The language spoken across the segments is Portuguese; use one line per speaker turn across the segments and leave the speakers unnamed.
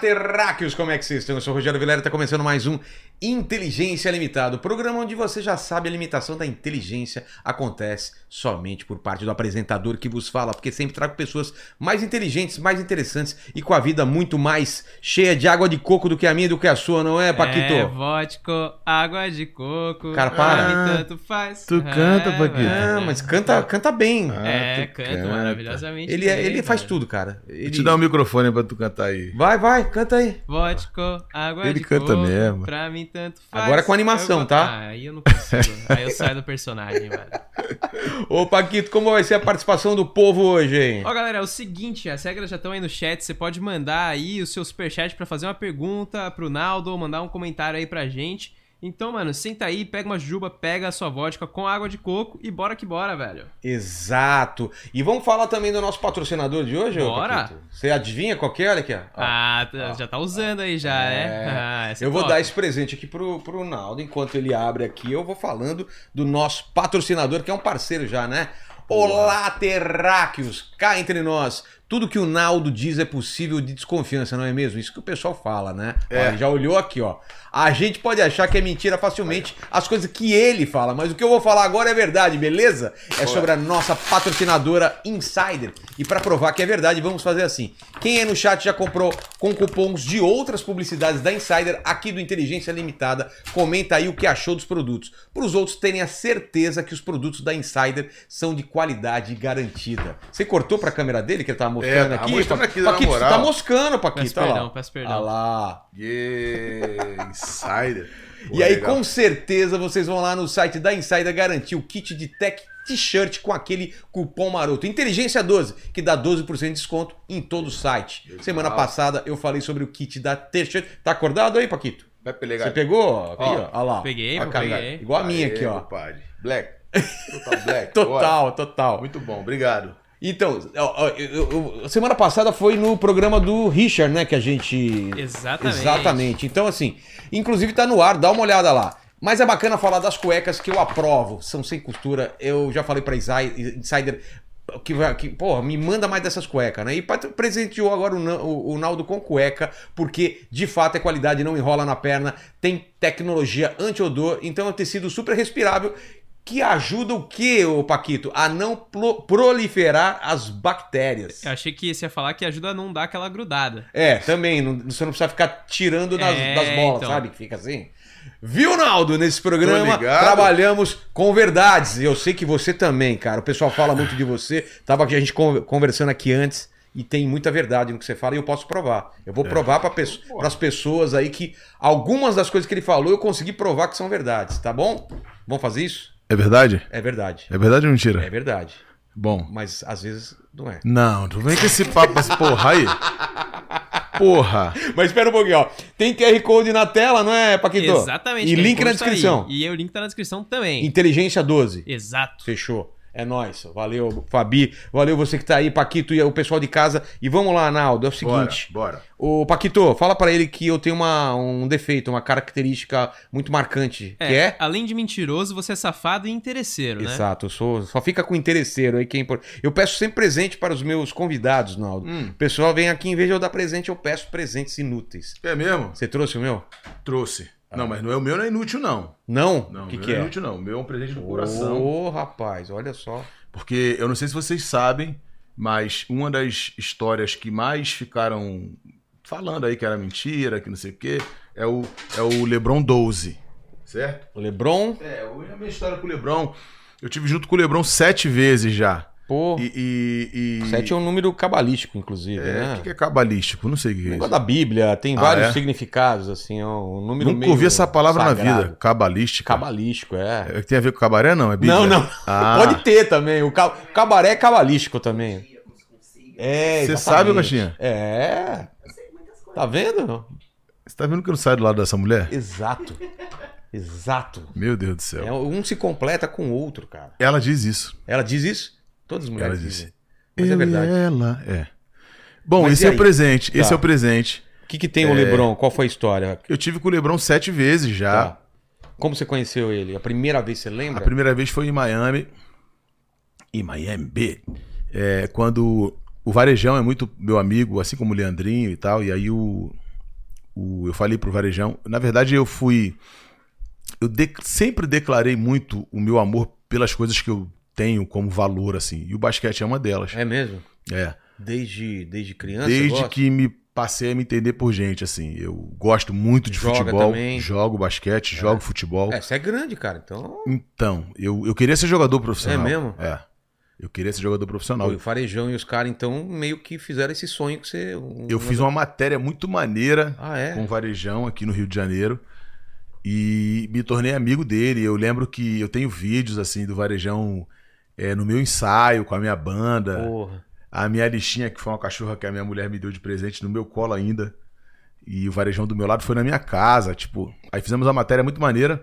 terráqueos, como é que vocês estão? Eu sou o Rogério Vilera e está começando mais um Inteligência Limitada, o programa onde você já sabe a limitação da inteligência acontece somente por parte do apresentador que vos fala, porque sempre trago pessoas mais inteligentes, mais interessantes e com a vida muito mais cheia de água de coco do que a minha e do que a sua, não é, Paquito?
É, vodka, água de coco.
Cara, para.
Ah, tanto faz.
tu canta, Paquito.
Ah,
É,
mas canta, canta bem.
é,
Ah, tu
canta,
canta.
maravilhosamente.
Ele, é-
bem,
ele faz
velho.
tudo, cara. Ele...
Vou te dar um microfone pra tu cantar aí.
Vai, vai, canta aí.
Vodka, água
Ele
de coco.
canta mesmo.
Pra mim, tanto faz.
Agora com animação,
Eu vou-
tá?
Ah, aí eu não consigo. aí eu saio do personagem, velho.
Ô, Paquito, como vai ser a participação do povo hoje, hein?
Ó, galera, é o seguinte, as regras já estão aí no chat, você pode mandar aí o seu superchat pra fazer uma pergunta pro Naldo ou mandar um comentário aí pra gente. Então, mano, senta aí, pega uma juba, pega a sua vodka com água de coco e bora que bora, velho.
Exato. E vamos falar também do nosso patrocinador de hoje, ô,
Bora.
Paquito? Você adivinha qual que é? Olha aqui, ó. Ó.
Ah, tá- já tá usando aí já,
É.
né? Ah, essa
eu vou
é
dar
top.
esse presente aqui pro, pro Naldo. Enquanto ele abre aqui, eu vou falando do nosso patrocinador, que é um parceiro já, né? Olá, Terráqueos! Cá entre nós. Tudo que o Naldo diz é possível de desconfiança, não é mesmo? Isso que o pessoal fala, né? Ó, ele já olhou aqui, ó. A gente pode achar que é mentira facilmente as coisas que ele fala, mas o que eu vou falar agora é verdade, beleza? É sobre a nossa patrocinadora Insider. E para provar que é verdade, vamos fazer assim. Quem é no chat já comprou com cupons de outras publicidades da Insider aqui do Inteligência Limitada, comenta aí o que achou dos produtos. Para os outros terem a certeza que os produtos da Insider são de qualidade garantida. Você cortou para a câmera dele que ele tava mostrando
É, tava
aqui?
mostrando aqui, na
Paquito, você
moral.
tá moscando, Paquito.
Peço
olha lá.
perdão, peço perdão.
Olha lá.
Yeah, insider. Pô,
E aí,
legal.
com certeza, vocês vão lá no site da Insider garantir o kit de tech t-shirt com aquele cupom maroto. Inteligência 12, que dá 12% de desconto em todo o site.
Legal.
Semana passada eu falei sobre o kit da t-shirt. Tá acordado aí, Paquito?
Vai pegar.
Você pegou? Aqui, ó.
Ó,
Olha lá.
peguei,
Ó,
pô,
cara,
peguei.
Igual a minha
Aê,
aqui, ó.
compadre. Black. Total black.
Total, total.
Bora. Muito bom, obrigado.
Então, ó, ó, eu- eu- eu- semana passada foi no programa do Richard, né? Que a gente
Exatamente.
Exatamente. Então, assim, inclusive tá no ar, dá uma olhada lá. Mas é bacana falar das cuecas que eu aprovo. São sem costura. Eu já falei pra Insi- Insider que, vai- que porra, me manda mais dessas cuecas, né? E pat- presenteou agora o, Na- o- o Naldo com cueca, porque de fato é qualidade, não enrola na perna, tem tecnologia anti-odor, então é um tecido super respirável que ajuda o que, ô Paquito? A não plo- proliferar as bactérias.
Eu achei que você ia falar que ajuda a não dar aquela grudada.
É, também. Não, você não precisa ficar tirando das,
É,
das bolas,
então.
sabe? Que fica assim. Viu, Naldo? Nesse programa,
Tô ligado.
trabalhamos com verdades. E eu sei que você também, cara. O pessoal fala muito de você. Tava aqui a gente con- conversando aqui antes. E tem muita verdade no que você fala e eu posso provar. Eu vou provar para as pessoas aí que algumas das coisas que ele falou eu consegui provar que são verdades, tá bom? Vamos fazer isso?
É verdade?
É verdade.
É verdade ou mentira?
É verdade.
Bom.
Mas às vezes não é.
Não, tu vem com esse papo, essa porra aí. Porra.
Mas espera um pouquinho, ó. Tem QR Code na tela, não é, Paquito?
Exatamente.
E
cara,
link na
curta aí.
descrição.
E aí o link tá na descrição também.
Inteligência 12.
Exato.
Fechou. É nóis. Valeu, Fabi. Valeu você que tá aí, Paquito e o pessoal de casa. E vamos lá, Naldo. É o
Bora,
seguinte.
bora.
Ô, Paquito, fala pra ele que eu tenho uma, um defeito, uma característica muito marcante. que é?
Além de mentiroso, você é safado e interesseiro, né?
Exato, eu sou, só fica com interesseiro aí quem por. Eu peço sempre presente para os meus convidados, Naldo.
Hum.
Hum.
O pessoal vem aqui em vez de eu dar presente, eu peço presentes inúteis.
É mesmo?
Você trouxe o meu?
Trouxe. Não, mas não é o meu, não é inútil, não.
Não?
Não,
O
o
que,
meu
que
não é
é?
inútil, não. O meu é um presente do
Ô,
coração.
rapaz, olha só.
Porque eu não sei se vocês sabem, mas uma das histórias que mais ficaram falando aí que era mentira, que não sei o quê, é o, é o Lebron 12. Certo?
O Lebron,
É, eu- a minha história com o Lebron. Eu tive junto com o Lebron sete vezes já.
pô.
E. e, e-
7 é um número cabalístico, inclusive,
É,
né?
o que que é cabalístico? Não sei o que
O
que é
negócio
isso.
da Bíblia tem
Ah,
vários
é?
significados, assim, é um número
Nunca
meio
ouvi essa palavra na
sagrado.
vida. Cabalística.
Cabalístico, é.
É, Tem a ver com cabaré, não? É Bíblia?
Não, não.
Ah.
Pode ter também. O ca- cabaré é cabalístico também. É,
Você
exatamente.
sabe, Baixinha?
É. Tá vendo?
Você tá vendo que eu não saio do lado dessa
É
mulher?
Exato. Exato.
Meu Deus do céu.
É, um se completa com o outro, cara.
Ela diz isso.
Ela diz isso? Todas as mulheres
Ela diz.
dizem. Mas é
Eu e
verdade.
Ela é. Bom,
Mas
esse
e
é o
aí?
presente. Esse
Tá.
é o presente.
O que, que tem
É.
o Lebron? Qual foi a história?
Eu tive com o Lebron sete vezes já.
Tá. Como você conheceu ele? A primeira vez você
A
lembra?
primeira vez foi em Miami. Em Miami. É, quando o Varejão é muito meu amigo, assim como o Leandrinho e tal. E aí o, o- eu falei pro Varejão, na verdade eu fui eu de- sempre declarei muito o meu amor pelas coisas que eu tenho como valor assim, e o basquete é uma delas.
É mesmo?
É.
Desde, desde criança?
Desde
gosta?
que me passei a me entender por gente assim, eu gosto muito de
Joga
futebol,
também.
jogo basquete, jogo futebol.
É, você é grande, cara. Então.
Então, eu, eu queria ser jogador profissional.
É mesmo?
É. Eu queria ser jogador profissional.
Pô, e o Farejão e os caras, então, meio que fizeram esse sonho que você. um-
Eu fiz uma matéria muito maneira
Ah, é?
com o Varejão aqui no Rio de Janeiro e me tornei amigo dele. Eu lembro que eu tenho vídeos assim do Varejão é, no meu ensaio com a minha banda,
Porra.
a minha lixinha que foi uma cachorra que a minha mulher me deu de presente no meu colo ainda. E o Varejão do meu lado foi na minha casa, tipo, aí fizemos uma matéria muito maneira.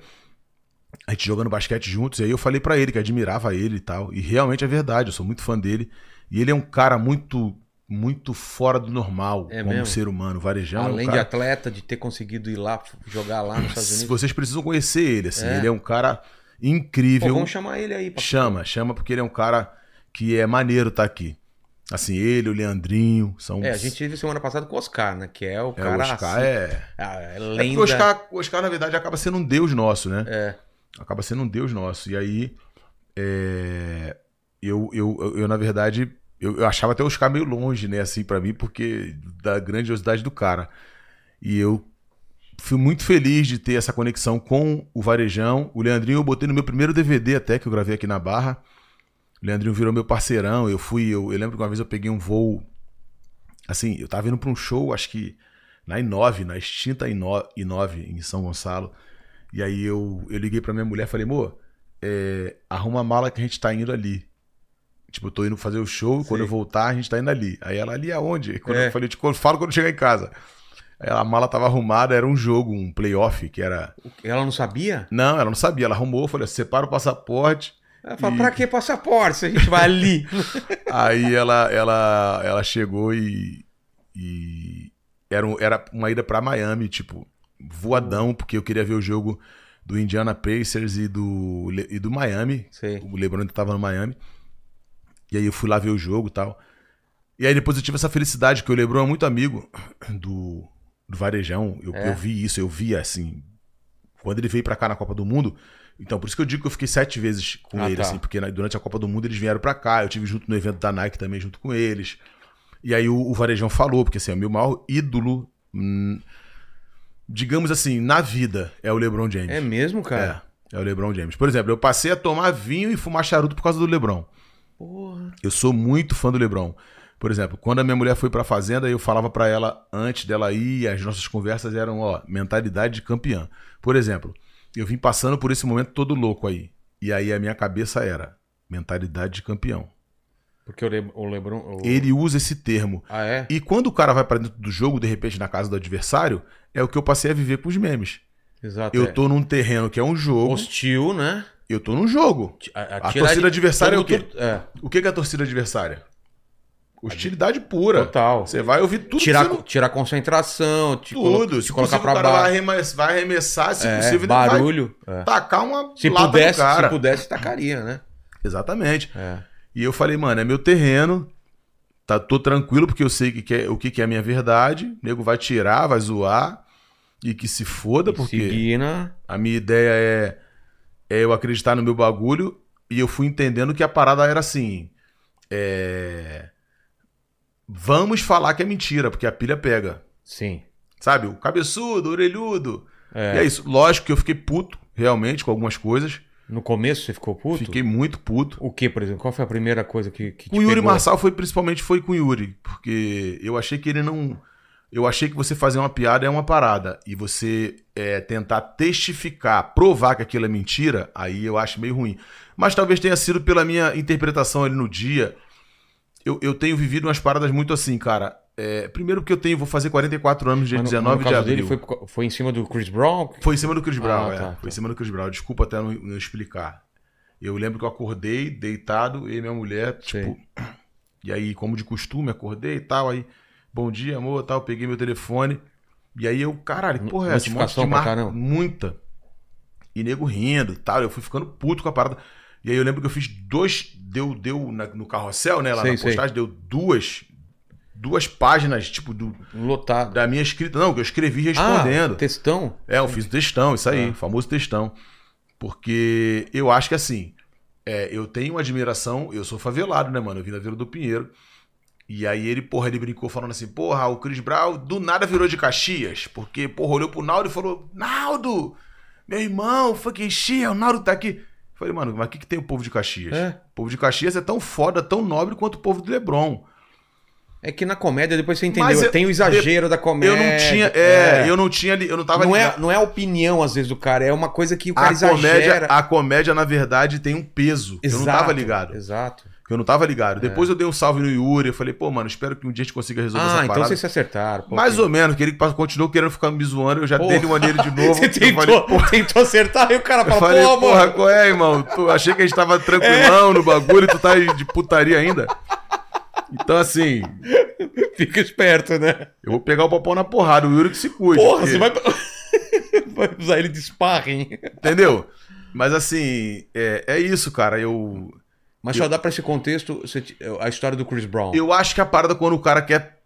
A gente jogando basquete juntos, e aí eu falei pra ele que admirava ele e tal. E realmente é verdade, eu sou muito fã dele. E ele é um cara muito muito fora do normal
É
como
mesmo?
ser humano. O Varejão é um
Além de
cara-
atleta, de ter conseguido ir lá, f- jogar lá nos Estados Unidos.
vocês precisam conhecer ele, assim.
É.
Ele é um cara
Pô,
incrível.
vamos chamar ele aí. pra-
Chama, chama, porque ele é um cara que é maneiro tá aqui. Assim, ele, o Leandrinho, são.
É, a gente teve semana passada com o Oscar, né? Que é o
um- É,
cara.
o Oscar
assim,
é.
ah, é
É porque
lenda.
o Oscar, o Oscar, na verdade, acaba sendo um deus nosso, né?
É.
Acaba sendo um deus nosso. E aí, é, eu, eu, eu, eu, na verdade, eu, eu achava até o Oscar meio longe, né? Assim, pra mim, porque da grandiosidade do cara. E eu fui muito feliz de ter essa conexão com o Varejão. O Leandrinho eu botei no meu primeiro DVD até, que eu gravei aqui na Barra. O Leandrinho virou meu parceirão. Eu fui, eu, eu lembro que uma vez eu peguei um voo. Assim, eu tava indo pra um show, acho que na I9, na extinta I9, I9 em São Gonçalo. E aí eu, eu liguei pra minha mulher e falei, amor, é, arruma a mala que a gente tá indo ali. Tipo, eu tô indo fazer o show, quando eu voltar, a gente tá indo ali. Aí ela, ali aonde? Quando
É.
eu falei, tipo, eu falo quando chegar em casa. Aí a mala tava arrumada, era um jogo, um playoff, que era.
O que- Ela não sabia?
Não, ela não sabia, ela arrumou, eu falei, separa o passaporte.
Ela fala,
E-
pra que passaporte se a gente vai ali?
Aí ela, ela, ela chegou e. e era, um- era uma ida pra Miami, tipo, voadão, porque eu queria ver o jogo do Indiana Pacers e do, Le- e do Miami.
Sei.
O Lebron ainda tava no Miami. E aí eu fui lá ver o jogo e tal. E aí depois eu tive essa felicidade, que o Lebron é muito amigo do, do Varejão. Eu,
É.
eu vi isso, eu vi assim. Quando ele veio pra cá na Copa do Mundo. Então, por isso que eu digo que eu fiquei sete vezes com
Ah,
ele,
tá.
assim, porque na- durante a Copa do Mundo eles vieram pra cá. Eu tive junto no evento da Nike também, junto com eles. E aí o, o Varejão falou, porque assim, é o meu maior ídolo, hum, digamos assim, na vida, é o LeBron James.
É mesmo, cara?
É, é o LeBron James. Por exemplo, eu passei a tomar vinho e fumar charuto por causa do LeBron.
Porra.
Eu sou muito fã do LeBron. Por exemplo, quando a minha mulher foi pra fazenda, eu falava pra ela antes dela ir, e as nossas conversas eram, ó, mentalidade de campeã. Por exemplo, eu vim passando por esse momento todo louco aí. E aí a minha cabeça era mentalidade de campeão.
Porque o, Le- o Lebron. o-
Ele usa esse termo.
Ah, é?
E quando o cara vai pra dentro do jogo, de repente na casa do adversário, é o que eu passei a viver com os memes.
Exato. é.
Eu tô num terreno que é um jogo,
Hostil, né?
eu tô num jogo.
A,
A
tirade-
torcida adversária é o quê?
Todo- É,
O que que é a torcida adversária? Hostilidade pura.
total.
Você vai ouvir tudo.
Tirar,
que você não-
tirar concentração, te, colo-
tudo.
te
Se
colocar
possível,
pra
o cara vai
baixo.
arremessar, vai arremessar, se
É,
possível, ele vai
barulho. É.
tacar uma
Se
lata
pudesse,
no cara.
se pudesse, tacaria, né?
Exatamente.
É.
E eu falei, mano, é meu terreno. Tá, tô tranquilo porque eu sei que que é- o que, que é a minha verdade. O nego vai tirar, vai zoar. E que se foda, porque
Seguir, né?
a minha ideia é, é eu acreditar no meu bagulho. E eu fui entendendo que a parada era assim. é, Vamos falar que é mentira, porque a pilha pega.
Sim.
Sabe? O cabeçudo, o orelhudo.
É.
E é isso. Lógico que eu fiquei puto, realmente, com algumas coisas.
No começo você ficou puto?
Fiquei muito puto.
O que, por exemplo? Qual foi a primeira coisa que, que
Com o Yuri
pegou?
Marçal foi principalmente foi com o Yuri, porque eu achei que ele não. Eu achei que você fazer uma piada é uma parada. E você é, tentar testificar, provar que aquilo é mentira, aí eu acho meio ruim. Mas talvez tenha sido pela minha interpretação ali no dia. Eu, eu tenho vivido umas paradas muito assim, cara. É, primeiro porque eu tenho, vou fazer 44 anos dia
Mas no-
19
no
de
caso
abril.
dele foi, por ca- foi em cima do Chris Brown?
Foi em cima do Chris
Ah,
Brown, é.
tá, tá.
Foi em cima do Chris Brown. Desculpa até não, não explicar. Eu lembro que eu acordei deitado e minha mulher, tipo. E aí, como de costume, acordei e tal. Aí, bom dia, amor, tal. Peguei meu telefone. E aí eu, caralho, que porra, é essa? Um monte de
Notificação pra
marca-
caramba.
Muita. E nego rindo e tal. Eu fui ficando puto com a parada. E aí eu lembro que eu fiz dois. Deu, deu na- no carrossel, né? Lá
Sei,
na
sei.
postagem, deu duas. duas páginas, tipo, do,
Lotado.
da minha escrita. Não, que eu escrevi
Ah,
respondendo.
textão?
É, eu fiz o textão, isso
É.
aí, famoso textão. Porque eu acho que assim, é, eu tenho uma admiração, eu sou favelado, né, mano? Eu vim da Vila do Pinheiro. E aí ele, porra, ele brincou falando assim, porra, o Chris Brown do nada virou de Caxias. Porque, porra, olhou pro Naldo e falou, Naldo, meu irmão, fucking shit, o Naldo tá aqui. Eu falei, mano, mas o que, que tem o povo de Caxias?
É.
O povo de Caxias é tão foda, tão nobre quanto o povo do Lebron.
É que na comédia depois você entendeu.
Mas eu-
tem o exagero da comédia.
Eu não tinha, é, eu não tinha, ali- eu não tava
não,
ligado.
é, não é a opinião, às vezes, do cara, é uma coisa que o cara
a comédia,
exagera.
a comédia, na verdade, tem um peso. que Eu não tava ligado.
Exato.
que Eu não tava
É.
ligado. Depois eu dei um salve no Yuri. Eu falei, pô, mano, espero que um dia a gente consiga resolver
Ah,
essa
então
parada.
vocês se acertaram. pô.
Mais ou menos, que ele continuou querendo ficar me zoando. Eu já
Porra.
dei uma nele de novo.
Você
eu falei,
tentou, tentou acertar e o cara
eu
fala,
falei,
pô,
porra,
mano.
qual é, irmão? Tu achei que a gente tava tranquilão no bagulho e tu tá de putaria ainda? Então, assim,
Fica esperto, né?
eu vou pegar o papão na porrada. O Yuri que se cuide.
Porra,
porque-
você vai. vai usar ele de sparring.
Entendeu? Mas, assim, é, é isso, cara. Eu,
Mas só dá pra esse contexto você t- a história do Chris Brown.
Eu acho que a parada quando o cara quer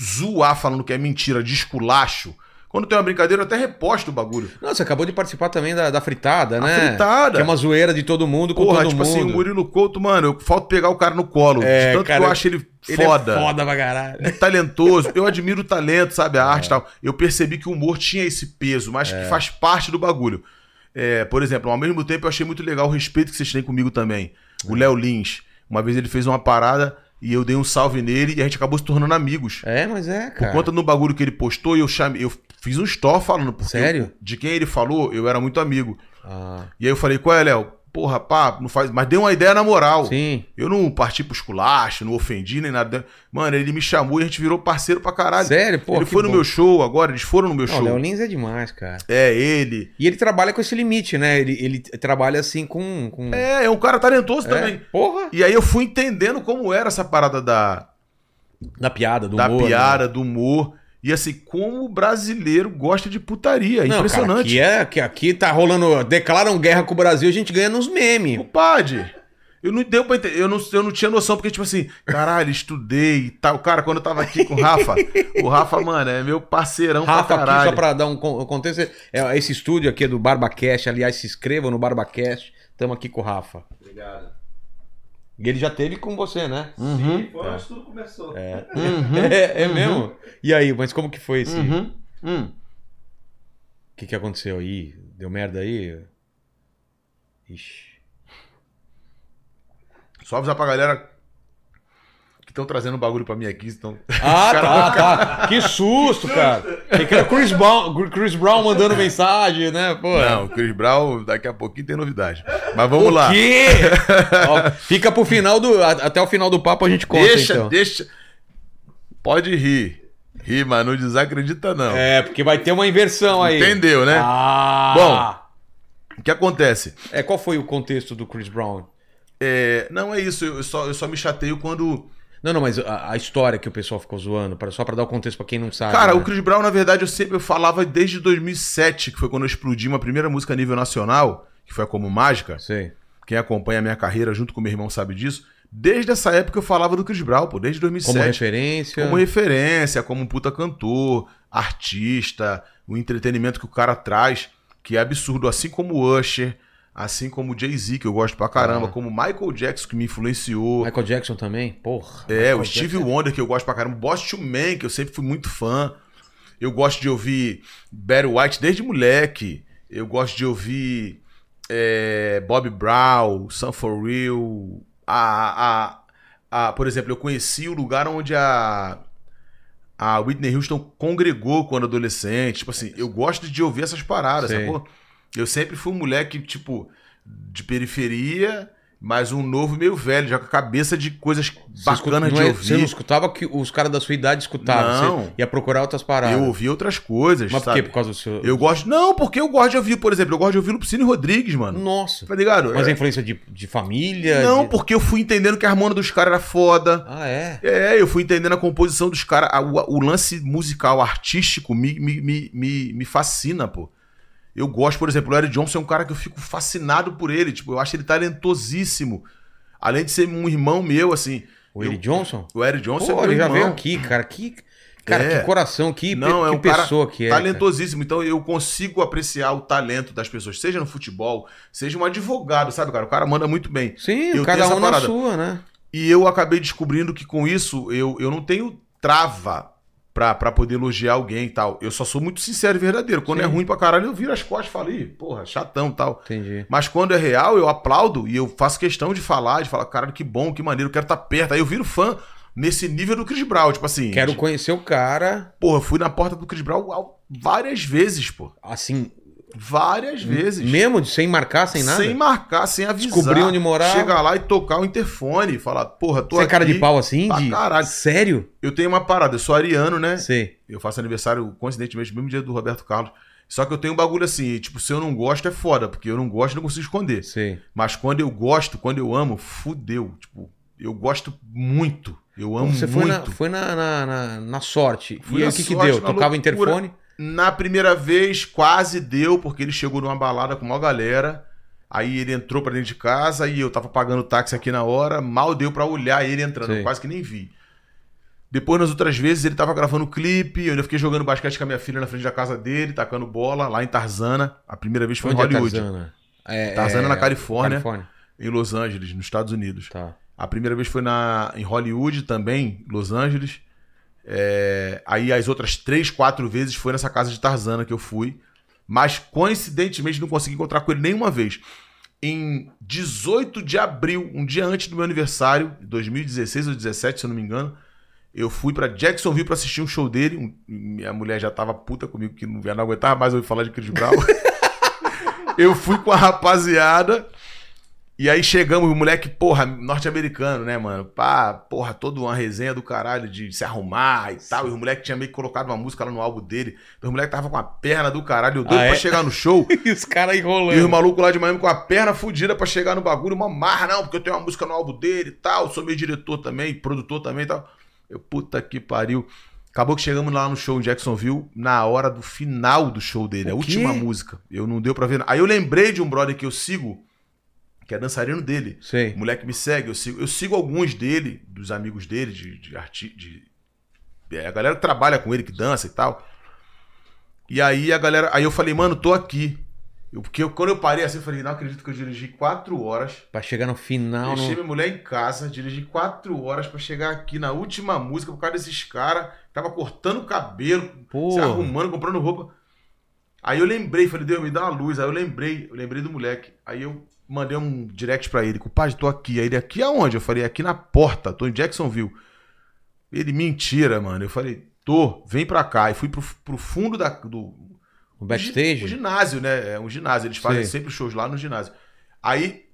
zoar falando que é mentira, de esculacho. Quando tem uma brincadeira, eu até reposto o bagulho.
Não, você acabou de participar também da, da fritada, né?
fritada.
Que é uma zoeira de todo mundo com
Porra,
todo
tipo
mundo.
assim, o Murilo Couto, mano, eu falto pegar o cara no colo.
É,
de tanto
cara,
que eu acho ele
Ele
foda.
é foda pra caralho.
Talentoso, eu admiro o talento, sabe? A arte e tal. Eu percebi que o humor tinha esse peso, mas
É.
que faz parte do bagulho. É, por exemplo, ao mesmo tempo eu achei muito legal o respeito que vocês têm comigo também. O
É.
Léo Lins, uma vez ele fez uma parada e eu dei um salve nele e a gente acabou se tornando amigos.
É, mas é,
Por
cara.
conta do bagulho que ele postou, eu chamei, eu fiz um store falando. Porque
Sério?
eu- de quem ele falou, eu era muito amigo.
Ah,
E aí eu falei, qual é, Léo? Porra, pá, não faz. Mas dei uma ideia na moral.
sim.
Eu não parti pros culachos, não ofendi nem nada. Mano, ele me chamou e a gente virou parceiro pra caralho.
Sério, pô.
ele
que
foi no
bom.
meu show agora, eles foram no meu
Não, o
show.
Léo Lins é demais, cara.
É, ele.
E ele trabalha com esse limite, né? Ele, ele trabalha assim com. com...
É, é um cara talentoso também.
Porra!
E aí eu fui entendendo como era essa parada da,
Da piada, do
da
humor. né?
piada, do humor. E assim, como o brasileiro gosta de putaria. É
Não, Cara,
impressionante.
aqui, é, que aqui tá rolando. Declaram guerra com o Brasil, a gente ganha nos memes.
Compadre, eu não deu pra entender. Eu não, eu não tinha noção, porque, tipo assim, caralho, estudei e tal. Cara, quando eu tava aqui com o Rafa, o Rafa, mano, é meu parceirão
Rafa,
pra
aqui,
caralho.
só pra dar um con- um contexto, é, esse estúdio aqui é do BarbaCast, aliás, se inscrevam no BarbaCast, estamos aqui com o Rafa.
Obrigado.
E ele já teve com você, né?
Uhum,
Sim, foi onde tudo começou.
uhum,
É, é
uhum.
mesmo? E aí, mas como que foi esse? O
uhum, uhum.
que, que aconteceu aí? Deu merda aí? Ixi.
Só avisar pra galera que estão trazendo bagulho pra mim aqui. Então...
Ah,
Cara,
tá, tá. Que susto, cara. Tem que era Chris Brown, Chris Brown mandando mensagem, né? Pô.
Não, o Chris Brown, daqui a pouquinho tem novidade. Mas vamos lá.
Que? Ó, fica pro final do. a- Até o final do papo a gente conta,
deixa,
então.
deixa. Pode rir. Rir, mas não desacredita, não.
É, porque vai ter uma inversão aí.
Entendeu, né?
Ah.
O que acontece?
Bom. É, qual foi o contexto do Chris Brown?
É, não é isso, eu só, eu só me chateio quando.
Não, não, mas a, a história que o pessoal ficou zoando, pra, só pra dar o contexto pra quem não sabe.
Cara,
né?
o Chris Brown, na verdade, eu sempre eu falava desde 2007, que foi quando eu explodi uma primeira música a nível nacional, que foi a Como Mágica.
Sei.
Quem acompanha a minha carreira junto com meu irmão sabe disso. Desde essa época eu falava do Chris Brown, pô, desde
Como
2007.
referência.
Como referência, como um puta cantor, artista, o entretenimento que o cara traz, que é absurdo, assim como o Usher, assim como o Jay-Z, que eu gosto pra caramba,
Ah.
como o Michael Jackson, que me influenciou.
Michael Jackson também? Porra.
É,
Michael
o Steve
Jackson.
Wonder, que eu gosto pra caramba. Boston Man, que eu sempre fui muito fã. Eu gosto de ouvir Barry White desde moleque. Eu gosto de ouvir é, Bob Brown, Sun For Real. A, a, a, por exemplo, eu conheci o lugar onde a, a Whitney Houston congregou quando adolescente. Tipo assim, eu gosto de ouvir essas paradas,
É, Sei.
sacou? Eu sempre fui um moleque, tipo, de periferia, mas um novo meio velho, já com a cabeça de coisas
Você escuta-
bacanas de
não é- Você não
ouvir.
escutava que os caras da sua idade escutavam.
Não.
Você ia procurar outras paradas.
Eu ouvi outras coisas,
Mas por
sabe?
quê? Por causa do seu.
Eu gosto. Não, porque eu gosto de ouvir, por exemplo, eu gosto de ouvir Lupicínio Rodrigues, mano.
Nossa.
Tá ligado?
Hum, Mas é, a
É.
influência de, de família?
Não,
de-
porque eu fui entendendo que a harmonia dos caras era foda.
Ah, é?
É, eu fui entendendo a composição dos caras. a- O, o lance musical, artístico, me, me, me, me, me fascina, pô. Eu gosto, por exemplo, o Eric Johnson é um cara que eu fico fascinado por ele. Tipo, eu acho ele talentosíssimo. Além de ser um irmão meu, assim.
O Eric Johnson?
O Eric Johnson é
Pô,
meu
ele já
irmão.
veio aqui, cara. Que, cara,
É.
que coração, que, pe-
Não, é
que
um cara
pessoa que é. cara.
talentosíssimo. Então eu consigo apreciar o talento das pessoas, seja no futebol, seja um advogado, sabe, cara? O cara manda muito bem.
Sim,
Eu
cada
tenho essa
um na
parada.
sua, né?
E eu acabei descobrindo que com isso eu, eu não tenho trava pra, pra poder elogiar alguém e tal. Eu só sou muito sincero e verdadeiro. Quando
Sim.
é ruim pra caralho, eu viro as costas e falo, Ih, porra, chatão e tal.
Entendi.
Mas quando é real, eu aplaudo e eu faço questão de falar, de falar, caralho, que bom, que maneiro, eu quero estar perto. Aí eu viro fã nesse nível do Chris Brown, tipo assim.
Quero
tipo,
conhecer o cara,
Porra, eu fui na porta do Chris Brown uau, várias vezes, pô.
assim,
Várias vezes.
mesmo sem marcar, sem nada.
Sem marcar, sem avisar.
Descobrir onde morar.
Chegar lá e tocar o interfone e falar, porra, tô
Você é
aqui.
cara de pau assim?
pra
de-
caralho.
Sério?
Eu tenho uma parada, eu sou ariano, né?
Sei.
Eu faço aniversário, coincidentemente, no mesmo dia do Roberto Carlos. Só que eu tenho um bagulho assim, tipo, se eu não gosto é foda, porque eu não gosto, eu não consigo esconder.
Sei.
Mas quando eu gosto, quando eu amo, fudeu. Tipo, eu gosto muito. Eu amo
Você foi,
muito.
na, foi na, na, na- na sorte. e
Fui
aí
na
o que, que
sorte,
deu?
na
Tocava o
loucura.
interfone?
Na primeira vez, quase deu, porque ele chegou numa balada com uma galera. Aí ele entrou pra dentro de casa e eu tava pagando táxi aqui na hora. Mal deu pra olhar ele entrando,
Sim.
eu quase que nem vi. Depois, nas outras vezes, ele tava gravando clipe. Eu ainda fiquei jogando basquete com a minha filha na frente da casa dele, tacando bola lá em Tarzana. A primeira vez foi
Onde
em
é
Hollywood.
Tarzana? É,
Tarzana
é,
na Califórnia,
Califórnia.
em Los Angeles, nos Estados Unidos.
Tá.
A primeira vez foi na, em Hollywood também, Los Angeles. É, aí as outras três, quatro vezes foi nessa casa de Tarzana que eu fui. Mas coincidentemente não consegui encontrar com ele nenhuma vez. Em 18 de abril, um dia antes do meu aniversário, 2016 ou 2017, se eu não me engano, eu fui pra Jacksonville pra assistir um show dele. Um- minha mulher já tava puta comigo que não, não aguentava mais ouvir falar de Chris Brown. eu fui com a rapaziada. E aí chegamos, o moleque, porra, norte-americano, né, mano? Pá, porra, toda uma resenha do caralho de se arrumar e tal. E o moleque tinha meio que colocado uma música lá no álbum dele. Então o moleque tava com a perna do caralho, eu doido
Ah, é?
pra chegar no show.
e os caras enrolando.
E os malucos lá de Miami com a perna fudida pra chegar no bagulho, uma marra, não, porque eu tenho uma música no álbum dele e tal, sou meu diretor também, produtor também e tal. Eu, puta que pariu. Acabou que chegamos lá no show em Jacksonville, na hora do final do show dele,
O
a
quê?
última música. Eu não deu pra ver. Aí eu lembrei de um brother que eu sigo, que é dançarino dele. O
Sei.
moleque me segue, eu sigo, eu sigo alguns dele, dos amigos dele, de, de arti- de- é, a galera que trabalha com ele, que dança e tal. E aí a galera. Aí eu falei, mano, tô aqui. Eu- porque eu- quando eu parei assim, eu falei, não acredito que eu dirigi quatro horas.
Pra chegar no final.
deixei
No...
minha mulher em casa, dirigi quatro horas pra chegar aqui na última música por causa desses caras. Tava cortando o cabelo,
Pô.
se arrumando, comprando roupa. Aí eu lembrei, falei, Deus, me dá uma luz. Aí eu lembrei, eu lembrei do moleque. Aí eu mandei um direct pra ele, compadre, tô aqui. Aí ele, aqui aonde? Eu falei, aqui na porta, tô em Jacksonville. Ele, mentira, mano. Eu falei, tô, vem pra cá. E fui pro, pro fundo da, do
No
gi- o
backstage?
ginásio, né? É um ginásio, eles fazem
Sim.
sempre shows lá no ginásio. Aí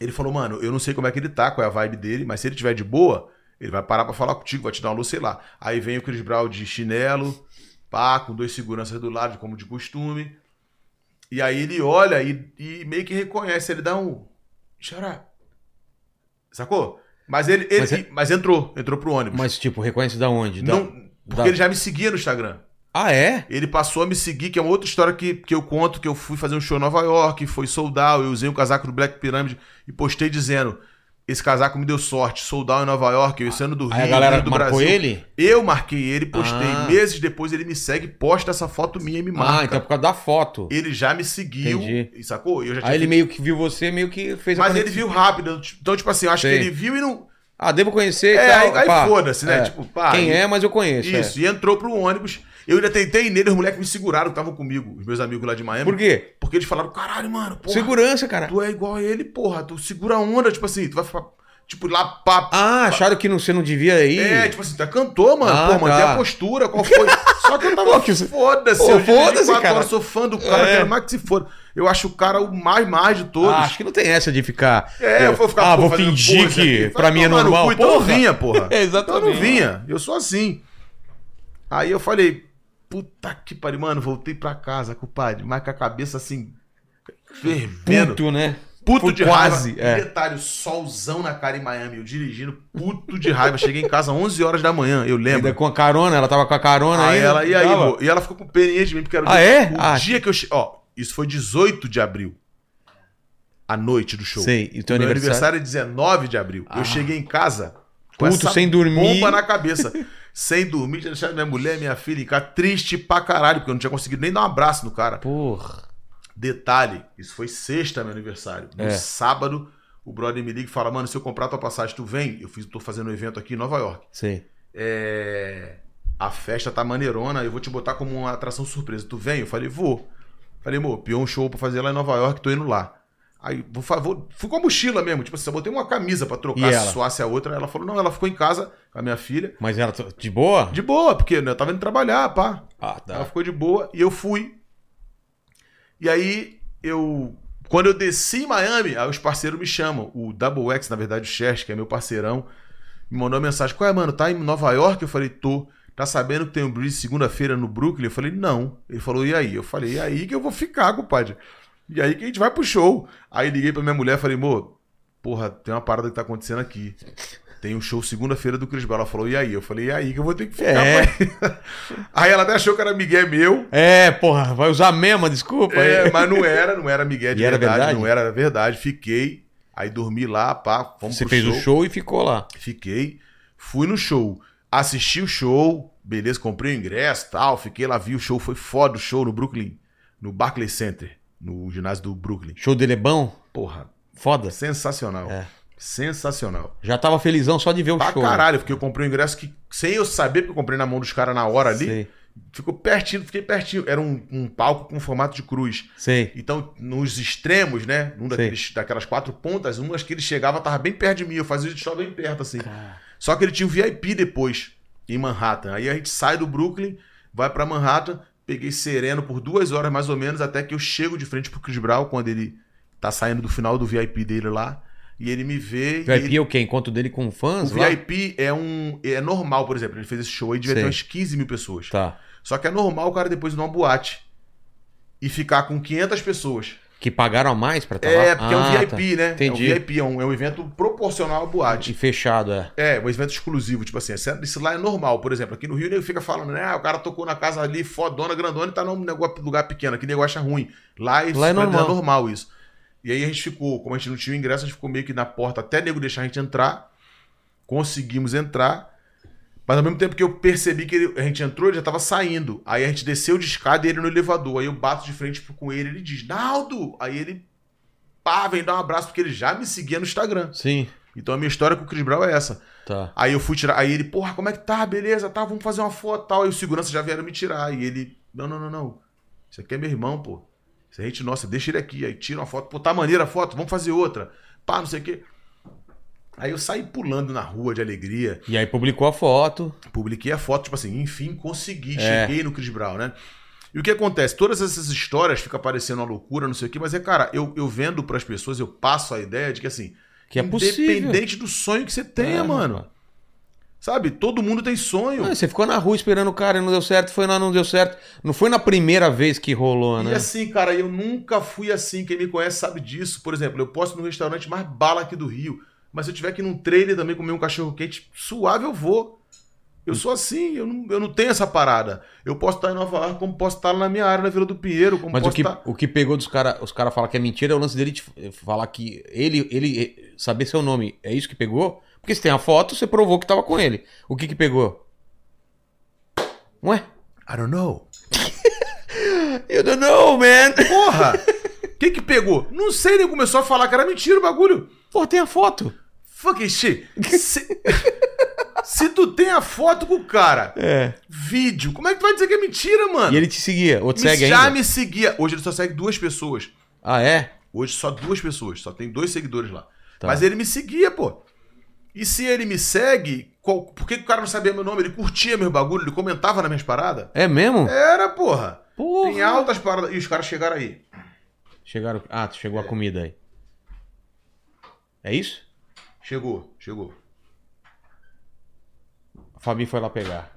ele falou, mano, eu não sei como é que ele tá, qual é a vibe dele, mas se ele tiver de boa, ele vai parar pra falar contigo, vai te dar uma luz, sei lá. Aí vem o Chris Brown de chinelo, pá, com dois seguranças do lado, como de costume. E aí ele olha e, e meio que reconhece, ele dá um. Xará. Sacou? Mas ele. ele-
Mas
mas,
é-
entrou, entrou pro ônibus.
Mas, tipo, reconhece da onde? Da-
não, porque
da-
ele já me seguia no Instagram.
Ah, é?
Ele passou a me seguir, que é uma outra história que, que eu conto, que eu fui fazer um show em Nova York, foi soldar, eu usei o casaco do Black Pyramid e postei dizendo, esse casaco me deu sorte, soldar em Nova York, eu esse ano do Rio,
Aí a galera
ano do
marcou
Brasil.
ele?
Eu marquei ele, postei.
Ah.
Meses depois ele me segue, posta essa foto minha e me marca.
Ah, então é por causa da foto.
Ele já me seguiu,
Entendi.
sacou? Eu já tinha
Aí ele
feito-
meio que viu você, meio que fez a
Mas ele
conexão.
viu rápido, então tipo assim, eu acho
Sim.
que ele viu e não...
Ah, devo conhecer.
É,
tal,
aí, aí
pá.
foda-se, né?
É.
Tipo, pá,
Quem
e-
é, mas eu conheço. é.
Isso, e entrou pro ônibus. Eu ainda tentei ir nele, os moleques me seguraram, que estavam comigo, os meus amigos lá de Miami.
Por quê?
Porque eles falaram, caralho, mano, é porra,
Segurança, cara.
tu é igual a ele, porra, tu segura a onda, tipo assim, tu vai ficar, tipo, lá, pá,
Ah, acharam que não, você não devia ir.
é, tipo assim, tu é cantor, mano,
Ah,
porra, mantém
tá.
a postura, qual foi? Só que eu tava,
Pô, que isso-
foda-se,
Pô,
eu dirigi
foda-se,
quatro
cara.
horas, sou fã do cara,
É.
quero mais que se foda. Eu acho o cara o mais, mais de todos.
Ah, acho que não tem essa de ficar.
É, eu vou ficar
Ah,
pô,
vou
fazendo
fingir
pose
que
aqui.
pra mim é
Vai tomar no
normal.
cu, Então eu não
Porra.
vinha, porra.
É,
Então eu não
exatamente.
vinha. Eu sou assim. Aí eu falei, puta que pariu, mano. Voltei pra casa, compadre. Mas com a cabeça assim, fervendo.
Puto, né?
Puto de
quase,
raiva.
é.
E Detalhe, solzão na cara em Miami. Eu dirigindo, puto de raiva. Cheguei em casa 11 horas da manhã, eu lembro.
Ainda com a carona, ela tava com a carona
Aí
ainda.
ela, e aí,
Tava.
amor? E ela ficou com perinha de mim, porque era o
Ah,
dia,
é?
o
Ah.
dia que eu. che- Ó, isso foi 18 de abril. A noite do show.
Sei, e teu
Meu
aniversário.
aniversário é 19 de abril.
Ah.
Eu cheguei em casa Com
Puto,
essa
sem dormir.
Bomba na cabeça. sem dormir, tinha deixado minha mulher, minha filha em casa, triste pra caralho, porque eu não tinha conseguido nem dar um abraço no cara.
Porra.
Detalhe, isso foi sexta, meu aniversário. No
É.
sábado, o brother me liga e fala, mano, se eu comprar tua passagem, tu vem? Eu fiz, tô fazendo um evento aqui em Nova York.
Sim.
É, A festa tá maneirona, eu vou te botar como uma atração surpresa. Tu vem? Eu falei, vou. Falei, amor, pior um show pra fazer lá em Nova York, tô indo lá. Aí, vou, fa- vou, fui com a mochila mesmo, tipo assim, eu botei uma camisa pra
E
trocar,
ela?
se suasse a outra. Ela falou, não, ela ficou em casa com a minha filha.
Mas ela tá de boa?
De boa, porque né, eu tava indo trabalhar, pá.
Ah,
Ela
tá.
ficou de boa e eu fui. E aí eu. Quando eu desci em Miami, aí os parceiros me chamam. O Double X, na verdade, o Chess, que é meu parceirão, me mandou uma mensagem: Qual é, mano? Tá em Nova York? Eu falei: Tô. Tá sabendo que tem um Breeze segunda-feira no Brooklyn? Eu falei: Não. Ele falou: E aí? Eu falei: E aí que eu vou ficar, compadre. E aí que a gente vai pro show. Aí liguei pra minha mulher falei: Mô, porra, tem uma parada que tá acontecendo aqui. Tem um show segunda-feira do Chris Brown. Ela falou: E aí? Eu falei: E aí que eu vou ter que ficar.
É.
pai?" Aí ela até achou que era Miguel meu.
É, porra, vai usar a mesma, desculpa.
É,
aí.
mas não era, não era Miguel de
E era
verdade,
verdade?
Não era verdade. Fiquei. Aí dormi lá, pá, vamos
Você
pro
fez
show.
o show e ficou lá.
Fiquei. Fui no show. Assisti o show. Beleza, comprei o ingresso tal. Fiquei lá, vi o show. Foi foda o show no Brooklyn. No Barclays Center. No ginásio do Brooklyn.
Show dele é bom?
Porra,
Foda.
sensacional.
É.
Sensacional.
Já tava felizão só de ver o
Pra
show. né?
caralho, porque eu comprei um ingresso que, sem eu saber, porque eu comprei na mão dos caras na hora ali.
Sei,
Ficou pertinho, fiquei pertinho. Era um- um palco com formato de cruz.
sei.
Então, nos extremos, né? Num daqueles, daquelas quatro pontas, um acho que ele chegava, tava bem perto de mim. Eu fazia o show bem perto, assim. Só que ele tinha um VIP depois, em Manhattan. Aí a gente sai do Brooklyn, vai pra Manhattan, peguei sereno por duas horas mais ou menos, até que eu chego de frente pro Chris Brown, quando ele tá saindo do final do VIP dele lá. E ele me vê. e
VIP
ele-
é o quê? Encontro dele com
O
fãs? lá?
VIP é um. É normal, por exemplo. Ele fez esse show aí, devia
Sei.
ter umas 15 mil pessoas.
Tá.
Só que é normal o cara depois ir numa boate e ficar com 500 pessoas.
Que pagaram a mais pra estar lá?
É, porque é um
Ah, tá.
VIP, né?
Entendi.
É um VIP, é um, é um evento proporcional
tá.
à
E
boate.
fechado, é.
É, um evento exclusivo, tipo assim, isso isso lá é normal, por exemplo, aqui no Rio, nego fica falando, né, ah, o cara tocou na casa ali, fodona, grandona, e tá num nego- lugar pequeno, aqui nego acha ruim. Lá, isso
Lá é normal.
normal isso. E aí a gente ficou, como a gente não tinha o ingresso, a gente ficou meio que na porta, até nego deixar a gente entrar, conseguimos entrar, mas ao mesmo tempo que eu percebi que ele- a gente entrou, ele já tava saindo. Aí a gente desceu de escada e ele no elevador. Aí eu bato de frente pro- com ele ele diz, Naldo! Aí ele pá, vem dar um abraço, porque ele já me seguia no Instagram.
Sim.
Então a minha história com o Chris Brown é essa.
Tá.
Aí eu fui tirar. Aí ele, porra, como é que tá? Beleza, tá, vamos fazer uma foto tal. Aí os seguranças já vieram me tirar. E ele, não, não, não, não. Isso aqui é meu irmão, pô. Isso é gente nossa, deixa ele aqui. Aí tira uma foto. Pô, tá maneira a foto, vamos fazer outra. Pá, não sei o quê. Aí eu saí pulando na rua de alegria.
E aí publicou a foto.
Publiquei a foto, tipo assim, enfim, consegui,
É.
cheguei no Chris Brown, né? E o que acontece? Todas essas histórias ficam parecendo uma loucura, não sei o quê, mas é, cara, eu, eu vendo pras pessoas, eu passo a ideia de que, assim,
Que é possível.
independente do sonho que você tenha,
É,
mano.
rapaz.
Sabe? Todo mundo tem sonho.
Não, você ficou na rua esperando o cara e não deu certo, foi lá, não deu certo. Não foi na primeira vez que rolou,
E
né?
assim, cara, eu nunca fui assim. Quem me conhece sabe disso. Por exemplo, eu posso ir num restaurante mais bala aqui do Rio. Mas se eu tiver que ir num trailer também comer um cachorro quente suave, eu vou. Eu sou assim, eu não, eu não tenho essa parada. Eu posso estar em Nova York, como posso estar na minha área, na Vila do Pinheiro, como
Mas o
posso tá-
que,
estar.
o que pegou dos caras, os caras falam que é mentira, é o lance dele te falar que ele, ele eh, saber seu nome. É isso que pegou? Porque se tem a foto, você provou que tava com ele. O que que pegou? Ué?
I don't know.
You don't know, man!
Porra! O que que pegou? Não sei, ele começou a falar que era mentira o bagulho.
Pô, tem a foto.
Fucking shit. Se, se tu tem a foto com o cara,
É.
vídeo, como é que tu vai dizer que é mentira, mano?
E ele te seguia, ou te
Me-
segue
já
ainda?
me seguia. Hoje ele só segue duas pessoas.
Ah, é?
Hoje só duas pessoas. Só tem dois seguidores lá.
Tá.
Mas ele me seguia, pô. E se ele me segue, qual- por que que o cara não sabia meu nome? Ele curtia meus bagulho, ele comentava nas minhas paradas.
É mesmo?
Era, porra.
Porra.
Tem altas paradas. Ih, os caras chegaram aí.
Chegaram. Ah, chegou a comida aí. É isso?
Chegou, chegou.
A Fabi foi lá pegar.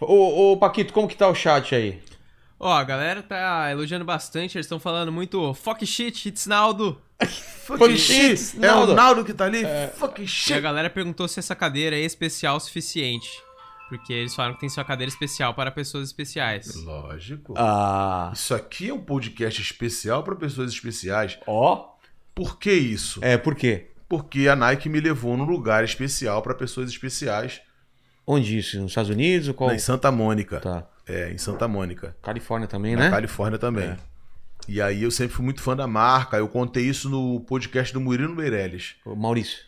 Ô, ô Paquito, como que tá o chat aí?
Ó, a galera tá elogiando bastante, eles estão falando muito fuck shit, it's Naldo.
Fucking
Fucking
shit,
shit. É
Naldo. É.
o Naldo que tá ali? Fucking
E a
shit.
galera perguntou se essa cadeira é especial o suficiente. Porque eles falaram que tem sua cadeira especial para pessoas especiais.
Lógico.
Ah.
Isso aqui é um podcast especial pra pessoas especiais.
Ó.
Por que isso?
É, por quê?
porque a Nike me levou num lugar especial para pessoas especiais,
Onde isso? Nos Estados Unidos? ou Qual?
né, em Santa Mônica.
Tá.
É, em Santa Mônica.
Califórnia também,
Na
né?
Califórnia também. E aí eu sempre fui muito fã da marca. Eu contei isso no podcast do Murilo Meirelles.
Ô, Maurício.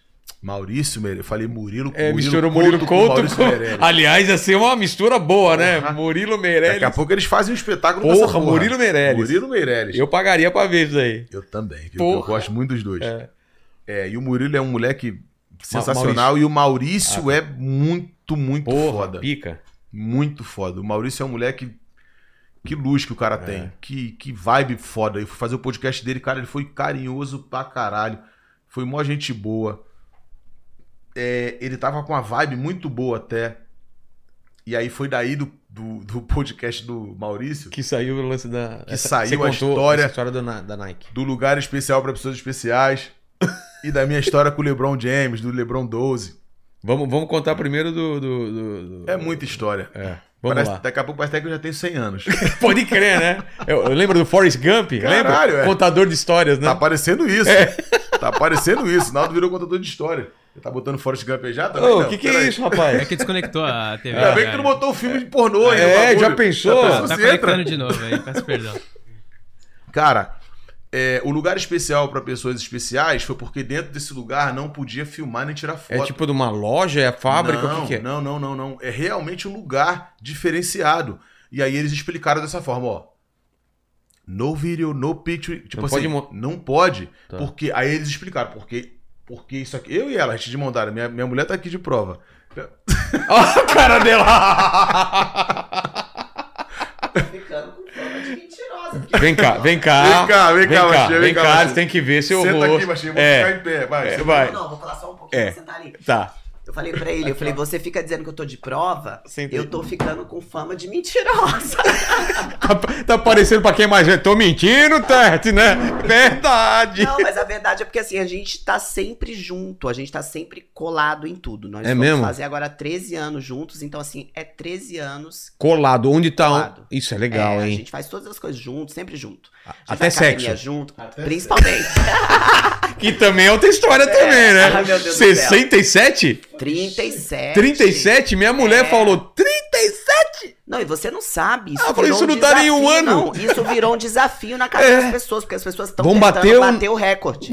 Maurício Meirelles. Eu falei Murilo
É, misturou Murilo Couto com.
Meirelles.
Aliás, ia ser uma mistura boa, né? Murilo
Daqui a
Meirelles.
pouco eles fazem um espetáculo com
Porra,
essa
Murilo Meirelles.
Murilo Meirelles.
Eu pagaria pra ver isso aí.
Eu também, viu?
Porra.
Eu gosto muito dos dois.
É.
É. e o Murilo é um moleque sensacional e o Maurício é muito, muito
Porra,
foda.
pica.
Muito foda. O Maurício é um moleque. Que luz que o cara tem. Que, que vibe foda. Eu fui fazer o podcast dele, cara, ele foi carinhoso pra caralho. Foi mó gente boa. É, ele tava com uma vibe muito boa até. E aí foi daí do, do, do podcast do Maurício,
Que saiu o lance da.
Que saiu
você
a
contou
história-
essa história do Na- da Nike.
do lugar especial pra pessoas especiais. e da minha história com o LeBron James, do LeBron 12.
Vamos, vamos contar primeiro do. do- do- do-
É muita história.
É. Vamos
Parece,
lá.
daqui a pouco parece até que eu já tenho 100 anos. Tá
Pode crer, né? Eu, eu lembro do Forrest Gump,
Caralho,
lembra?
é.
Contador de histórias, né?
Tá aparecendo isso. Tá aparecendo isso. Naldo virou contador de história. Ele tá botando Forrest Gump aí já? Também
Ô,
não.
o que, que
Peraí.
é isso,
É
rapaz?
que desconectou a TV.
Ainda bem
cara.
que tu não botou o filme de pornô aí.
É,
o bagulho.
já pensou?
Ah, tá
você
conectando
entra.
de novo aí, peço perdão.
Cara, é, o lugar especial pra pessoas especiais foi porque dentro desse lugar não podia filmar nem tirar
É
foto.
tipo de uma loja, é fábrica,
não,
o que, que é?
Não, não, não, não. É realmente um lugar diferenciado. E aí eles explicaram dessa forma, ó. No video, no picture. Tipo
Não
assim,
pode mo-
não pode.
Tá.
Porque. Aí eles explicaram, porque. Porque isso aqui. Eu e ela, a gente de mão dada, minha, minha mulher tá aqui de prova.
Ó, a cara dela!
Ficando com fama de mentirosa.
Vem cá, vem cá.
Vem cá, vem cá, Baixinha,
Ah, Vem
vem cá,
cá,
Baixinha.
você tem que ver seu
Senta
rosto.
aqui, baixinho, vou
é,
ficar em pé. Vai.
é,
senta.
Não,
vai.
não, vou falar só um pouquinho,
É.
você tá ali.
Tá.
Eu falei pra ele, eu falei, você fica dizendo que eu tô de prova,
Senta aí.
eu tô ficando com fama de mentirosa.
Tá- Tá parecendo pra quem mais é. Tô mentindo, Tete, né? Verdade.
Não, mas a verdade é porque assim, a gente tá sempre junto, a gente tá sempre colado em tudo. Nós
É
vamos
mesmo?
fazer agora 13 anos juntos, então assim, é 13 anos.
Colado, onde tá?
Colado.
Isso é
É,
legal,
a
hein?
gente faz todas as coisas junto, sempre junto. A gente tá
Até
vai pra academia
sexo.
junto, principalmente.
Que também é outra história também, né?
Ai, meu Deus do céu.
67?
37.
37? Minha mulher
É.
falou 37?
Não, e você não sabe. Isso
Ah, eu falei,
virou
isso não dá nem um
desafio,
ano.
Não, isso virou um desafio na cabeça
É.
das pessoas, porque as pessoas estão
Vão
tentando
bater
bater,
um-
o recorde.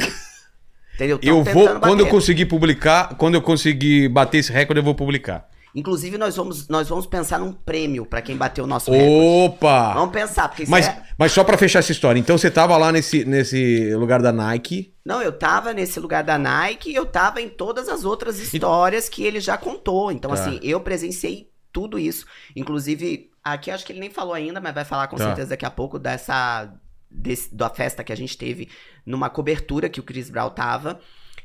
Entendeu? Tão
Eu vou,
tentando
quando eu
bater.
conseguir publicar, quando eu conseguir bater esse recorde, eu vou publicar.
Inclusive, nós vamos, nós vamos pensar num prêmio pra quem bateu o nosso recorde.
Opa!
Vamos pensar, porque isso
Mas,
é...
mas só pra fechar essa história, então você tava lá nesse, nesse lugar da Nike.
Não, eu tava nesse lugar da Nike e eu tava em todas as outras histórias que ele já contou. Então,
Tá.
assim, eu presenciei tudo isso. Inclusive, aqui acho que ele nem falou ainda, mas vai falar com
Tá.
certeza daqui a pouco dessa. desse- da festa que a gente teve numa cobertura que o Chris Brown tava.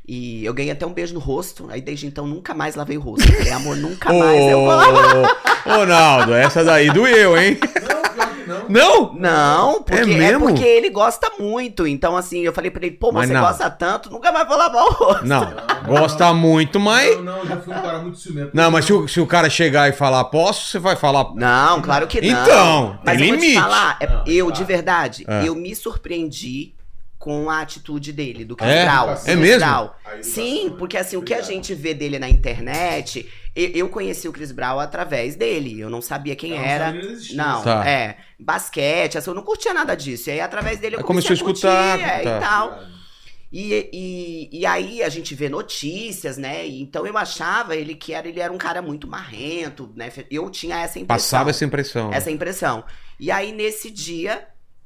E eu ganhei até um beijo no rosto. Aí desde então nunca mais lavei o rosto. Eu Falei, amor, nunca mais. Eu...
Oh! Ô, Ronaldo, essa daí doeu, hein?
Não, pior que não.
Não?
Não, porque
É
é,
mesmo?
porque ele gosta muito. Então, assim, eu falei pra ele, pô,
Mas
você
não.
gosta tanto, nunca mais vou lavar o rosto.
Não. Gosta muito, mas.
Não, não, eu já fui um cara muito ciumento.
Não, mas se o, se o cara chegar e falar posso, você vai falar.
Não, claro que não.
Então,
mas
tem
eu vou te
limite.
falar, é-
Não,
eu
claro.
de verdade,
É.
eu me surpreendi com a atitude dele, do
É?
Cabral.
É mesmo?
tá,
Sim, porque assim, o que a gente vê dele na internet, eu, eu conheci o Chris Brown através dele. Eu não sabia quem era. Não,
Tá.
é. Basquete, assim, eu não curtia nada disso. E aí, através dele, eu
Aí começou
comecei
a
a
escutar,
curtir,
tá.
é, e tal. E, e, e aí a gente vê notícias, né? E Então eu achava ele que era, ele era um cara muito marrento, né? Eu tinha essa impressão.
Passava essa impressão.
Essa impressão. E aí, nesse dia,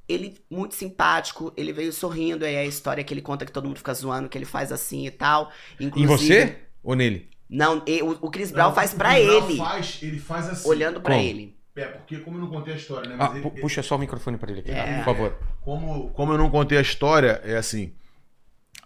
ele, muito simpático, ele veio sorrindo. Aí é a história que ele conta que todo mundo fica zoando, que ele faz assim e tal.
Em
Inclusive,
você? Ou nele?
Não, e- o, o Chris Brown faz pra ele,
Faz, ele faz assim.
olhando pra
Como?
ele.
É, porque como eu não contei a história, né?
Ah,
Mas ele-
pu- puxa só o microfone pra ele aqui,
É.
por favor.
Como, como eu não contei a história, é assim.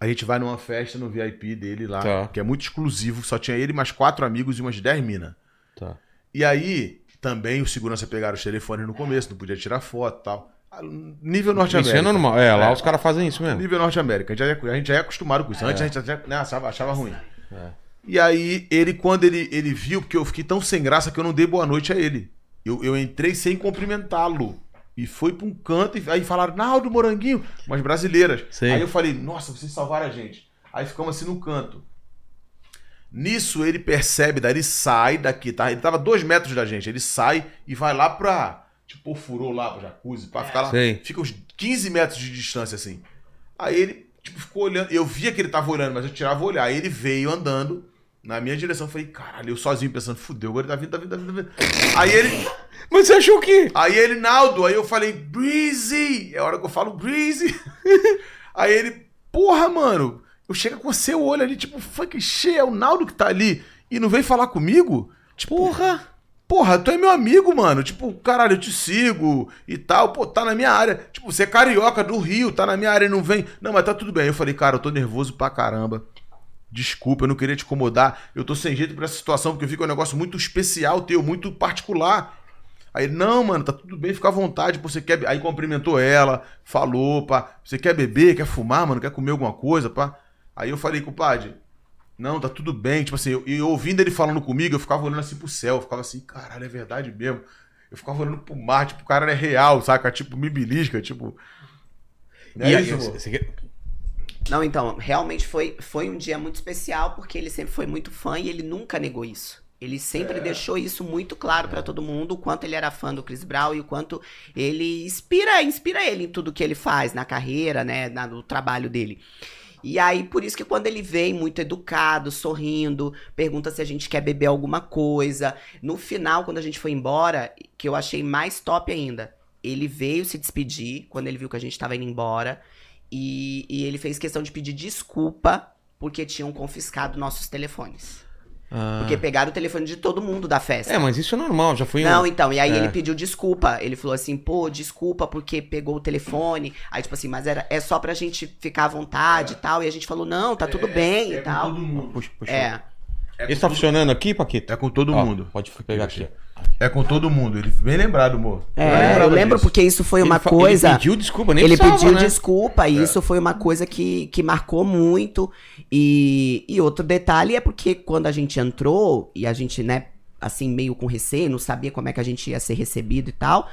A gente vai numa festa no VIP dele lá,
Tá.
que é muito exclusivo, só tinha ele mais quatro amigos e umas dez minas.
Tá.
E aí, também os segurança pegaram os telefones no começo, não podia tirar foto e tal. Ah, Nível
Isso
norte-américa.
é normal. É, lá
É.
os caras fazem isso mesmo.
Nível Norte-América. A gente já é- a gente já é acostumado com isso. Antes
É.
a gente até, né, achava, achava ruim.
É.
E aí, ele, quando ele, ele viu, porque eu fiquei tão sem graça que eu não dei boa noite a ele. Eu, eu entrei sem cumprimentá-lo. E foi pra um canto, e aí falaram, Naldo Moranguinho, umas brasileiras.
Sim.
Aí eu falei, nossa, vocês salvaram a gente. Aí ficamos assim no canto. Nisso ele percebe, daí ele sai daqui, tá? Ele tava dois metros da gente. Ele sai e vai lá pra. Tipo, furou lá pro jacuzzi, pra ficar lá.
Sei.
Fica uns 15 metros de distância, assim. Aí ele, tipo, ficou olhando. Eu via que ele tava olhando, mas eu tirava o olhar. Aí ele veio andando na minha direção. Eu falei, caralho, eu sozinho pensando, fudeu, agora ele tá vindo, tá vindo, tá vindo. Tá vindo. Aí ele.
Mas você achou o quê?
Aí ele, Naldo, aí eu falei, Breezy! É a hora que eu falo Breezy. aí ele, porra, mano, eu chego com seu olho ali, tipo, fuck shit, é o Naldo que tá ali e não veio falar comigo? Tipo, porra! Porra, tu é meu amigo, mano. Tipo, caralho, eu te sigo e tal. Pô, tá na minha área. Tipo, você é carioca do Rio, tá na minha área e não vem. Não, mas tá tudo bem. Eu falei, cara, eu tô nervoso pra caramba. Desculpa, eu não queria te incomodar. Eu tô sem jeito pra essa situação, porque eu vi que é um negócio muito especial teu, muito particular. Aí, ele, não, mano, tá tudo bem, fica à vontade, pô, você quer. be-" Aí cumprimentou ela, falou, pá, você quer beber, quer fumar, mano, quer comer alguma coisa, pá. Aí eu falei, compadre, não, tá tudo bem. Tipo assim, eu- e ouvindo ele falando comigo, eu ficava olhando assim pro céu, eu ficava assim, caralho, é verdade mesmo. Eu ficava olhando pro mar, tipo, o cara é real, saca? Tipo, me belisca, tipo. Não
E
é
aí,
isso, amor?
você quer-
Não, então, realmente foi, foi um dia muito especial, porque ele sempre foi muito fã e ele nunca negou isso. Ele sempre deixou isso muito claro pra todo mundo, o quanto ele era fã do Chris Brown e o quanto ele inspira, inspira ele em tudo que ele faz, na carreira, né, na- no trabalho dele. E aí, por isso que quando ele vem muito educado, sorrindo, pergunta se a gente quer beber alguma coisa. No final, quando a gente foi embora, que eu achei mais top ainda, ele veio se despedir quando ele viu que a gente tava indo embora. E, e ele fez questão de pedir desculpa porque tinham confiscado nossos telefones.
Ah.
Porque pegaram o telefone de todo mundo da festa.
É, mas isso é normal, já foi um-
Não, então, e aí
É.
ele pediu desculpa. Ele falou assim, pô, desculpa porque pegou o telefone. Aí, tipo assim, mas era, é só pra gente ficar à vontade e tal. E a gente falou, não, tá
É,
tudo bem e tal.
É mundo.
Puxa, puxa.
É.
Esse tá funcionando aqui, Paquito?
É com todo
Ó,
mundo.
Pode pegar aqui. ó.
É com todo mundo. Ele bem lembrado, amor.
É, eu lembro
disso.
porque isso foi
Ele
uma
fa-
coisa.
Ele pediu desculpa, nem
ele
precisava,
pediu
né?
desculpa
É.
e isso foi uma coisa que, que marcou muito. E, e outro detalhe é porque quando a gente entrou e a gente, né, assim, meio com receio, não sabia como é que a gente ia ser recebido e tal.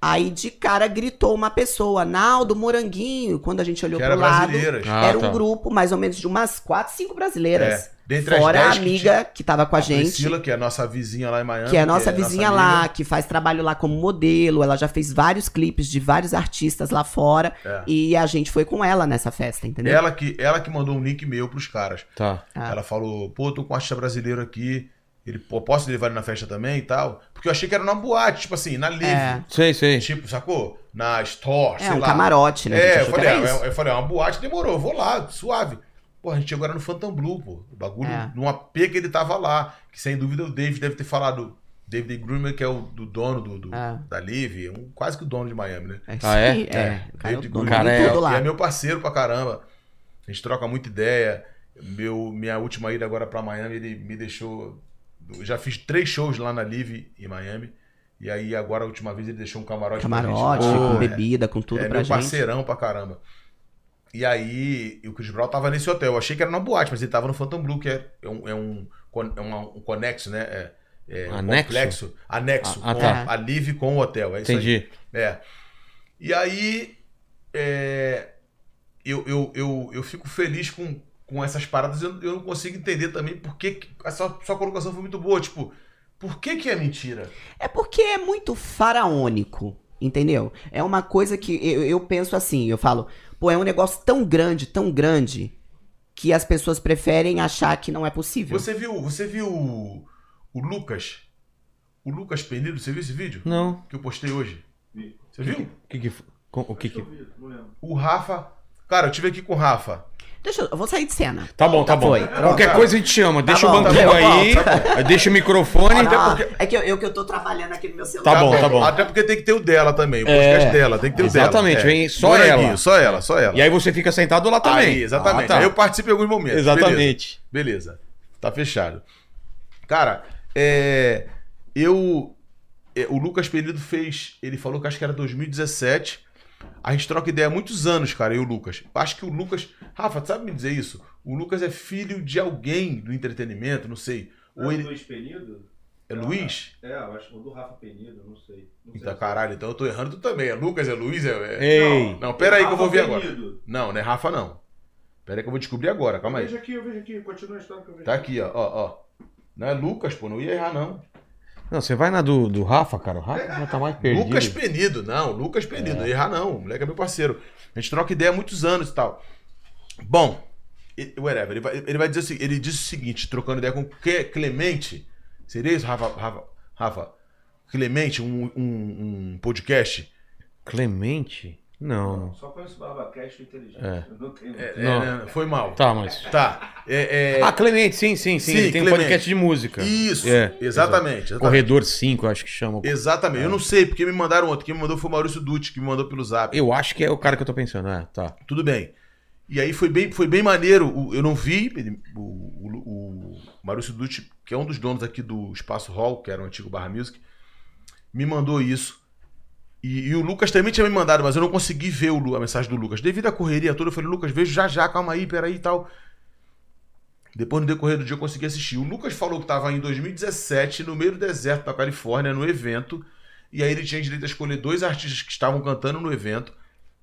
Aí de cara gritou uma pessoa, Naldo Moranguinho. Quando a gente olhou
Que era
pro lado,
brasileiras.
Ah,
era um
tá.
grupo mais ou menos de umas quatro, cinco brasileiras.
É, dentre as
Fora a
10 que
amiga que, tava com a,
A
gente
Priscila, né? que é a nossa vizinha lá em Miami.
que é a nossa vizinha
amiga.
lá, que faz trabalho lá como modelo, ela já fez vários clipes de vários artistas lá fora
É.
e a gente foi com ela nessa festa, entendeu?
Ela que, ela que mandou um link meu pros caras.
Tá.
Ah.
Ela falou, pô, tô com um artista brasileiro aqui. Ele, pô, posso levar ele na festa também e tal? Porque eu achei que era numa boate, tipo assim, na livre.
É.
Sei, sei.
Tipo, sacou? Na store,
É
sei
um
lá.
camarote, né? A gente
É, eu
achou que
falei, ah,
era isso.
eu, eu falei, ah, uma boate demorou, eu vou lá, suave. Pô, a gente chegou agora no Phantom Blue, pô. O bagulho,
É.
num AP que ele tava lá. Que sem dúvida o David deve ter falado. David Grummer, que é o do dono do, do-
É.
da Live, um, quase que o dono de Miami, né?
É isso
Ah, é?
aí, é.
É,
O cara, é o
David
dono de
Cara, é-
tudo
E
lá.
é meu parceiro pra caramba. A gente troca muita ideia. Meu, minha última ida agora pra Miami, ele me deixou. Eu já fiz três shows lá na Live em Miami. E aí agora a última vez ele deixou um camarote, pra gente.
Camarote,
Pô,
com
é.
bebida, com tudo
é meu
pra gente.
parceirão pra caramba. E aí, e o Chris Brown tava nesse hotel. Eu achei que era numa boate, mas ele tava no Phantom Blue, que é, é um, é um, con- é uma- um conexo, né? É, é um
Anexo?
complexo. Anexo.
Ah, ah,
com
tá.
A Live com o hotel. É isso aí.
Entendi.
É. E aí, é, eu, eu, eu, eu fico feliz com, com essas paradas. Eu, eu não consigo entender também por que. que- a sua, sua colocação foi muito boa. Tipo, por que, que é mentira?
É porque é muito faraônico, entendeu? É uma coisa que eu, eu penso assim, eu falo, pô, é um negócio tão grande, tão grande, que as pessoas preferem achar que não é possível.
Você viu, você viu o, o Lucas? O Lucas Penido, você viu esse vídeo?
Não.
Que eu postei hoje? Você viu?
O que que... f- com- O que que...
O Rafa. Cara, eu tive aqui com o Rafa.
Deixa eu, eu vou sair de cena.
Tá bom, tá bom.
Foi, pronto.
Qualquer coisa a gente chama. Deixa o
bom, tá
banquinho
bom,
aí,
tá
deixa o microfone.
Ah, É que eu, eu que eu tô trabalhando aqui no meu celular.
Tá bom, tá bom. É,
Até porque tem que ter o dela também, o podcast dela, tem que ter
Exatamente,
o dela.
vem só
Moranguinho,
ela.
Só ela, só ela.
E aí você fica sentado lá também.
Aí, exatamente.
Ah, tá.
Aí eu participo em alguns momentos.
Exatamente.
Beleza. Beleza. Tá fechado. Cara, é, eu. é, o Lucas Penido fez. Ele falou que acho que era 2017. A gente troca ideia há muitos anos, cara, eu e o Lucas. Acho que o Lucas. Rafa, tu sabe me dizer isso? O Lucas é filho de alguém do entretenimento, não sei. Ou
Não,
ele.
Luiz Penido?
É Luiz?
É, eu acho. Ou do Rafa Penido, não sei. Não sei
Então,
se-
caralho, então eu tô errando tu também. É Lucas, é Luiz, é. é-
Ei.
Não, pera aí que eu vou ver
Rafa
agora.
Penido.
Não, não é Rafa, não. Pera aí que eu vou descobrir agora, calma aí.
Veja aqui, eu vejo aqui. Continua a história que eu vejo.
Tá aqui, ó, ó, ó. Não é Lucas, pô, não ia errar, não.
Não, você vai na do, do Rafa, cara. O Rafa já tá mais perdido.
Lucas Penido, não, Lucas Penido, não ia errar, não. O moleque é meu parceiro. A gente troca ideia há muitos anos e tal. Bom, e- whatever, ele vai, ele vai dizer o seguinte, ele disse o seguinte, trocando ideia com que Clemente. Seria isso, Rafa? Rafa, Rafa Clemente, um, um, um podcast?
Clemente? Não.
Só conheço o Babacast inteligente.
É.
Eu não tenho.
É, é,
Não.
né? foi mal.
Tá, mas.
Tá, é, é,
Ah, Clemente, sim, sim, sim.
Sim,
Ele tem um
Clemente.
podcast de música.
Isso,
É,
exatamente. exatamente.
Corredor 5, eu acho que chama.
Exatamente. Eu não sei, porque me mandaram ontem. Quem me mandou foi o Maurício Dutti, que me mandou pelo zap.
Eu acho que é o cara que eu tô pensando. É, tá.
Tudo bem. E aí foi bem, foi bem maneiro. O- Eu não vi. ele- O, o, o Maurício Dutti, que é um dos donos aqui do Espaço Hall, que era o antigo Barra Music, me mandou isso. E, e o Lucas também tinha me mandado, mas eu não consegui ver o Lu- a mensagem do Lucas. Devido à correria toda, eu falei, Lucas, vejo já já, calma aí, peraí e tal. Depois, no decorrer do dia, eu consegui assistir. O Lucas falou que estava em 2017, no meio do deserto da Califórnia, no evento. E aí ele tinha direito a escolher dois artistas que estavam cantando no evento.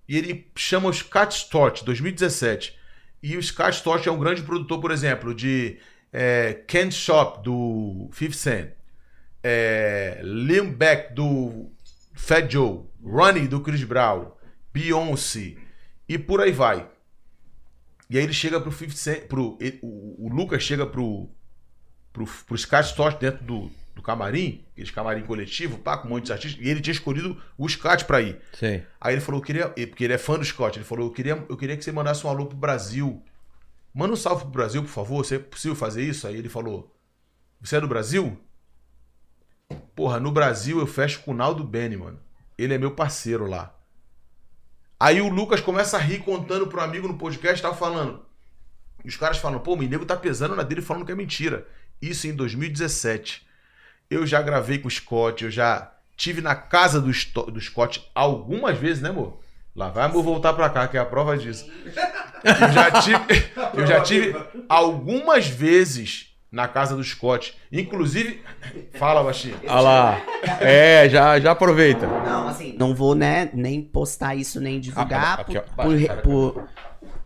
E ele chama os Cat Stott, 2017. E o Scott Stott é um grande produtor, por exemplo, de é, Ken Shop, do 50 Cent. É, Lim Beck, do Fat Joe. Ronnie, do Chris Brown. Beyoncé. E por aí vai. E aí ele chega pro 50 Cent. Pro, ele- o, o Lucas chega pro, pro, pro Scott Storch dentro do, do camarim, aquele camarim coletivo, pá, com um monte de artistas, e ele tinha escolhido o Scott pra ir.
Sei.
Aí ele falou, eu queria. e- Porque ele é fã do Scott. Ele falou, eu queria, eu queria que você mandasse um alô pro Brasil. Manda um salve pro Brasil, por favor. Se é possível fazer isso? Aí ele falou: Você é do Brasil? Porra, no Brasil eu fecho com o Naldo Benny, mano. Ele é meu parceiro lá. Aí o Lucas começa a rir contando pro amigo no podcast, tava falando. E os caras falam, pô, o Minego tá pesando na dele falando que é mentira. Isso em 2017. Eu já gravei com o Scott, eu já tive na casa do, Sto- do Scott algumas vezes, né, amor? Lá vai, amor, voltar pra cá, que é a prova disso. Eu já tive, eu já tive algumas vezes na casa do Scott. Inclusive, fala, baixinho.
Olha Ah lá. É, já, já aproveita.
Não, assim, não vou, né, nem postar isso, nem divulgar,
Ah, aqui,
por,
ó,
por
baixa,
re-
cara.
por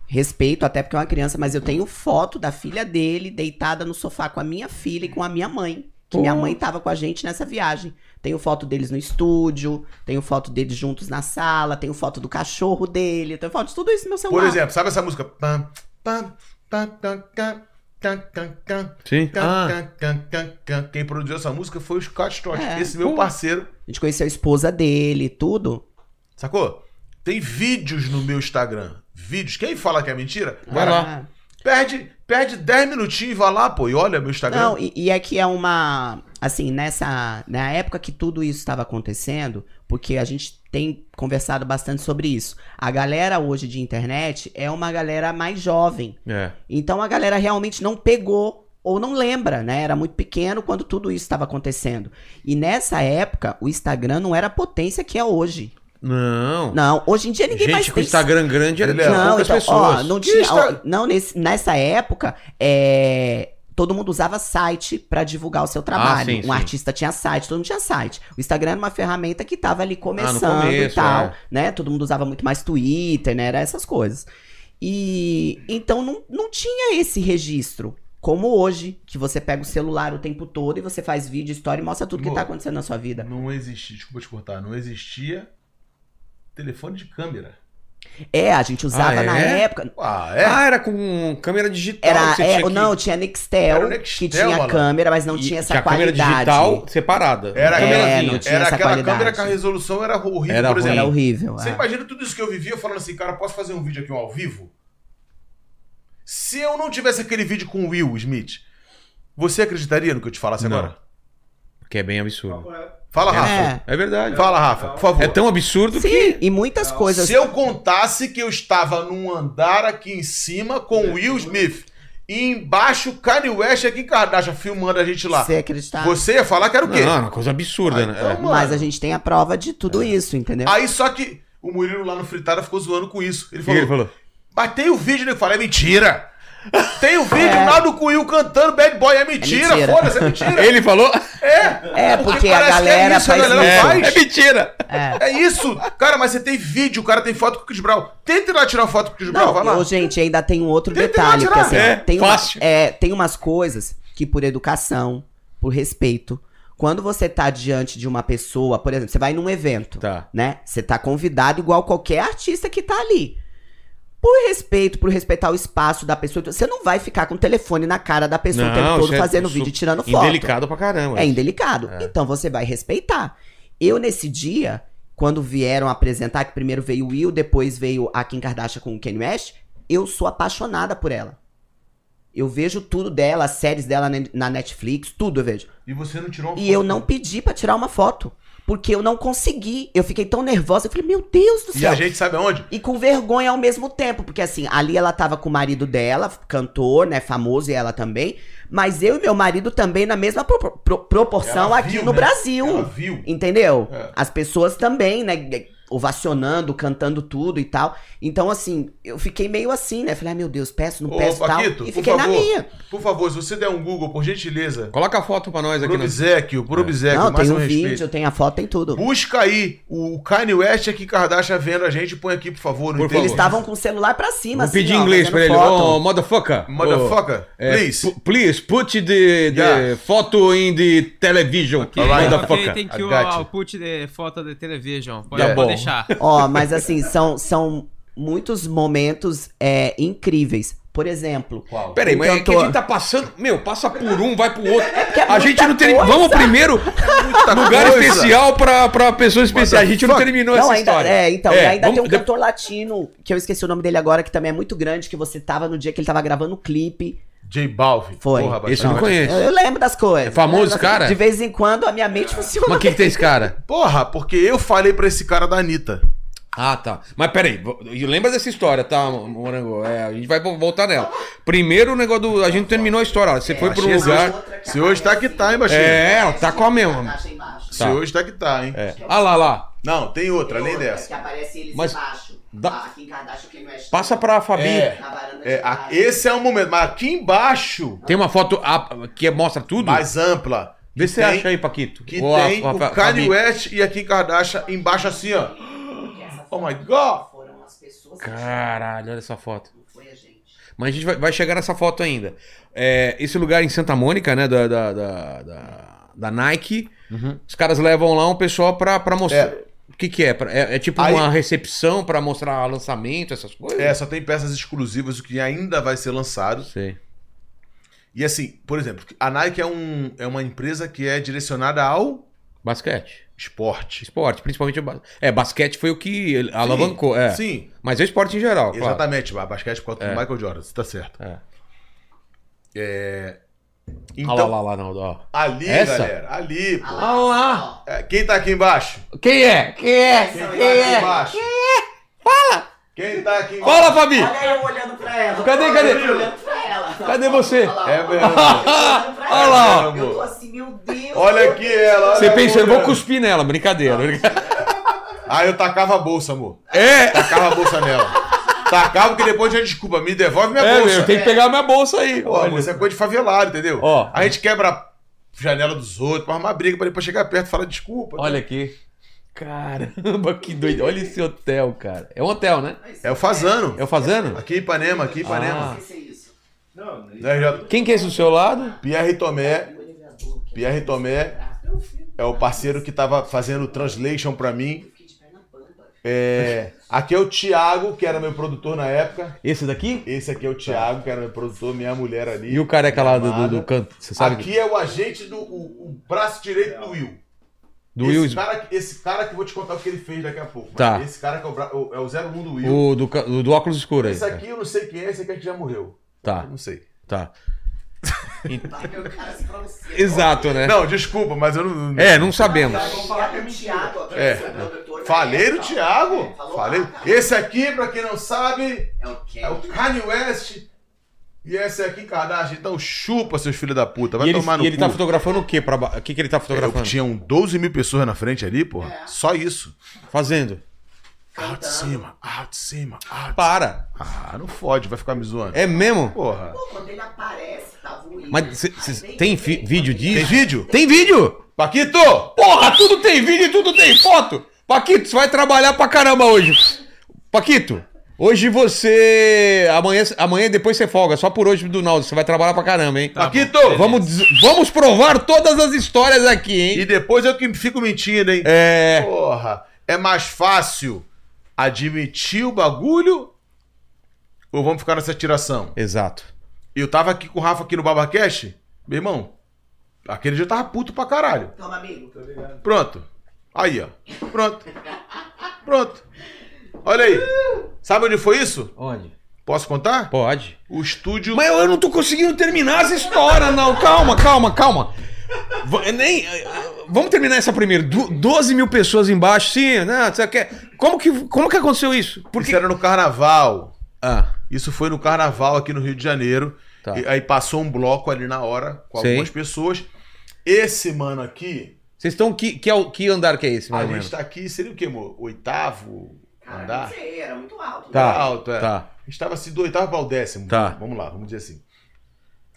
respeito, até porque é uma criança, mas eu tenho foto da filha dele deitada no sofá com a minha filha e com a minha mãe. Que minha mãe tava com a gente nessa viagem. Tenho foto deles no estúdio, tenho foto deles juntos na sala, tenho foto do cachorro dele, tenho foto de tudo isso no meu celular.
Por exemplo, sabe essa música? Pam, pam, pam, tam, tam, tam, tam, tam,
Sim. Ah,
tam, tam, tam, tam. Quem produziu essa música foi o Scott Stott,
É.
esse meu parceiro.
A gente conheceu a esposa dele, tudo.
Sacou? Tem vídeos no meu Instagram. Vídeos. Quem fala que é mentira?
Vai
cara,
Ah.
lá.
Perde, perde 10 minutinhos e vai lá, pô. E olha meu Instagram.
Não, e, e é que é uma. Assim, nessa. Na época que tudo isso estava acontecendo, porque a gente tem conversado bastante sobre isso. A galera hoje de internet é uma galera mais jovem.
é.
Então a galera realmente não pegou ou não lembra, né? Era muito pequeno quando tudo isso estava acontecendo. E nessa época, o Instagram não era a potência que é hoje.
Não.
Não, hoje em dia ninguém mais
Gente, com o
tem
Instagram grande era
Ele
de
é-
não,
poucas
então, ó,
pessoas.
não
Que
tinha.
Insta-
ó, não, nesse- nessa época, é, todo mundo usava site pra divulgar o seu trabalho.
Ah, sim,
um
sim.
artista tinha site, todo mundo tinha site. O Instagram era uma ferramenta que tava ali começando
Ah, começo,
e tal,
é.
né? Todo mundo usava muito mais Twitter, né? Era essas coisas. E então não, não tinha esse registro. Como hoje, que você pega o celular o tempo todo e você faz vídeo, história e mostra tudo que
Boa.
tá acontecendo na sua vida.
Não existia, desculpa te cortar, não existia telefone de câmera.
É, a gente usava
Ah,
na
é?
época.
Ah,
Ah, era com câmera digital.
Era,
que você
é,
tinha que-
não, tinha Nextel,
Era o Nextel,
que tinha
malandro.
câmera, mas não tinha essa qualidade.
câmera digital separada. É,
Era,
Uma
aquela-
câmerazinha.
não tinha
era
essa
aquela
qualidade.
câmera que a resolução era horrível,
Era
por
ruim.
Era
exemplo.
horrível.
Você
é.
imagina tudo isso que eu vivia falando assim, cara, posso fazer um vídeo aqui um ao vivo? Se eu não tivesse aquele vídeo com o Will Smith, você acreditaria no que eu te falasse
Não.
agora?
Que é bem absurdo.
Fala,
É,
Rafa.
É verdade.
Ffala, Rafa, por favor.
É tão absurdo que.
Sim, e muitas coisas.
Se eu contasse que eu estava num andar aqui em cima com o Will Smith e embaixo o Kanye West aqui em Kardashian filmando a gente lá,
Você acreditar.
você ia falar que era o quê?
tá. Não, é uma coisa absurda,
Ah,
né?
então,
É.
mano.
Mas a gente tem a prova de
É.
tudo isso, entendeu?
Aí só que o Murilo lá no Fritada ficou zoando com isso.
O
Ele
que
falou,
ele falou?
Mas tem o vídeo, né? que fala, é mentira. Tem o vídeo
É.
lá do Cunil cantando Bad Boy. É mentira,
mentira.
foda-se, é mentira.
Ele falou.
É, porque a
parece Ah, que
galera
é isso,
faz
a galera
isso.
faz.
É mentira!
É.
É isso! Cara, mas você tem vídeo, o cara tem foto com o Chris Brown. Tenta ir lá tirar foto com o Chris Brown, vai
Não,
lá.
ô, gente, ainda tem um outro
Tenta
detalhe.
tirar.
Porque, assim,
É,
tem, uma-
fácil.
é, tem umas coisas que, por educação, por respeito, quando você tá diante de uma pessoa, por exemplo, você vai num evento,
Tá.
né? Você tá convidado igual qualquer artista que tá ali. Por respeito, por respeitar o espaço da pessoa, você não vai ficar com o telefone na cara da pessoa o tempo
isso
todo
é
fazendo
su-
vídeo e tirando foto.
Indelicado pra caramba.
É indelicado. Então você vai respeitar. Eu, nesse dia, quando vieram apresentar, que primeiro veio o Will, depois veio a Kim Kardashian com o Kanye West, eu sou apaixonada por ela. Eu vejo tudo dela, as séries dela ne- na Netflix, tudo eu vejo.
E você não tirou uma
E eu não pedi pra tirar uma foto. Porque eu não consegui. Eu fiquei tão nervosa. Eu falei, meu Deus do
E a
céu.
gente sabe aonde?
E com vergonha ao mesmo tempo, porque assim, ali ela tava com o marido dela, cantor, né, famoso, e ela também, mas eu e meu marido também na mesma pro- pro- proporção
Ela
aqui
viu,
no
né?
Brasil,
Ela viu.
entendeu?
É.
As pessoas também, né, ovacionando, cantando tudo e tal. Então assim, eu fiquei meio assim, né, falei, ai meu Deus, peço, não
Ô,
peço e tal,
Paquito,
e
por
fiquei na
favor.
minha.
Por favor, se você der um Google, por gentileza,
Coloca a foto pra nós aqui.
por
No... É.
obsequio, por obsequio,
não, tem
máximo
o vídeo,
um respeito.
tem a foto, tem tudo.
Busca aí o Kanye West e a Kim Kardashian vendo a gente, põe aqui, por favor, no
Por
Intelli-
Eles estavam com o celular pra cima,
Vou pedir
assim, ó,
em inglês
fazendo
pra ele.
foto.
Oh, motherfucker.
Motherfucker,
Oh, é,
please.
pu- please, put the, the
Yeah.
photo in the television.
Ok, ok,
Motherfucker.
thank
I
you,
got you.
output de foto de televisão.
É,
Pode,
Tá
pode
bom.
deixar.
Ó, mas assim, são, são muitos momentos é, incríveis. Por exemplo,
Peraí, mas é que a
Cantor.
gente tá passando. Meu, passa por um, vai pro outro.
porque Então é
a gente
muita
não tem.
coisa. É
Vamos primeiro.
Tá
Lugar
coisa.
especial pra, pra pessoa especial. A gente não
Motherfucker.
terminou
não,
essa
ainda,
história.
é, então, e ainda tem um
vamos-
cantor latino, que eu esqueci o nome dele agora, que também é muito grande, que você tava no dia que ele tava gravando o clipe.
J Balvin.
Foi.
Porra,
Esse eu não
bastante.
Eu,
conheço.
eu lembro das coisas.
É famoso
Eu lembro das-
cara?
De vez em quando a minha mente
Mas
funciona.
o que, que tem esse cara?
Porra, porque eu falei pra esse cara da Anitta.
Ah, tá. Mas peraí, vo- e lembra dessa história, tá, Morango? É, a gente vai vo- voltar nela. Primeiro o negócio do. A gente terminou a história. ó. Você foi pro
Achei esse-
lugar.
Se hoje tá que tá, hein, baixinho?
É, ó, tá com a mesma.
Se
Tá.
hoje tá que tá, hein?
É. Ah lá, lá.
Não, tem outra, além
Que
dessa.
aparece eles
Mas-
embaixo.
dá-
Ah, Kim Kardashian, Kim West.
Passa pra Fabi.
É.
Na varanda de
É, a-
casa.
esse é um momento, mas aqui embaixo,
Tem uma foto ah, que mostra tudo?
mais ampla,
Vê se você
tem-
acha aí, Paquito.
que
Ou a-
tem
a- a-
o
a-
Kanye
Fabi.
West e a Kim Kardashian embaixo assim, ó.
Porque essa
Oh my
foto
God!
Foram as pessoas que
Caralho, olha essa foto.
não foi a gente.
Mas a gente vai, vai chegar nessa foto ainda. É, esse lugar em Santa Mônica, né? Da, da, da, da- da Nike. Os caras levam lá um pessoal pra, pra mostrar.
Uhum. É.
O que, que é? Pra- É, é tipo
Aí-
uma recepção pra mostrar lançamento, essas coisas?
É, só tem peças exclusivas, o que ainda vai ser lançado.
Sei.
E assim, por exemplo, a Nike é, um, é uma empresa que é direcionada ao
Basquete.
esporte.
Esporte, principalmente. o ba- É, basquete foi o que ele alavancou. é.
Sim,
Mas é esporte em geral. claro.
exatamente. A basquete por causa do Michael Jordan, você tá certo.
É.
É,
Ah lá,
Então,
lá, lá, não. ó.
ali,
Essa?
galera, ali, pô.
Ah lá!
É, Quem tá aqui embaixo?
Quem é? Quem é?
Quem tá
Quem
aqui
é?
embaixo? Quem tá aqui embaixo?
Fala, Fabi!
Olha eu olhando pra ela.
Cadê, cadê?
Eu olhando pra ela.
Cadê você?
Olha lá,
É
olha
mesmo.
lá, eu olhando pra
Olha
ela.
lá,
ó.
Eu tô assim, meu Deus.
Olha aqui ela.
Você
olha
pensa,
a
eu vou
mulher.
cuspir nela, brincadeira. brincadeira.
Ah, eu tacava a bolsa, amor.
É!
Tacava a bolsa nela. Tacava que depois já desculpa, me devolve minha
É,
bolsa.
meu, tem que pegar minha bolsa aí.
Pô, amor, isso é coisa de favelado, entendeu?
Ó.
A gente quebra a janela dos outros, pra arrumar briga pra depois chegar perto e falar desculpa.
Olha aqui. Caramba, que doido. Olha esse hotel, cara. É um hotel, né?
É o Fazano.
É o Fazano?
Aqui em Ipanema, aqui em Ipanema.
é
Ah.
Não, não.
Né, já-
Quem que é esse do seu lado?
Pierre
É
Tomé. Pierre Tomé
tá
é o parceiro que tava fazendo o translation pra mim. É, aqui é o Thiago, que era meu produtor na época.
Esse daqui?
Esse aqui é o Thiago, que era meu produtor, minha mulher ali.
E o careca lá do, do,
amada.
do canto, você sabe?
Aqui é o agente do o, o braço direito do Will.
do
esse
Will Smith.
Cara, esse cara que eu vou te contar o que ele fez daqui a pouco.
Tá.
mas Esse cara que é o, bra... o- é o 01 do Will.
O do, ca- o do óculos escuro aí.
Esse aqui eu não sei quem é, esse aqui é que já morreu. Eu
Tá,
não sei.
tá.
Meu cara se pronuncia.
Exato, né?
Não, desculpa, mas eu não.
É, não sabemos.
Vamos falar com tá o Thiago, que
É.
o seu produtor, né?
Falei do
Fala.
Thiago.
Falou lá,
Falei.
cara.
Esse aqui, pra quem não sabe,
É o quê?
é o Kanye West. E esse aqui, Kardashian. Então chupa, seus filhos da puta. Vai
E ele,
tomar no
e ele
cu. É
tá fotografando o quê? Pra ba- O que, que ele tá
Eu- um
fotografando?
Tinham 12 mil pessoas na frente ali, porra. Só isso.
Fazendo.
Out de cima, out de cima, out de
Para.
Ah, não fode, vai ficar me zoando.
É mesmo?
Porra.
Pô, quando ele aparece, tá voando.
Mas cê- cê- tem fi- vídeo
Tem
disso?
vídeo?
Tem vídeo! Paquito! Porra, tudo tem vídeo e tudo tem foto! Paquito, você vai trabalhar pra caramba hoje. Paquito, hoje você. Amanhã, amanhã depois você folga, só por hoje do Naldo. Você vai trabalhar pra caramba, hein?
Paquito,
vamos, des- vamos provar todas as histórias aqui, hein?
E depois eu que fico mentindo, hein?
É.
Porra. É mais fácil admitir o bagulho ou vamos ficar nessa tiração?
Exato.
Eu tava aqui com o Rafa aqui no Babacast, meu irmão. Aquele dia eu tava puto pra caralho.
Toma, Então, amigo.
Pronto. Aí, ó. Pronto. Pronto. Olha aí. Sabe onde foi isso?
Onde?
Posso contar?
Pode.
O estúdio.
Mas eu- eu não tô conseguindo terminar essa história, não. Calma, calma, calma. V- nem, é, vamos terminar essa primeiro. Du- 12 mil pessoas embaixo, sim, né? Você quer... como, que, como que aconteceu isso? Por
Isso
que...
era no carnaval.
Ah,
Isso foi no carnaval aqui no Rio de Janeiro.
Tá.
E aí passou um bloco ali na hora com
Sim.
algumas pessoas. Esse mano aqui,
vocês estão. Que, que, é o- que andar que é esse, mais
a
ou menos?
gente tá aqui, seria o quê, amor? Oitavo
Cara, não
andar?
sei, era muito alto.
Tá.
alto, é.
Tá.
A gente tava assim do oitavo para o décimo.
Tá.
Vamos lá, vamos dizer assim.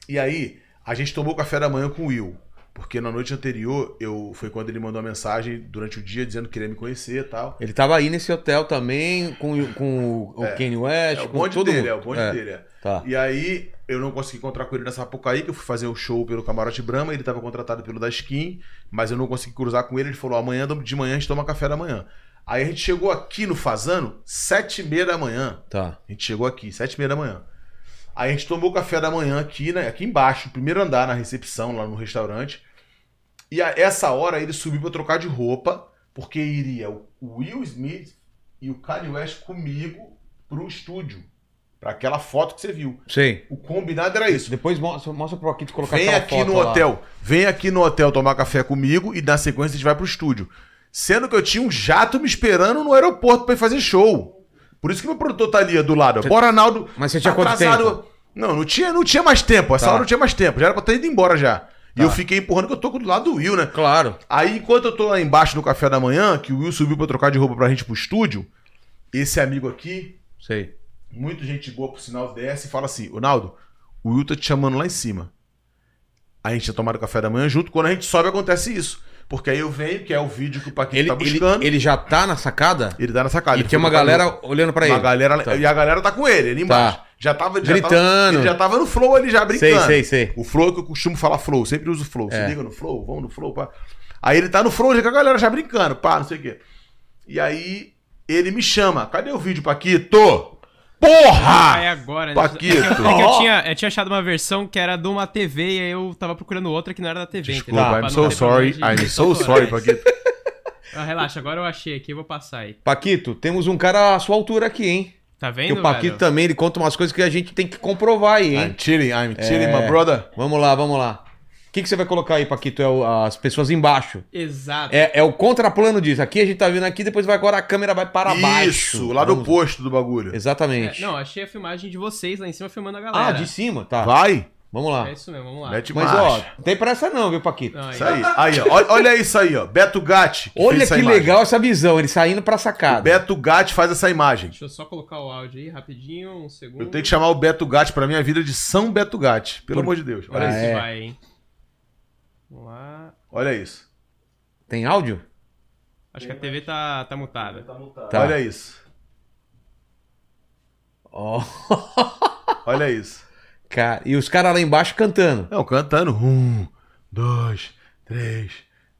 E aí, a gente tomou café da manhã com o Will. Porque na noite anterior, eu foi quando ele mandou uma mensagem durante o dia dizendo que queria me conhecer e tal.
Ele tava aí nesse hotel também, com, com o- o Kanye West,
É o
com
bonde
tipo, todo
dele,
mundo.
é o bonde dele. é.
Tá.
E aí, eu não consegui encontrar com ele nessa Sapucaí, que eu fui fazer o show pelo Camarote Brahma, ele tava contratado pelo da Skin, mas eu não consegui cruzar com ele, ele falou, amanhã de manhã a gente toma café da manhã. Aí a gente chegou aqui no Fazano, sete e meia da manhã.
Tá.
A gente chegou aqui, sete e meia da manhã. Aí a gente tomou o café da manhã aqui, né, aqui embaixo, no primeiro andar, na recepção, lá no restaurante. E a essa hora ele subiu pra trocar de roupa, porque iria o Will Smith e o Kanye West comigo pro estúdio. Pra aquela foto que você viu.
Sei.
O combinado era isso.
Depois mostra, mostra pro Akito colocar
Vem
aquela
aqui
foto
no
lá.
hotel. Vem aqui no hotel tomar café comigo e na sequência a gente vai pro estúdio. Sendo que eu tinha um jato me esperando no aeroporto pra ir fazer show. Por isso que meu produtor tá ali do lado. ó. Bora, Naldo.
Mas você tinha quanto tempo?
Não, não tinha, não tinha mais tempo. Essa
Tá.
hora não tinha mais tempo. Já era pra ter ido embora já.
Tá.
E eu fiquei empurrando que eu tô do lado do Will, né?
Claro.
Aí, enquanto eu tô lá embaixo no café da manhã, que o Will subiu pra trocar de roupa pra gente pro estúdio, esse amigo aqui,
Sei.
muito gente boa por sinal desce e fala assim: Ronaldo, o Will tá te chamando lá em cima. A gente tinha tomado café da manhã junto. Quando a gente sobe, acontece isso. Porque aí eu venho, que é o vídeo que o Paquinho
Ele,
tá
ele,
buscando. Ele,
ele já tá na sacada?
dá na sacada.
e
ele
tem uma
foi no
galera olhando pra
uma
ele.
galera,
Tá.
E a galera tá com ele, ali embaixo. Já tava já
Gritando.
Tava, ele já tava no flow ali, já tá brincando.
Sei, sei, sei.
O flow é que eu costumo falar flow, sempre uso flow.
É.
Se liga no flow, vamos no flow, pá. Aí ele tá no flow, já com a galera já brincando, pá, não sei o quê. E aí ele me chama. Cadê o vídeo, Paquito? Porra!
é agora,
Paquito.
É que eu, é que eu tinha, eu tinha achado uma versão que era de uma TV e aí eu tava procurando outra que não era da TV.
Desculpa,
entendeu? Pra
I'm
não
so
ter problema
sorry.
de-
I'm
de
so sorry,
autorais.
Paquito.
Ah, relaxa, agora eu achei aqui, eu vou passar aí.
Paquito, temos um cara à sua altura aqui, hein?
Tá
Porque
vendo,
o Paquito
velho?
também, ele conta umas coisas que a gente tem que comprovar aí,
I'm
hein?
chilling, I'm chilling,
É.
my brother.
Vamos lá, vamos lá. O que, que você vai colocar aí, Paquito? É o- as pessoas embaixo.
Exato.
É, é o contraplano disso. Aqui a gente tá vindo aqui, depois vai agora a câmera vai para baixo.
Isso, lá do
Vamos-
posto do bagulho.
Exatamente.
É, não, achei a filmagem de vocês lá em cima filmando a galera.
ah, de cima? Tá.
Vai,
Vamos lá.
É isso mesmo, vamos lá.
mete
Mas,
mais.
ó, não tem pressa não, viu, Paquito?
Não, aí.
Isso aí. Aí, ó. Olha, olha isso aí, ó. Beto Gatti.
Olha
fez essa
que
imagem.
legal essa visão, ele saindo pra
O
sacada.
Beto Gatti faz essa imagem.
Deixa eu só colocar o áudio aí rapidinho, um segundo.
Eu tenho que chamar o Beto Gatti pra minha vida de São Beto Gatti. Pelo amor de Deus. Olha
Ah,
isso.
Esse
é.
vai, hein? Vamos lá.
Olha isso.
Tem áudio?
Acho que a TV tá, tá mutada.
Tá multado.
Tá.
Olha isso.
Ó.
Olha isso.
Cara, e os caras lá embaixo cantando.
Não, cantando. Um, dois, três,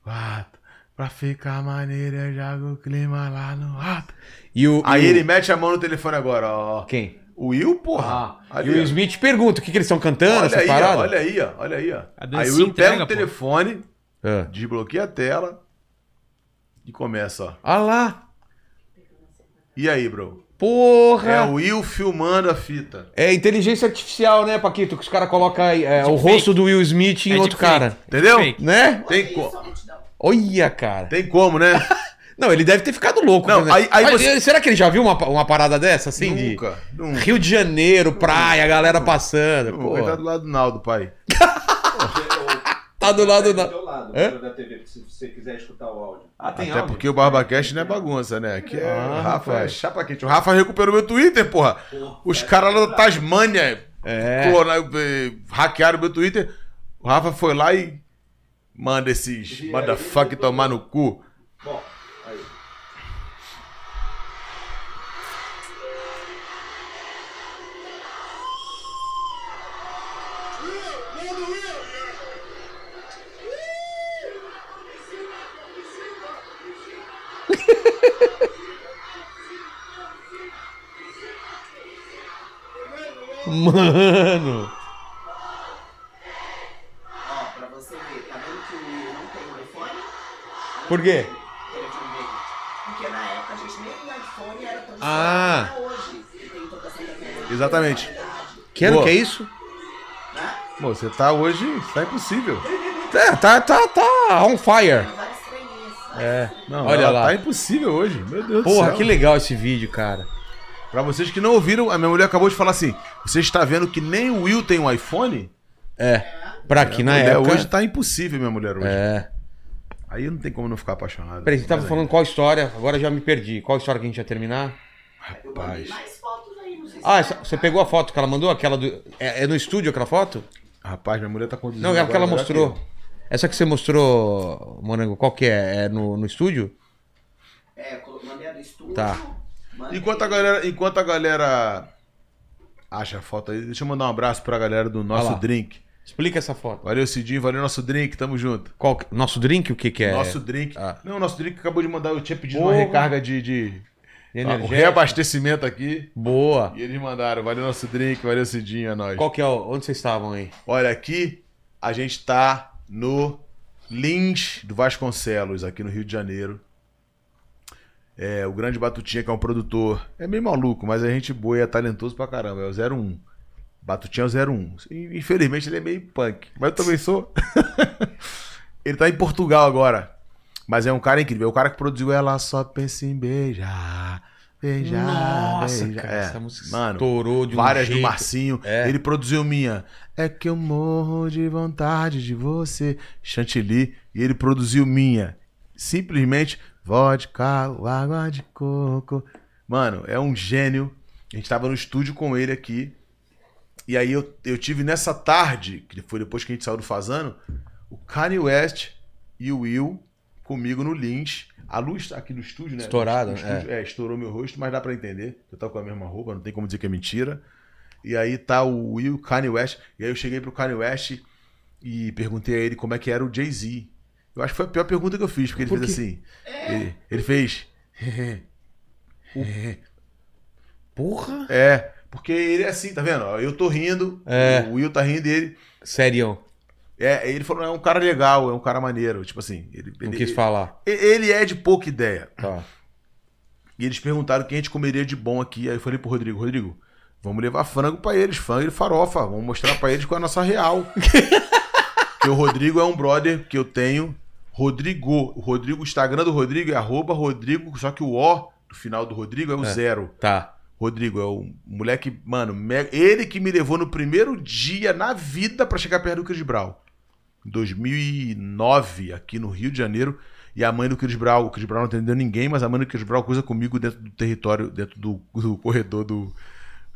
quatro. Pra ficar maneiro, eu jogo o clima lá no alto.
E o,
Aí
e o-
ele mete a mão no telefone agora, ó.
Quem?
O Will,
Ah,
porra. Ali,
e o
ó.
Smith pergunta o que, que eles estão cantando,
olha
essa
aí, ó,
parada.
olha aí, ó. Olha aí, ó.
A dancinha
Aí o Will pega
entrega,
o
pô.
telefone,
Ah.
desbloqueia a tela e começa, ó.
Ah lá,
E aí, bro? É
porra!
o Will filmando a fita.
É, inteligência artificial, né, Paquito? Que os caras colocam aí, é, o
Deepfake.
rosto do Will Smith em
É
outro
deepfake.
cara.
Entendeu?
Fake.
Né?
Tem
Olha
co-
isso, a multidão.
Olha, cara.
Tem como, né?
Não, ele deve ter ficado louco.
Não,
né?
aí- aí
Mas,
você-
eh, Será que ele já viu uma, uma parada dessa, assim? de
Nunca. Nunca.
Rio de Janeiro, praia, galera passando.
Nunca. Ele tá do
Pô,
lado do Naldo, pai.
é
tá do lado da...
Do lado,
Hã?
da TV, se você quiser escutar o áudio.
Ah, tem
Até
áudio?
porque o BarbaCast não é bagunça, né? Aqui é
Ah,
Rafa, é
rapaz.
chapa quente. O Rafa recuperou meu Twitter, porra. Os caras lá da Tasmânia
É.
clonaram, eh, hackearam meu Twitter. O Rafa foi lá e manda esses motherfucker tomar no cu.
Bom, aí.
Mano.
Ó, pra você ver, tá vendo que o Will não tem um iPhone? é
Por quê?
Telefone dele. um Porque na época a gente nem tinha iPhone era tão
Ah.
celular hoje. E tem toda essa tecnologia.
Exatamente.
Que ano
Boa.
que é isso?
Pô, você tá hoje, tá impossível.
É, tá, tá, tá on fire.
Várias treininhas.
É.
Não,
Olha
ela
lá.
Tá impossível hoje. Meu Deus do
Porra,
céu.
que legal esse vídeo, cara.
Pra vocês que não ouviram, a minha mulher acabou de falar assim: você está vendo que nem o Will tem um iPhone?
Pra que na
Minha mulher
época.
Hoje tá impossível, minha mulher hoje.
É.
Aí não tem como não ficar apaixonado.
Peraí, você tava
Mas
falando qual história? Agora já me perdi. Qual história que a gente ia terminar?
aí, Rapaz.
Mais fotos aí, não sei se tá
Ah, essa- você pegou a foto que ela mandou? Aquela do. É, é no estúdio aquela foto?
Rapaz, minha mulher tá conduzindo.
Não, é a que ela
agora,
mostrou.
aqui.
Essa que você mostrou, Morango, qual que é? É no, no estúdio?
É, colo- mandei a do estúdio.
Tá.
mandei-
Enquanto a galera, enquanto a galera acha a foto aí, deixa eu mandar um abraço pra galera do
Olha
nosso
lá.
drink.
Explica essa foto.
Valeu, Cidinho, valeu nosso drink, tamo junto.
Qual que- Nosso drink, o que que é?
Nosso drink.
Ah.
Não, nosso drink acabou de mandar, eu tinha pedido uma
Porra. Tá,
recarga de, de... um
Energético.
reabastecimento aqui.
Boa.
E eles mandaram, valeu nosso drink, valeu Cidinho, é nóis.
Qual que é? o- Onde vocês estavam aí?
Olha, aqui a gente tá no Lins do Vasconcelos, aqui no Rio de Janeiro. É, o Grande Batutinha, que é um produtor. É meio maluco, mas a gente boa e é talentoso pra caramba. É o 01. Batutinha é o 01. E, Infelizmente ele é meio punk, mas eu também sou. ele tá em Portugal agora. Mas é um cara incrível. É o cara que produziu Ela Só Pensa em Beijar. Beijar. beijar. É,
essa música
mano,
estourou de um
várias
jeito.
do Marcinho.
É.
Ele produziu minha. É que eu morro de vontade de você, Chantilly. E ele produziu minha. Simplesmente vodka, água de coco. Mano, é um gênio. A gente tava no estúdio com ele aqui. E aí eu, eu tive nessa tarde, que foi depois que a gente saiu do Fazano, o Kanye West e o Will comigo no Lynch. A luz tá aqui do estúdio, né?
Estourada,
No estúdio- é. estourou meu rosto, mas dá pra entender. Eu tava com a mesma roupa, não tem como dizer que é mentira. E aí tá o Will, o Kanye West. E aí eu cheguei pro Kanye West e perguntei a ele como é que era o Jay-Z. Eu acho que foi a pior pergunta que eu fiz, porque ele
Por
fez
quê?
assim. Ele, ele fez.
Porra.
É, porque ele é assim, tá vendo? Eu tô rindo,
É.
o Will tá rindo e ele.
Sério,
É, ele falou, é um cara legal, é um cara maneiro. Tipo assim, ele,
não
ele,
quis falar.
ele é de pouca ideia.
Tá.
E eles perguntaram o que a gente comeria de bom aqui. Aí eu falei pro Rodrigo, Rodrigo, vamos levar frango pra eles, frango e farofa. Vamos mostrar pra eles qual é a nossa real. Porque o Rodrigo é um brother que eu tenho. Rodrigo, o Rodrigo, o Instagram do Rodrigo é arroba Rodrigo, só que o O do final do Rodrigo é o zero.
Tá.
Rodrigo é um moleque, mano, me- ele que me levou no primeiro dia na vida pra chegar perto do Chris Brown. Em 2009, aqui no Rio de Janeiro, e a mãe do Chris Brown, o Chris Brown não atendeu ninguém, mas a mãe do Chris Brown cruza comigo dentro do território, dentro do, do corredor do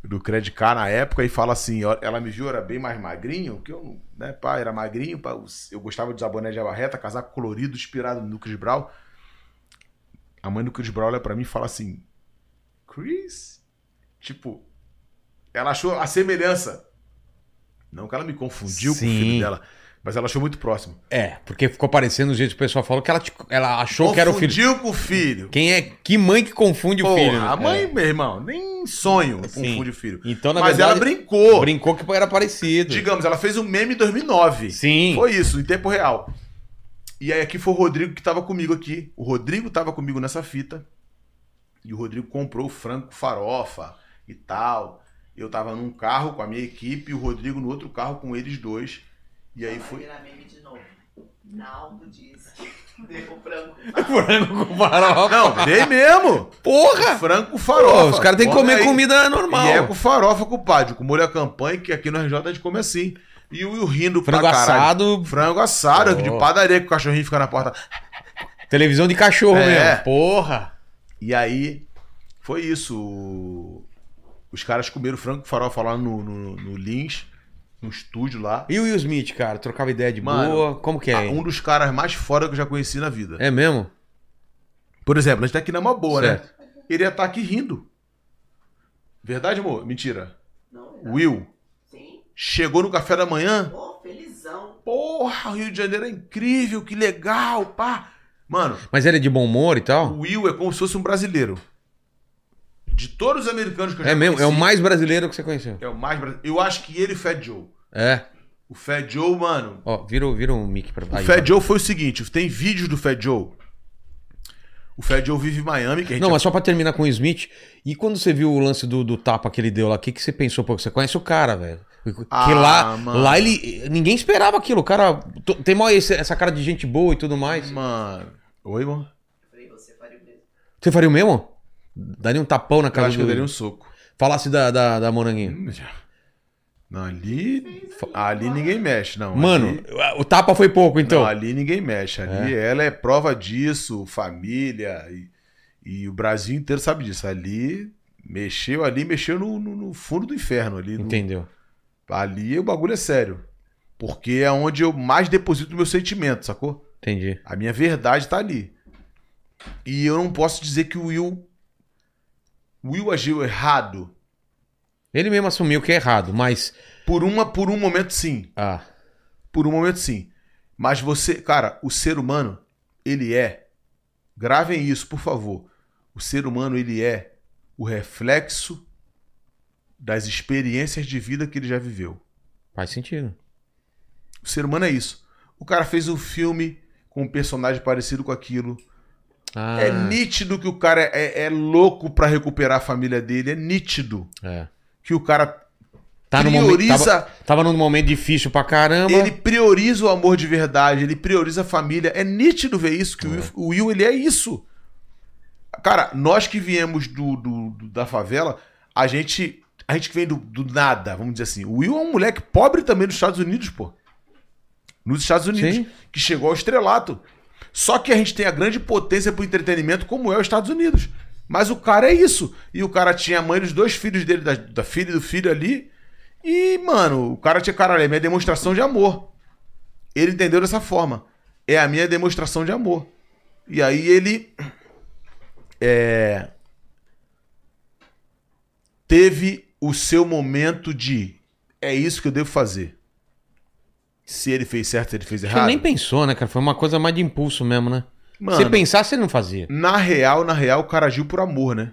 do Credit Car na época e fala assim, ó, ela me viu, era bem mais magrinho, que eu, não- né, pá, era magrinho, pá, eu gostava de usar boné de aba reta, casaco colorido, inspirado no Chris Brown. A mãe do Chris Brown olha pra mim e fala assim, Chris? Tipo, ela achou a semelhança. Não que ela me confundiu com o
Sim.
filho dela, mas ela achou muito próximo.
É, porque ficou parecendo o jeito que o pessoal falou que ela, te- ela achou que era o filho.
Confundiu com o filho.
Quem é. Que mãe que confunde o
Porra,
filho? né?
a mãe,
É.
meu irmão, nem em sonho
Sim.
confunde o filho.
Então, na
Mas
verdade.
ela brincou.
brincou que era parecido.
Digamos, ela fez um meme em 2009.
Sim.
Foi isso, em tempo real. E aí aqui foi o Rodrigo que tava comigo aqui. O Rodrigo tava comigo nessa fita. E o Rodrigo comprou o frango com farofa e tal. Eu tava num carro com a minha equipe e o Rodrigo no outro carro com eles dois. E aí
Vai
foi.
virar meme de novo. Naldo disse que deu branco.
Frango com farofa.
Não, dei mesmo!
Porra!
Frango com
Pô,
farofa.
os caras têm que
Olha
comer
aí.
comida normal.
E é com farofa, compadre, com molho à campanha, que aqui no RJ a gente come assim. E o Will rindo
Frango
pra caralho.
assado.
Frango assado,
Oh.
de padaria, que o cachorrinho fica na porta.
Televisão de cachorro
É.
mesmo. Porra.
E aí, foi isso. o- Os caras comeram frango com farofa lá no, no, no Lins, no estúdio lá.
E o Will Smith, cara? Trocava ideia de
Mano,
boa. Como que é?
Ah,
hein?
um dos caras mais foda que eu já conheci na vida.
É mesmo?
Por exemplo, a gente tá aqui na mó boa,
Certo.
né? Ele ia estar aqui rindo. Verdade, amor? Mentira. Will
Sim,
chegou no café da manhã.
pô, felizão.
Porra, o Rio de Janeiro é incrível, que legal, pá. Mano,
Mas ele é de bom humor e tal?
o Will é como se fosse um brasileiro. De todos os americanos que eu já
É mesmo? É o
conheci,
mais brasileiro que você conheceu.
É o mais brasileiro. Eu acho que ele e o Fat Joe.
É.
O Fat Joe, mano.
Ó, vira, o- vira um mic pra
O
aí,
Fat Joe foi o seguinte: tem vídeos do Fat Joe. O Fat Joe vive em Miami, que a gente
Não, mas só pra terminar com o Smith. E quando você viu o lance do, do tapa que ele deu lá, o que, que você pensou? Pô, você conhece o cara, velho. Que
Ah,
lá,
mano.
lá ele. Ninguém esperava aquilo. O cara to- tem maior esse- essa cara de gente boa e tudo mais.
Mano. Oi, mano.
Eu falei, você faria o mesmo.
Você faria o mesmo? Daria um tapão na
Eu
cara
acho que eu
do...
daria um soco.
Falasse da, da, da Moranguinho.
Hum, já. Não, ali. Ali ninguém mexe, não.
Mano,
Ali,
o tapa foi pouco, então.
não, ali ninguém mexe. Ali ela é prova disso, família. E, e o Brasil inteiro sabe disso. Ali. Mexeu ali, mexeu no, no- no fundo do inferno. Ali, no,
Entendeu?
Ali o bagulho é sério. Porque é onde eu mais deposito meu sentimento, sacou?
Entendi.
A minha verdade tá ali. E eu não posso dizer que o Will. o Will agiu errado.
Ele mesmo assumiu que é errado, mas.
Por, uma, por um momento, sim.
Ah,
Por um momento, sim. Mas você, cara, o ser humano, ele é. Gravem isso, por favor. O ser humano, ele é o reflexo das experiências de vida que ele já viveu.
faz sentido.
O ser humano é isso. O cara fez um filme com um personagem parecido com aquilo.
Ah,
É nítido que o cara é, é louco pra recuperar a família dele. É nítido
é.
que o cara
Tá no momento.
prioriza.
Tava, tava num momento difícil pra caramba.
Ele prioriza o amor de verdade, ele prioriza a família. É nítido ver isso, que o, Will, o Will, ele é isso. Cara, nós que viemos do, do- do- da favela, a gente. A gente que vem do, do nada, vamos dizer assim. O Will é um moleque pobre também dos Estados Unidos, pô. Nos Estados Unidos.
Sim.
Que chegou ao estrelato. Só que a gente tem a grande potência pro entretenimento, como é os Estados Unidos. Mas o cara é isso. E o cara tinha a mãe dos dois filhos dele, da, da filha e do filho ali. E, mano, o cara tinha, caralho, é minha demonstração de amor. Ele entendeu dessa forma. É a minha demonstração de amor. E aí ele. é, Teve o seu momento de. É isso que eu devo fazer. Se ele fez certo, se ele fez
Acho que ele
errado.
nem pensou, né, cara? Foi uma coisa mais de impulso mesmo, né?
Mano,
Se pensasse, ele não fazia.
na real, na real, o cara agiu por amor, né?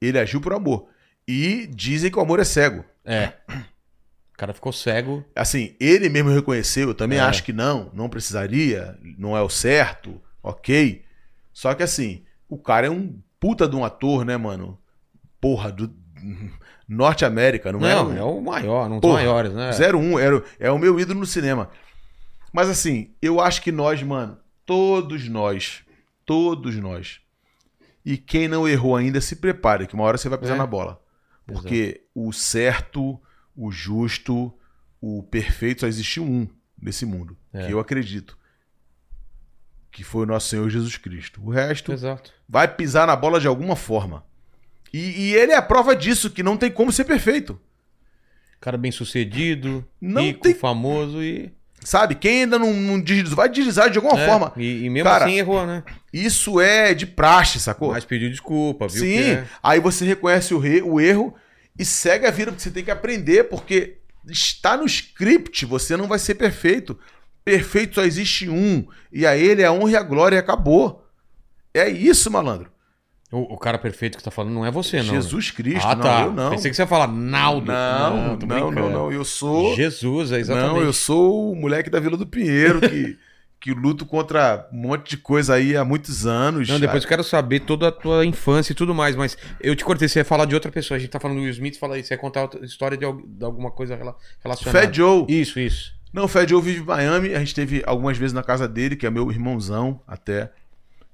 Ele agiu por amor. E dizem que o amor é cego.
É. O cara ficou cego.
Assim, ele mesmo reconheceu, eu também
É.
acho que não, não precisaria, não é o certo, ok. Só que assim, o cara é um puta de um ator, né, mano? Porra, do Norte América, não,
Não,
é? um-
é o maior, não dos
Porra,
maiores, né?
01 era, o- é o meu ídolo no cinema. Mas assim, eu acho que nós, mano, todos nós, todos nós. E quem não errou ainda, se prepare, que uma hora você vai pisar
É.
na bola. Porque o certo, o justo, o perfeito, só existe um nesse mundo.
É.
Que eu acredito. Que foi o nosso Senhor Jesus Cristo. O resto
Exato.
vai pisar na bola de alguma forma. E, e ele é a prova disso, que não tem como ser perfeito.
Cara bem sucedido,
Não
rico,
tem-
famoso e.
Sabe? Quem ainda não, não deslizou, vai deslizar de alguma
É,
forma.
E, e mesmo
Cara,
assim errou, né?
Isso é de praxe, sacou?
Mas pediu desculpa, viu?
Sim.
que é.
Aí você reconhece o, re- o erro e segue a vida, porque você tem que aprender, porque está no script, você não vai ser perfeito. Perfeito só existe um. E a ele é a honra e a glória e acabou. É isso, malandro.
O, o cara perfeito que tá falando não é você, não. né?
Jesus Cristo,
ah, tá.
não, eu não.
Pensei que você ia falar Naldo.
Não,
tô
não, não,
brincando.
não. Eu sou.
Jesus, é exatamente.
Não, eu sou o moleque da Vila do Pinheiro que, que luto contra um monte de coisa aí há muitos anos.
Não, depois eu quero saber toda a tua infância e tudo mais, mas eu te cortei, você ia falar de outra pessoa. A gente tá falando do Will Smith, fala aí, você ia contar outra história de, al- de alguma coisa rela- relacionada.
Fé Joe.
Isso, isso.
Não, o Fed Joe vive em Miami. A gente teve algumas vezes na casa dele, que é meu irmãozão até.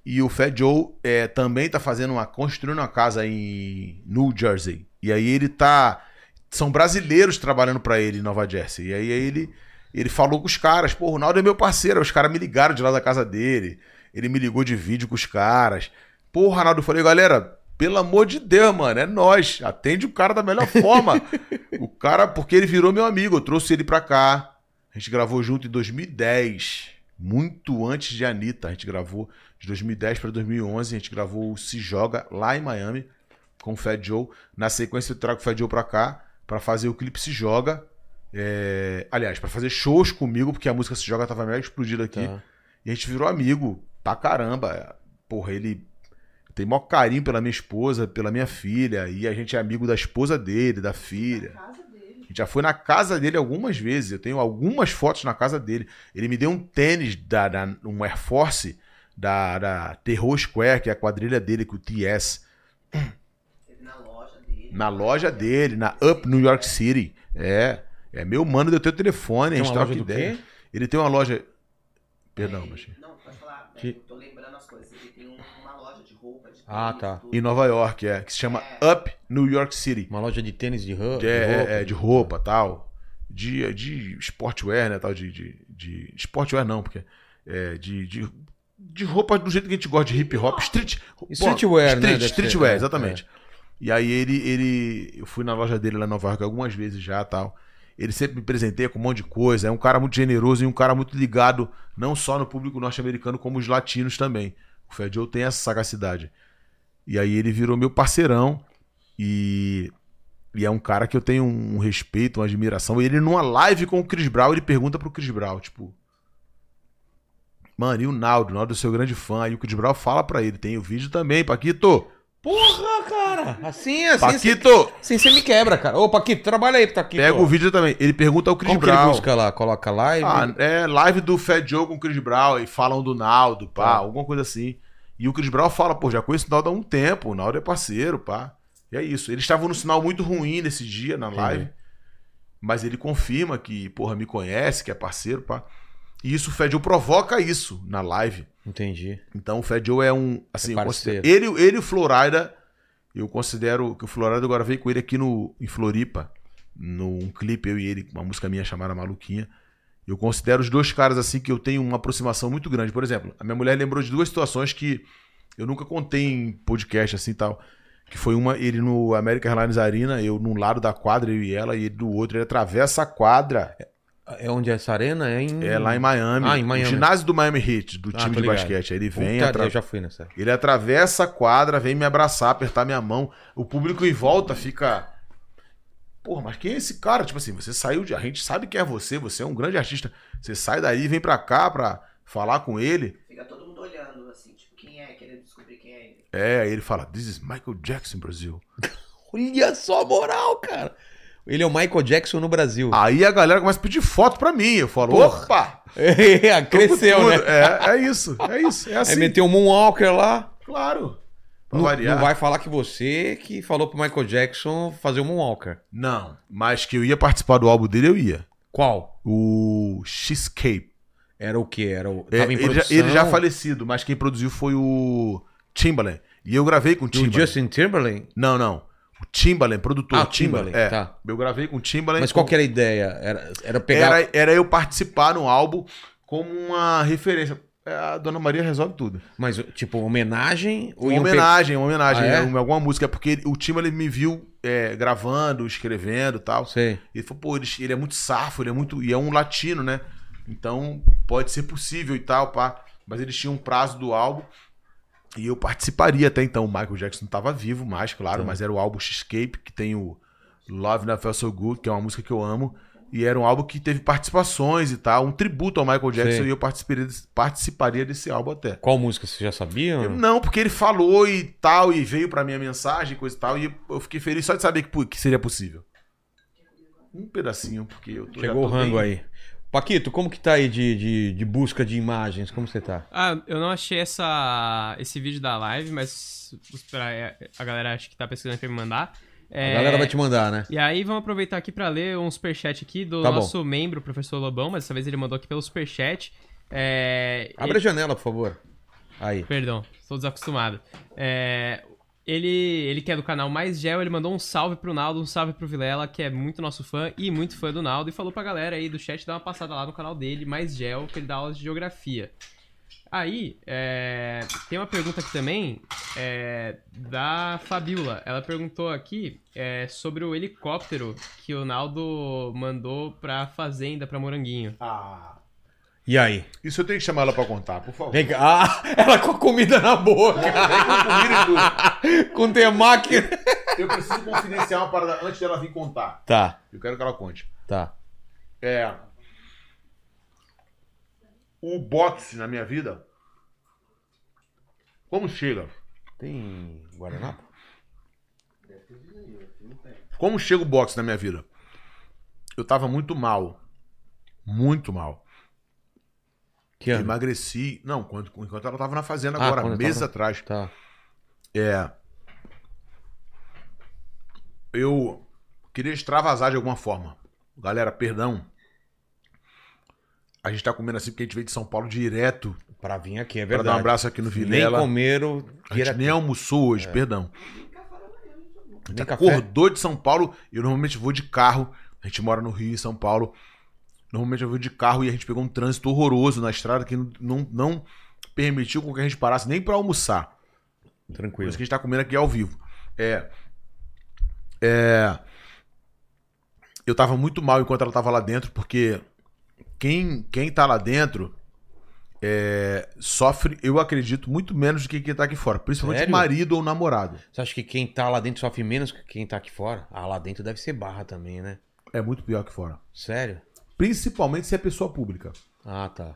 E o Fed Joe é, também tá fazendo uma. construindo uma casa em New Jersey. E aí ele tá. São brasileiros trabalhando pra ele em Nova Jersey. E aí ele, ele falou com os caras, pô, o Ronaldo é meu parceiro. Aí Os caras me ligaram de lá da casa dele. Ele me ligou de vídeo com os caras. Porra, Arnaldo, eu falei, galera, pelo amor de Deus, mano, é nós. Atende o cara da melhor forma. o cara, porque ele virou meu amigo, eu trouxe ele pra cá. A gente gravou junto em 2010, muito antes de Anitta. A gente gravou de 2010 pra 2011, a gente gravou o Se Joga lá em Miami com o Fat Joe. Na sequência eu trago o Fat Joe pra cá pra fazer o clipe Se Joga. É, Aliás, pra fazer shows comigo, porque a música Se Joga tava mega explodida aqui.
Tá.
E a gente virou amigo pra caramba. Porra, ele tem maior carinho pela minha esposa, pela minha filha. E a gente é amigo da esposa dele, da filha.
casa dele.
A gente já foi na casa dele algumas vezes. Eu tenho algumas fotos na casa dele. Ele me deu um tênis, da, da- um Air Force da, da Terror Square, que é a quadrilha dele, com o TS,
Teve na loja dele.
na loja dele, na Up New York City. É. É meu mano, deu teu telefone, a
Tem
gente
uma
troca
loja do
ideia.
quê?
Ele tem uma loja. Perdão, mas.
É, Não, pode falar. né,
Que-
eu Tô lembrando as coisas. Ele tem um- uma loja de roupa, de
Ah,
tênis,
tá.
tudo.
Em Nova York, é. Que se chama Up New York City.
Uma loja de tênis de rã-
de,
de
é,
roupa.
é, de roupa tal. De, é de sportwear, né? Tal, de, de, de- Sportwear não, porque. É, de, de, de roupa do jeito que a gente gosta, de hip hop. Street. pô,
Streetwear, né,
street,
deve ser,
Streetwear,
é,
exatamente. E aí ele, ele. Eu fui na loja dele lá em Nova York algumas vezes já tal. Ele sempre me presenteia com um monte de coisa. É um cara muito generoso e um cara muito ligado, não só no público norte-americano, como os latinos também. O Fed Joe tem essa sagacidade. E aí ele virou meu parceirão. E e é um cara que eu tenho um respeito, uma admiração. E ele, numa live com o Chris Brown, ele pergunta pro Chris Brown, tipo. Mano, e o Naldo? O Naldo é seu grande fã. E o Chris Brown fala pra ele: tem o vídeo também, Paquito.
É. Porra, cara! Assim, assim. Você
Paquito!
assim você me quebra, cara. Ô, Paquito, trabalha aí, Paquito.
Pega o vídeo também. Ele pergunta ao Chris
Como que ele
Brown.
busca lá? Coloca live?
Ah, é live do Fed Joe com o Chris Brown e falam do Naldo, pá,
Tá.
alguma coisa assim. E o Chris Brown fala, pô, já conheço o Naldo há um tempo, o Naldo é parceiro, pá. E é isso. Eles estavam num sinal muito ruim nesse dia, na
Entendi.
live. Mas ele confirma que, porra, me conhece, que é parceiro, pá. E isso, o Fed Joe provoca isso na live.
Entendi.
Então o Fed Joe é um. Assim,
É
eu considero-
parceiro.
ele, ele e o Florida, eu considero que o Florida agora veio com ele aqui no, em Floripa, num clipe, eu e ele, uma música minha chamada Maluquinha. Eu considero os dois caras assim que eu tenho uma aproximação muito grande. Por exemplo, a minha mulher lembrou de duas situações que eu nunca contei em podcast assim e tal. Que foi uma, ele no American Airlines Arena, eu num lado da quadra, eu e ela, e ele do outro, ele atravessa a quadra.
É onde é essa arena? É, em...
É lá em Miami.
Ah, em Miami.
O ginásio do Miami Heat, do
Ah,
time
tô
de
ligado.
basquete. Aí ele
Puta,
vem,
Eu
atravessa.
já fui nessa.
Ele atravessa a quadra, vem me abraçar, apertar minha mão. O público em volta fica. Porra, mas quem é esse cara? Tipo assim, você saiu de. A gente sabe quem é você, você é um grande artista. Você sai daí, vem pra cá pra falar com ele.
Fica todo mundo olhando, assim, tipo, quem é? Querendo descobrir quem é ele.
É, aí ele fala: This is Michael Jackson, Brasil.
Olha só a moral, cara. Ele é o Michael Jackson no Brasil.
Aí a galera começa a pedir foto pra mim. Eu falo:
Porra,
opa! tô com
Cresceu,
tudo."
né?
É, é isso, é isso. É assim,
Aí meteu o Moonwalker lá.
claro. Pra
Não,
variar.
não vai falar que você que falou pro Michael Jackson fazer o Moonwalker.
Não, mas que eu ia participar do álbum dele, eu ia.
Qual?
O Cheesecake.
Era o quê? Era o...
É,
Tava em
ele, já,
produção?
ele já falecido, mas quem produziu foi o Timbaland. E eu gravei com o
Do
Timbaland.
Justin Timberlake?
Não, não. O Timbaland, produtor.
Ah, o Timberlake,
É.
tá.
Eu gravei com o Timbaland.
Mas qual que era a ideia? Era, era pegar...
era, era eu participar no álbum como uma referência. É, A Dona Maria resolve tudo.
Mas, tipo, homenagem? Ou
Uma
iam pe-
homenagem, uma homenagem,
Ah, é?
né? Uma- alguma música. Porque ele- o Timbaland me viu é, gravando, escrevendo e tal.
Sei.
Ele falou, pô, ele, ele é muito safo, ele é muito. E é um latino, né? Então pode ser possível e tal, pá. Mas eles tinham um prazo do álbum. E eu participaria até então. O Michael Jackson tava vivo mais, claro,
Tá.
mas era o álbum Escape, que tem o Love Not Felt So Good, que é uma música que eu amo. E era um álbum que teve participações e tal, um tributo ao Michael Jackson,
Sei.
e eu participaria desse, participaria desse álbum até.
Qual música? Você já sabia?
Eu não, porque ele falou e tal, e veio pra minha mensagem, coisa e tal, e eu fiquei feliz só de saber que, pu- que seria possível. Um pedacinho, porque eu tô
Chegou o
já tô
rango
bem-
aí. Paquito, como que tá aí de, de, de busca de imagens? Como você tá?
Ah, eu não achei essa, esse vídeo da live, mas vou esperar a galera acho que tá pesquisando pra me mandar. É,
A galera vai te mandar, né?
E aí vamos aproveitar aqui pra ler um superchat aqui do
Tá bom.
nosso membro, o professor Lobão, mas dessa vez ele mandou aqui pelo superchat. É,
Abre a janela, por favor. Aí.
Perdão, estou desacostumado. É, ele, ele que é do canal Mais Gel, ele mandou um salve pro Naldo, um salve pro Vilela, que é muito nosso fã e muito fã do Naldo, e falou pra galera aí do chat dar uma passada lá no canal dele, Mais Gel, que ele dá aulas de geografia. Aí, é, tem uma pergunta aqui também é, da Fabiola. Ela perguntou aqui é, sobre o helicóptero que o Naldo mandou pra fazenda, pra Moranguinho.
E aí?
Ah, Isso eu tenho que chamar ela pra contar, por favor.
Vem cá. Ah, ela com a comida na boca. com temaki.
Eu preciso confidenciar uma parada antes dela vir contar.
Tá,
Eu quero que ela conte.
tá.
É. O boxe na minha vida. Como chega?
Tem guardanapo?
Como chega o boxe na minha vida? Eu tava muito mal. Muito mal.
Que ano?
Emagreci. Não, quando, enquanto ela tava na fazenda
É. Ah,
agora,
quando eu
meses
tava-
atrás.
Tá.
É. Eu queria extravasar de alguma forma. Galera, perdão. A gente tá comendo assim porque a gente veio de São Paulo direto.
Pra vir aqui, é
Pra
verdade.
dar um abraço aqui no
Nem
Vilela.
comeram.
A gente nem almoçou hoje, perdão. A gente tá
Nem café.
acordou de São Paulo. Eu normalmente vou de carro. A gente mora no Rio, em São Paulo. Normalmente eu vou de carro e a gente pegou um trânsito horroroso na estrada que não, não, não permitiu com que a gente parasse nem pra almoçar. Por
Tranquilo.
isso que a gente tá comendo aqui ao vivo. É. É. Eu tava muito mal enquanto ela tava lá dentro, porque quem, quem tá lá dentro é, sofre, eu acredito, muito menos do que quem tá aqui fora. Principalmente
Sério?
marido ou namorado.
Você acha que quem tá lá dentro sofre menos que quem tá aqui fora? Ah, lá dentro deve ser barra também, né?
É muito pior que fora.
Sério?
Principalmente se é pessoa pública.
Ah, tá.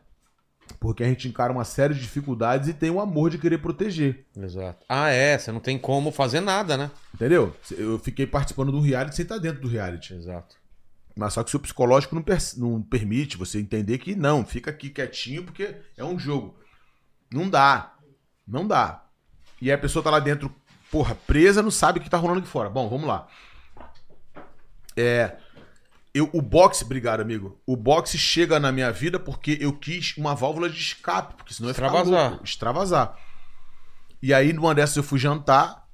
Porque a gente encara uma série de dificuldades e tem o amor de querer proteger.
Exato. Ah, é. Você não tem como fazer nada, né?
Entendeu? Eu fiquei participando de um reality sem estar dentro do reality.
Exato.
Mas só que seu psicológico não, pers- não permite você entender que não, fica aqui quietinho porque é um jogo. Não dá. Não dá. E aí a pessoa tá lá dentro, porra, presa, não sabe o que tá rolando aqui fora. Bom, vamos lá. É. Eu, o boxe, obrigado, amigo. O boxe chega na minha vida porque eu quis uma válvula de escape, porque senão eu ia ficar
Extravasar.
louco, extravasar. E aí, numa dessas, eu fui jantar.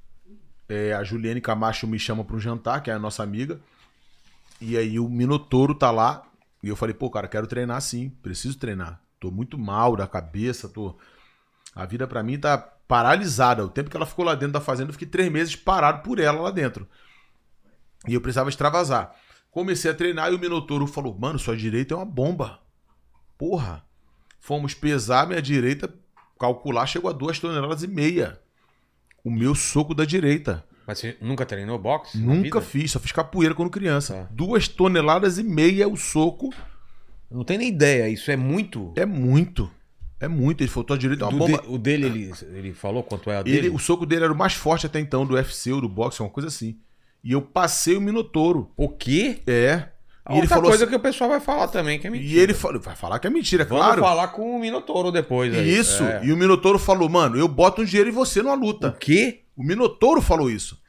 É, a Juliane Camacho me chama para um jantar, que é a nossa amiga. E aí o Minotouro tá lá. E eu falei, pô, cara, quero treinar sim. Preciso treinar. Tô muito mal da cabeça, tô. A vida pra mim tá paralisada. O tempo que ela ficou lá dentro da fazenda, eu fiquei três meses parado por ela lá dentro. E eu precisava extravasar. Comecei a treinar e o Minotouro falou: Mano, sua direita é uma bomba. Porra. Fomos pesar, minha direita, calcular, chegou a duas toneladas e meia. O meu soco da direita.
Mas você nunca treinou boxe? na
Nunca
vida?
fiz, só fiz capoeira quando criança.
Tá.
Duas toneladas e meia o soco.
Eu Não tem nem ideia. Isso é muito.
É muito. É muito. Ele falou, tua direita é uma
Do
bomba.
de- o dele, ele, ele falou quanto é a dele?
Ele, o soco dele era o mais forte até então, do UFC ou do boxe, uma coisa assim. E eu passei o Minotouro.
O quê?
É.
A
E ele
outra
falou
coisa
assim-
que o pessoal vai falar também, que é mentira.
E ele falou, vai falar que é mentira, é
Vamos
claro.
falar com o Minotouro depois. aí.
Isso.
É.
E o Minotouro falou, mano, eu boto um dinheiro em você numa
O
luta.
quê?
O Minotouro falou isso.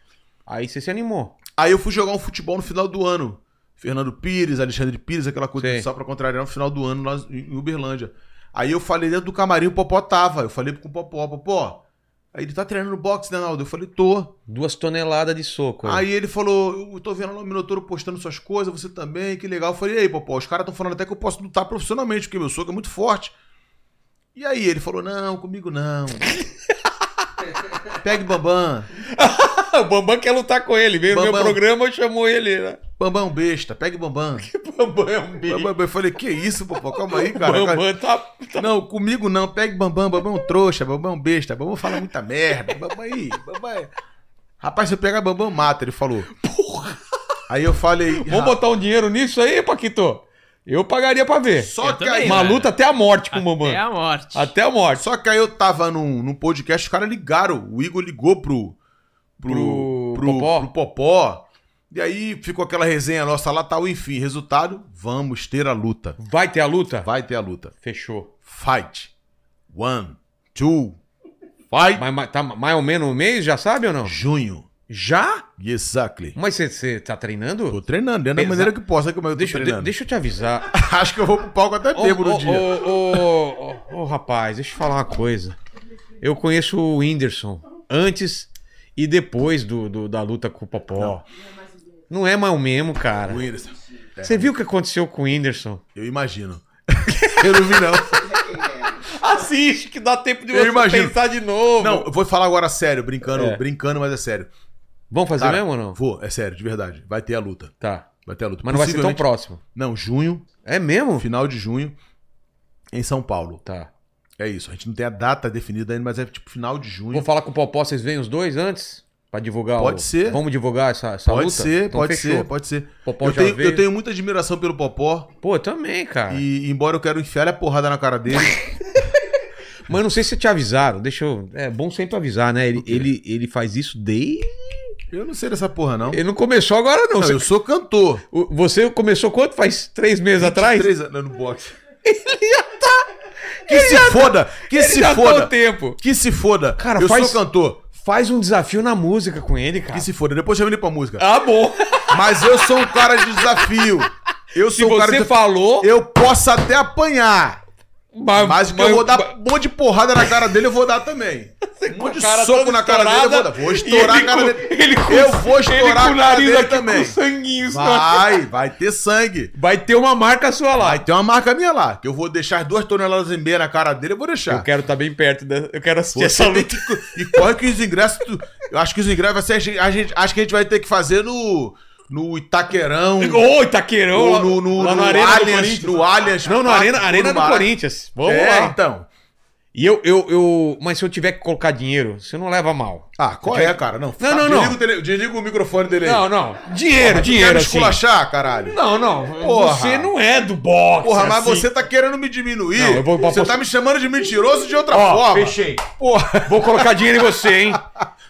Aí você se animou.
Aí eu fui jogar um futebol no final do ano. Fernando Pires, Alexandre Pires, aquela coisa
Sim.
só pra contrariar no final do ano lá em Uberlândia. Aí eu falei dentro do camarim, o Popó tava. Eu falei com o Popó, Popó, aí ele tá treinando boxe, né, Naldo? Eu falei, tô.
Duas toneladas de soco. aí.
Aí ele falou, eu tô vendo lá o Minotouro postando suas coisas, você também, que legal. Eu falei, e aí, Popó, os caras tão falando até que eu posso lutar profissionalmente, porque meu soco é muito forte. E aí ele falou, não, comigo não. Pegue Bambam.
o Bambam quer lutar com ele. Veio no meu
Bambam.
programa e chamou ele, né?
Bambam é um besta, pegue Bambam.
Bambam é um bicho.
Bambam, eu falei, que isso, Popó, calma aí, cara.
Bambam tá.
Não, comigo não. Pegue Bambam, Bambam é um trouxa, Bambam é um besta, Bambam fala muita merda. Bambam aí, Bambam é... Rapaz, se eu pegar Bambam, mata, ele falou. Porra! Aí eu falei...
Vamos botar um dinheiro nisso aí, Paquito? Eu pagaria pra ver.
Só
Eu
que
também,
aí...
Uma
mano.
luta até a morte com o Bambam.
É a morte.
Até a morte.
Só que aí eu tava num, num podcast, os caras ligaram. O Igor ligou pro.
Pro
pro. pro
Popó.
Popó. Pro Popó. E aí ficou aquela resenha nossa lá, tal. Enfim, resultado: vamos ter a luta.
Vai ter a luta?
Vai ter a luta.
Fechou.
Fight. One, two, fight.
Mas, mas tá mais ou menos um mês, já sabe ou não?
Junho.
Já?
Exactly.
Mas você- você tá treinando?
Tô treinando, dentro da
Pesa-
maneira que posso, é como eu tô
Deixa, de-
treinando.
deixa eu te avisar.
Acho que eu vou pro palco até
Ô,
tempo no
ô,
dia.
ô, ô, ô, ô, rapaz, deixa eu falar uma coisa. Eu conheço o Whindersson antes e depois do, do- da luta com o Popó. Não, é mais o mesmo, cara.
O Whindersson.
Você viu o que aconteceu com o Whindersson?
é
Eu imagino. eu não vi, não.
Ah, Assiste, que dá tempo de
Eu
você
imagino.
pensar de novo.
Não, eu vou falar agora sério, brincando,
É.
brincando, mas é sério.
Vamos fazer
Cara,
mesmo ou não?
Vou, é sério, de verdade. Vai ter a luta.
Tá.
Vai ter a luta.
Mas não vai ser tão
Possivelmente-
próximo.
Não, junho,
É mesmo?
final de junho, em São Paulo.
Tá.
É isso. A gente não tem a data definida ainda, mas é tipo final de junho.
Vou falar com o Popó, vocês veem os dois antes? Pra divulgar
Pode
o-
ser.
Vamos divulgar essa, essa
pode
luta?
ser,
Então,
pode
fechou.
ser, pode ser.
Popó
Eu
já
tenho,
veio.
eu tenho muita admiração pelo Popó
Pô, eu também, cara.
e embora eu quero enfiar a porrada na cara dele,
Mas eu não sei se te avisaram. Deixa eu... É bom sempre avisar, né? Ele, ele, ele faz isso desde...
eu não sei dessa porra não.
Ele não começou agora, não.
Não,
Você-
eu sou cantor.
o- Você começou quanto? Faz três meses Tá atrás?
23 anos no boxe. Que se foda, que
tá- Ele já
se
tá
foda,
o tempo.
que se foda.
Cara,
eu
faz-
sou cantor.
Faz um desafio na música com ele, cara.
Que se foda. Depois chama ele pra música.
Ah, bom.
Mas eu sou um cara de desafio. Eu
Se
sou um cara de
você
desafio.
falou...
Eu posso até apanhar.
Mas,
Mas que eu vou dar um monte de porrada na cara dele, eu vou dar também. Um monte de soco na cara dele, eu vou dar. Vou estourar a cara dele. eu vou estourar a cara dele também.
sanguinho,
Vai, vai ter sangue.
Vai ter uma marca sua lá.
Vai ter uma marca minha lá, que eu vou deixar as duas toneladas e meia na cara dele, eu tá vou deixar.
Eu quero estar bem perto. Da... Eu quero assistir
Você
essa
tem
luta.
que co- E corre que os ingressos. tu- Eu acho que os ingressos vai ser. a gente- A gente, acho que a gente vai ter que fazer no. No Itaquerão.
Ô, Itaquerão!
Ou
lá-
no, no,
lá
no
na Arena do
Allianz,
Corinthians. né?
no Allianz.
Não, na
Parque,
Arena,
ou
arena
no
do
Maracanã.
Corinthians. Vamos
é,
lá.
então.
E eu, eu, eu... Mas se eu tiver que colocar dinheiro, você não leva mal.
Ah, qual é, cara? Não,
Não, não, não.
desliga, O tele- desliga o microfone dele aí.
Não, não. Dinheiro,
Quer
dinheiro,
me
assim.
esculachar, caralho?
Não, não.
Porra.
Você não é do boxe,
Porra, mas
assim.
você tá querendo me diminuir?
Não, eu vou-
você
posso-
tá me chamando de mentiroso de outra
Ó,
forma.
fechei.
Porra.
Vou colocar dinheiro em você, hein?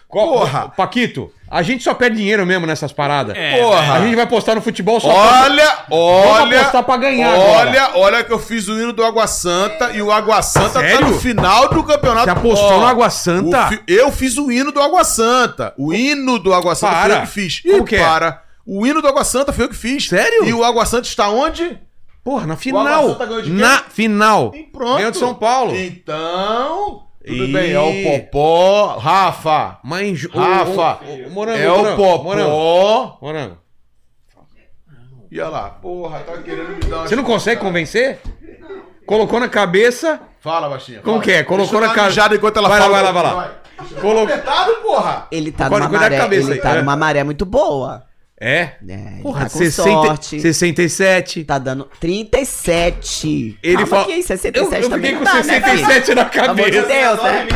Qual-
Porra.
Paquito, a gente só perde dinheiro mesmo nessas paradas.
É,
Porra.
A gente vai postar no futebol só
né? Olha,
Vamos
olha.
apostar pra ganhar agora.
Olha, olha que eu fiz o hino do Água Santa e o Água Santa
Sério?
tá no final do campeonato.
Você apostou
Ó,
no Água Santa?
o fi- eu fiz o hino do Água Santa. O hino do Água Santa
Para.
foi eu que fiz.
Como
Ih,
que é?
Para. O hino do Água Santa foi eu que fiz.
Sério?
E o Água Santa está onde?
Porra, na
Água
final.
Santa ganhou tá de quem?
Na final.
E pronto.
Ganhou de São Paulo.
Então. Tudo
Ih.
bem, é o Popó. Rafa.
Mas em ju- o-
Rafa,
o- o- morango,
é o
morango, Morango.
Popó.
morango.
E olha lá. Porra, tá querendo me dar uma.
Você não consegue convencer? Colocou na cabeça.
Fala, baixinha.
Como
fala.
que é? Colocou na
Deixa eu dar uma
cara-
mijada enquanto ela
Vai lá,
fala.
vai lá, vai lá. Colocou.
Apertado, porra.
Ele tá
Agora,
numa
cuidado com
maré,
a cabeça
ele
aí,
tá
é.
numa maré muito boa.
É?
É,
Porra,
ele tá com
60,
sorte.
67.
Tá dando 37.
Ele
Calma
fala-
que aí, 67
Eu, eu
também
fiquei com
não dá, né, filho?
67 na
Pelo amor de
cabeça.
Deus,
é.
né?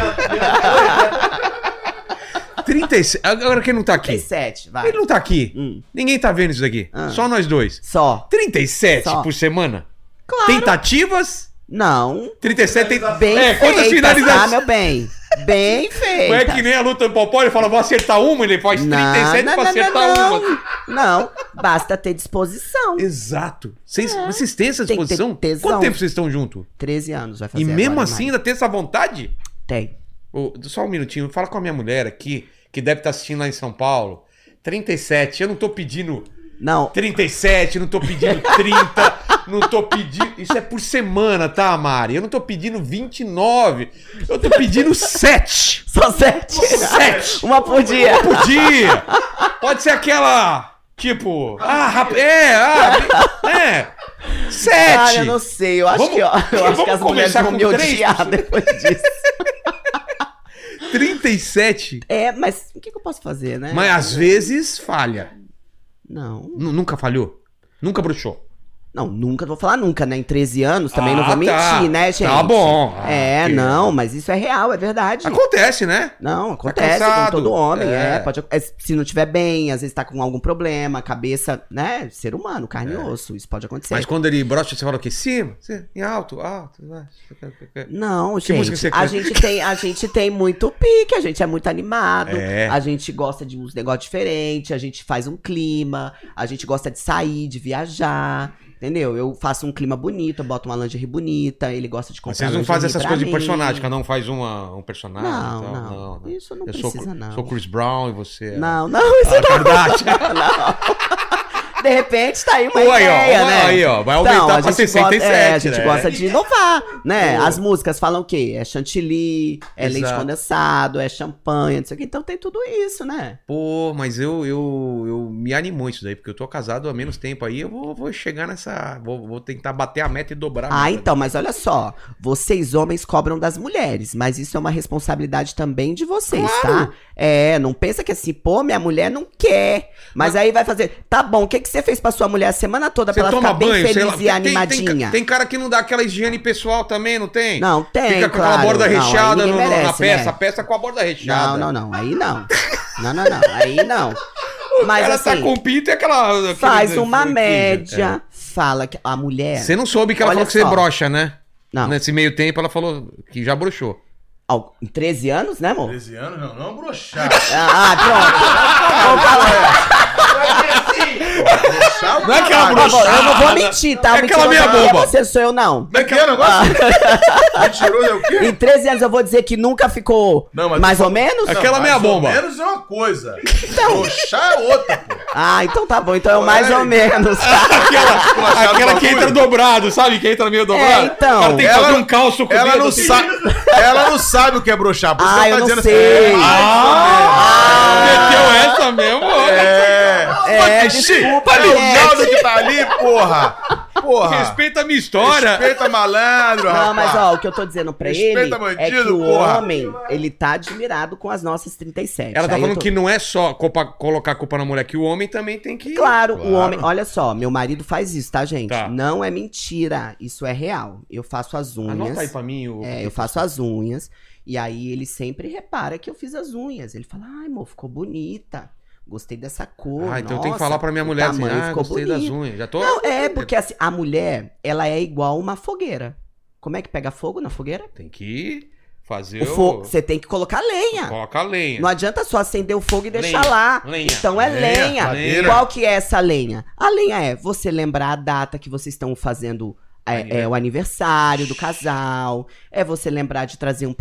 37. Agora quem não tá aqui?
37, vai.
Ele não tá aqui.
Hum.
Ninguém tá vendo isso daqui.
Ah.
Só nós dois.
Só.
37
Só.
por semana?
Claro.
Tentativas?
Não.
37 tem...
Bem
É,
feita,
quantas
tá,
finalizações?
meu bem? Bem feita.
Não é que nem a luta do Popó, ele fala, vou acertar uma, ele faz 37 pra acertar
não,
uma.
Não, basta ter disposição.
Exato. Vocês, vocês têm essa
É. Tem que ter
disposição?
tesão.
Quanto tempo vocês estão juntos?
13 anos vai fazer
E mesmo
agora,
assim
Mari.
ainda tem essa vontade?
Tem.
Ô, só um minutinho, fala com a minha mulher aqui, que deve estar assistindo lá em São Paulo. 37, eu não tô pedindo
Não,
37, não tô pedindo 30, não tô pedindo. Isso é por semana, tá, Mari? Eu não tô pedindo 29, eu tô pedindo 7.
só 7.
7
Uma por dia.
por dia. Pode ser aquela. Tipo, ah, rap... é, ah, é.
Cara, Ah, eu
Sete.
não sei, eu acho
Vamos-
que ó, eu acho que
vamos
as mulheres
começar
vão
com
me
três?
odiar depois disso.
37.
É, mas o que, que eu posso fazer, né?
Mas às vezes falha.
Não,
Nu- Nunca falhou. Nunca bruxou.
não, nunca, não vou falar nunca, né? Em 13 anos também não
Ah,
vou
tá.
mentir, né, gente?
Tá bom. Ah,
É,
ok.
não, mas isso é real, é verdade.
Acontece, né?
Não, acontece
cansado,
com todo homem, é.
é.
pode, é, se não tiver bem, às vezes tá com algum problema, cabeça, né? Ser humano, carne e osso, isso pode acontecer.
É. Mas quando ele brocha, você fala o quê? Cima? Cima, Em alto, alto. baixo.
Não,
música
gente,
você
a
canta?
gente, tem, a gente tem muito pique, a gente é muito animado,
É.
a gente gosta de uns negócios diferentes, a gente faz um clima, a gente gosta de sair, de viajar, entendeu? Eu faço um clima bonito, eu boto uma lingerie bonita, ele gosta de comprar
Mas vocês não fazem
lingerie
essas
pra
coisas de
mim.
personagem, cada um faz uma, um personagem.
Não,
e tal. né?
não, Isso não
Eu sou,
precisa, não.
sou Chris Brown e você é.
Não, não, isso
Ah, Kardashian.
não. de repente tá aí uma
Pô, aí, ó,
ideia,
uma-
né?
aí, ó, vai aumentar
a
pra
gente
67,
gosta- é, a gente
né?
gosta de inovar, né? As músicas falam o quê? É chantilly, é leite
Exato.
condensado, é champanhe, não sei o quê. Então tem tudo isso, né?
Pô, mas eu, eu, eu me animou isso daí, porque eu tô casado há menos tempo aí, eu vou, vou chegar nessa. Vou, vou tentar bater a meta e dobrar a
Ah,
meta.
então, mas olha só. Vocês homens cobram das mulheres, mas isso é uma responsabilidade também de vocês, tá? É, não pensa que assim, pô, minha mulher não quer. Mas aí vai fazer, tá bom, o que, que você fez pra sua mulher a semana toda pra
Ah. Você
ela
toma
ficar bem
banho, sei
feliz
lá.
e animadinha?
Tem, tem cara que não dá aquela higiene pessoal também, não tem?
Não, tem,
Fica com
claro.
aquela borda
Não, aí
recheada
ninguém
no- no- na
merece,
peça,
né?
a peça com a borda recheada.
Não, não, não. Aí não. Não, não, não. Aí não. Mas
ela tá
assim,
com pinto e aquela. aquele-
faz uma
aquele-
média,
É.
fala que a mulher.
Você não soube que ela
Olha
falou que
só.
você brocha, né?
Não,
Nesse meio tempo ela falou que já broxou.
ao- em 13 anos, né, amor?
13 anos não, é não broxar.
Ah, ah, pronto. Vamos falar.
assim.
broxar
Não é aquela
Ah,
broxada.
bom, eu não vou mentir, tá?
É
O
aquela
mentiroso
meia
aqui é
boba.
Você sou eu, não.
Como é que é o
Ah.
negócio? Mentiroso é o quê?
Em 13 anos eu vou dizer que nunca ficou
Não, mas-
mais ou menos?
Aquela
Não,
meia
mais ou
bomba. Então.
menos é uma coisa. Broxar é outra, pô.
Ah, então tá bom. Então é o mais ou
Olha aí.
menos.
Aquela,
Broxado
aquela que
bagulho.
entra dobrado, sabe? Que entra meio dobrado.
então.
Ela tem que
Ela-
fazer um calço com o
Ela
dedo,
não,
assim.
sabe, ela não sabe o que é broxar. Por isso
Ah,
que ela
eu
tá dizendo
não sei.
Ah.
Ah,
Meteu essa mesmo,
É,
olha.
é,
É,
Xixi,
desculpa,
é o
Alex.
Naldo que tá ali, porra. Porra.
Respeita a minha história.
Respeita malandro,
Não,
rapaz.
mas ó, o que eu tô dizendo pra
Respeita
ele é que
bandido,
o
porra.
homem, ele tá admirado com as nossas 37.
Ela tá
Aí eu
falando
tô-
que não é só culpa- colocar a culpa na mulher, que o homem também tem que.
Claro, o
Claro.
homem. Olha só, meu marido faz isso, tá, gente?
Tá.
Não é mentira. Isso é real. Eu faço as
Anota aí
unhas.
pra mim o.
É, eu faço as unhas. E aí ele sempre repara que eu fiz as unhas. Ele fala: ai, amor, ficou bonita. Gostei dessa cor.
ah, então eu tenho que
nossa,
falar pra minha
o
mulher assim,
tamanho
ah,
ficou
gostei das
bonito."
unhas. Já tô.
Não, é, porque assim, a mulher, ela é igual uma fogueira. Como é que pega fogo na fogueira?
Tem que fazer
O
o.
fogo, você tem que colocar lenha.
Coloca a lenha.
Não adianta só acender o fogo e deixar
Lenha,
lá.
lenha,
então é
lenha,
lenha.
madeira.
Qual que é essa lenha? A lenha é você lembrar a data que vocês estão fazendo é,
Aniversário.
é, o aniversário do casal. É você lembrar de trazer um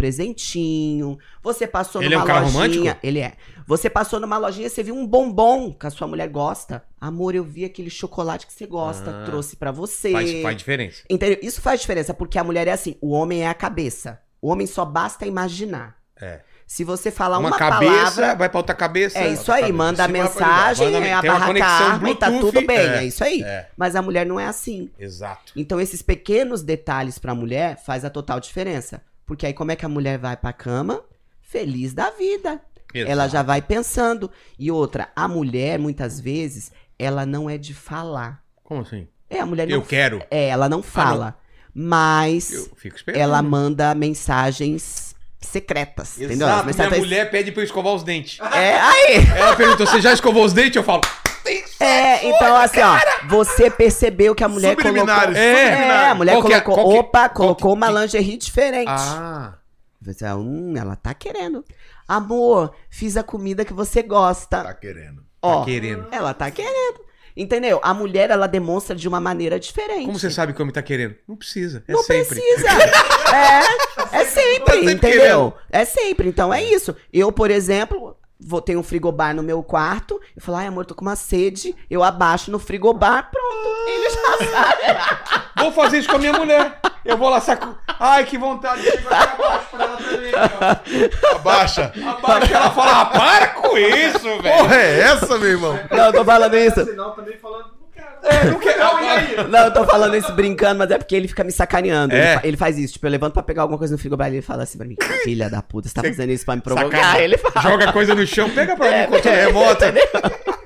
presentinho. Você passou
Ele é
numa
um cara
lojinha.
romântico?
Ele é. Você passou numa lojinha, você viu um bombom que a sua mulher gosta. Amor, eu vi aquele chocolate que você gosta,
Ah.
trouxe pra você.
Faz, faz diferença.
Entendeu? Isso faz diferença, porque a mulher é assim, o homem é a cabeça. O homem só basta imaginar.
É.
Se você falar uma,
uma cabeça,
palavra,
vai pra outra cabeça.
é isso
outra
aí,
cabeça.
manda a
Em cima vai pra outra.
mensagem, é
Manda-
a
tem uma
barra
conexão
carma e tá
Bluetooth.
tudo bem,
É,
é, isso aí.
é.
Mas a mulher não é assim.
Exato.
Então esses pequenos detalhes pra mulher faz a total diferença. Porque aí como é que a mulher vai pra cama? Feliz da vida. Ela
Exato.
já vai pensando. E outra, a mulher muitas vezes, ela não é de falar.
Como assim?
É, a mulher não
Eu quero. Ah,
é, ela não fala. Mas
Eu fico esperando.
ela manda mensagens secretas, entendeu?
né?
As
Exato, minha
mensagens- tá
mulher pede pra eu escovar os dentes.
É, aí.
Ela perguntou, você já escovou os dentes? Eu falo,
É, então assim, ó, você percebeu que a mulher colocou
Subliminares,
É, a mulher
Qual que é-
colocou,
qual que-
opa,
qual que-
colocou uma lingerie diferente.
ah,
Você, hum, ela tá querendo. Amor, fiz a comida que você gosta.
Tá querendo.
ó,
tá querendo.
ela tá querendo. Entendeu? A mulher, ela demonstra de uma maneira diferente.
Como você sabe que o homem tá querendo? Não precisa, é
Não
sempre.
precisa. É, é sempre,
sempre
entendeu? É sempre, então é isso. Eu, por exemplo, vou ter um frigobar no meu quarto, eu falo, ai amor, tô com uma sede, eu abaixo no frigobar, pronto. Ele já sabe.
Vou fazer isso com a minha mulher. Eu vou lá saco. Ai, que vontade. Chega aqui abaixo pra ela também, ó.
Abaixa.
Abaixo ela fala, ah, para com isso, velho.
Porra, é essa, meu irmão?
Não, eu tô falando isso.
Sinal também falando, não quero.
É.
Não quero-
Não, eu tô falando isso brincando, mas é porque ele fica me sacaneando.
É.
Ele, fa- ele faz isso, tipo, eu levanto pra pegar alguma coisa no frigobar e ele fala assim pra mim, filha da puta, você tá fazendo isso pra me provocar?
Sacana.
Ele fala.
Joga coisa no chão, pega pra mim enquanto é remota.
né?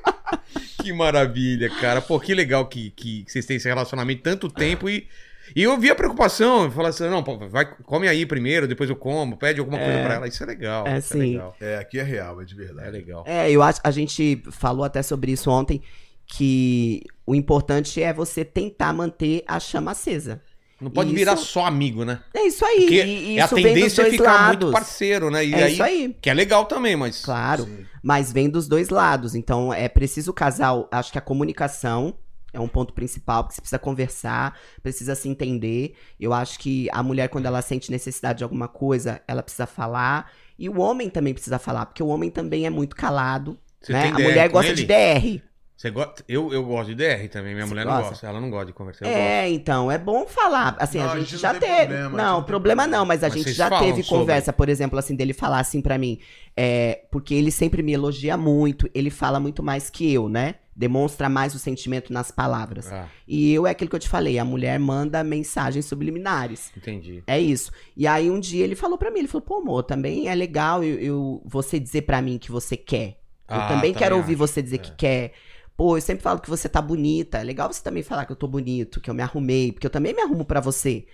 Que maravilha, cara. Pô, que legal que, que vocês têm esse relacionamento tanto tempo e. E eu vi a preocupação, eu falava assim, não, pô, vai, come aí primeiro, depois eu como, pede alguma coisa pra ela. Isso é legal.
É,
isso
sim.
legal.
É, aqui é real, é de
É
verdade.
legal.
É, eu acho. A gente falou até sobre isso ontem, que o importante é você tentar manter a chama acesa.
Não pode
Isso-
virar só amigo, né?
É isso aí.
Porque
e, e
é a
isso vem dos
tendência é
dois
ficar muito
lados.
parceiro, né? E
é
aí,
isso aí.
Que é legal também, mas.
Claro.
Sim.
Mas vem dos dois lados. Então é preciso o casal. Acho que a comunicação é um ponto principal, porque você precisa conversar, precisa se entender. Eu acho que a mulher, quando ela sente necessidade de alguma coisa, ela precisa falar. E o homem também precisa falar, porque o homem também é muito calado.
Você
né?
tem
A
DR
mulher
com
gosta
ele?
de DR.
Você gosta? Eu, eu gosto de DR também, minha
Você
mulher não
gosta?
gosta. Ela não gosta de conversar. Eu gosto.
É, então, é bom falar. Assim,
Não,
a
a
gente
gente
já
não tem
teve.
problema, a gente não
não,
tem
problema
problema.
não, mas a
Mas
gente
vocês
já
falam
teve
sobre.
conversa, por exemplo, assim, dele falar assim pra mim. é, porque ele sempre me elogia muito, ele fala muito mais que eu, né? Demonstra mais o sentimento nas palavras.
Ah,
E eu é aquilo que eu te falei, a mulher manda mensagens subliminares.
entendi.
É isso. E aí um dia ele falou pra mim, ele falou, pô, amor, também é legal eu, eu- você dizer pra mim que você quer. Eu
Ah,
também quero ouvir
acho.
você dizer
é.
que quer. Pô, eu sempre falo que você tá bonita. É legal você também falar que eu tô bonito, que eu me arrumei, porque eu também me arrumo pra você.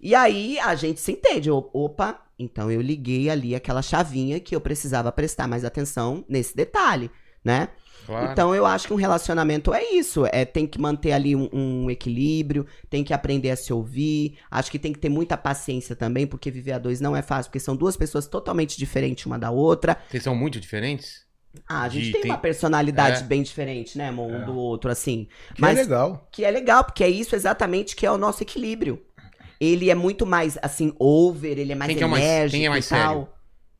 E aí a gente se entende. Eu, Opa, então eu liguei ali aquela chavinha que eu precisava prestar mais atenção nesse detalhe, né?
Claro.
Então eu acho que um relacionamento é isso, é tem que manter ali um, um equilíbrio, tem que aprender a se ouvir, acho que tem que ter muita paciência também, porque viver a dois não é fácil, porque são duas pessoas totalmente diferentes uma da outra.
Vocês são muito diferentes?
Ah, a gente
E
tem,
tem-
uma personalidade
É.
bem diferente, né, amor, um
É.
do outro assim.
Que
Mas
é legal.
que é legal, porque é isso exatamente que é o nosso equilíbrio. Ele é muito mais assim over, ele é mais
Quem que é o mais-
enérgico
quem é mais
e tal.
sério?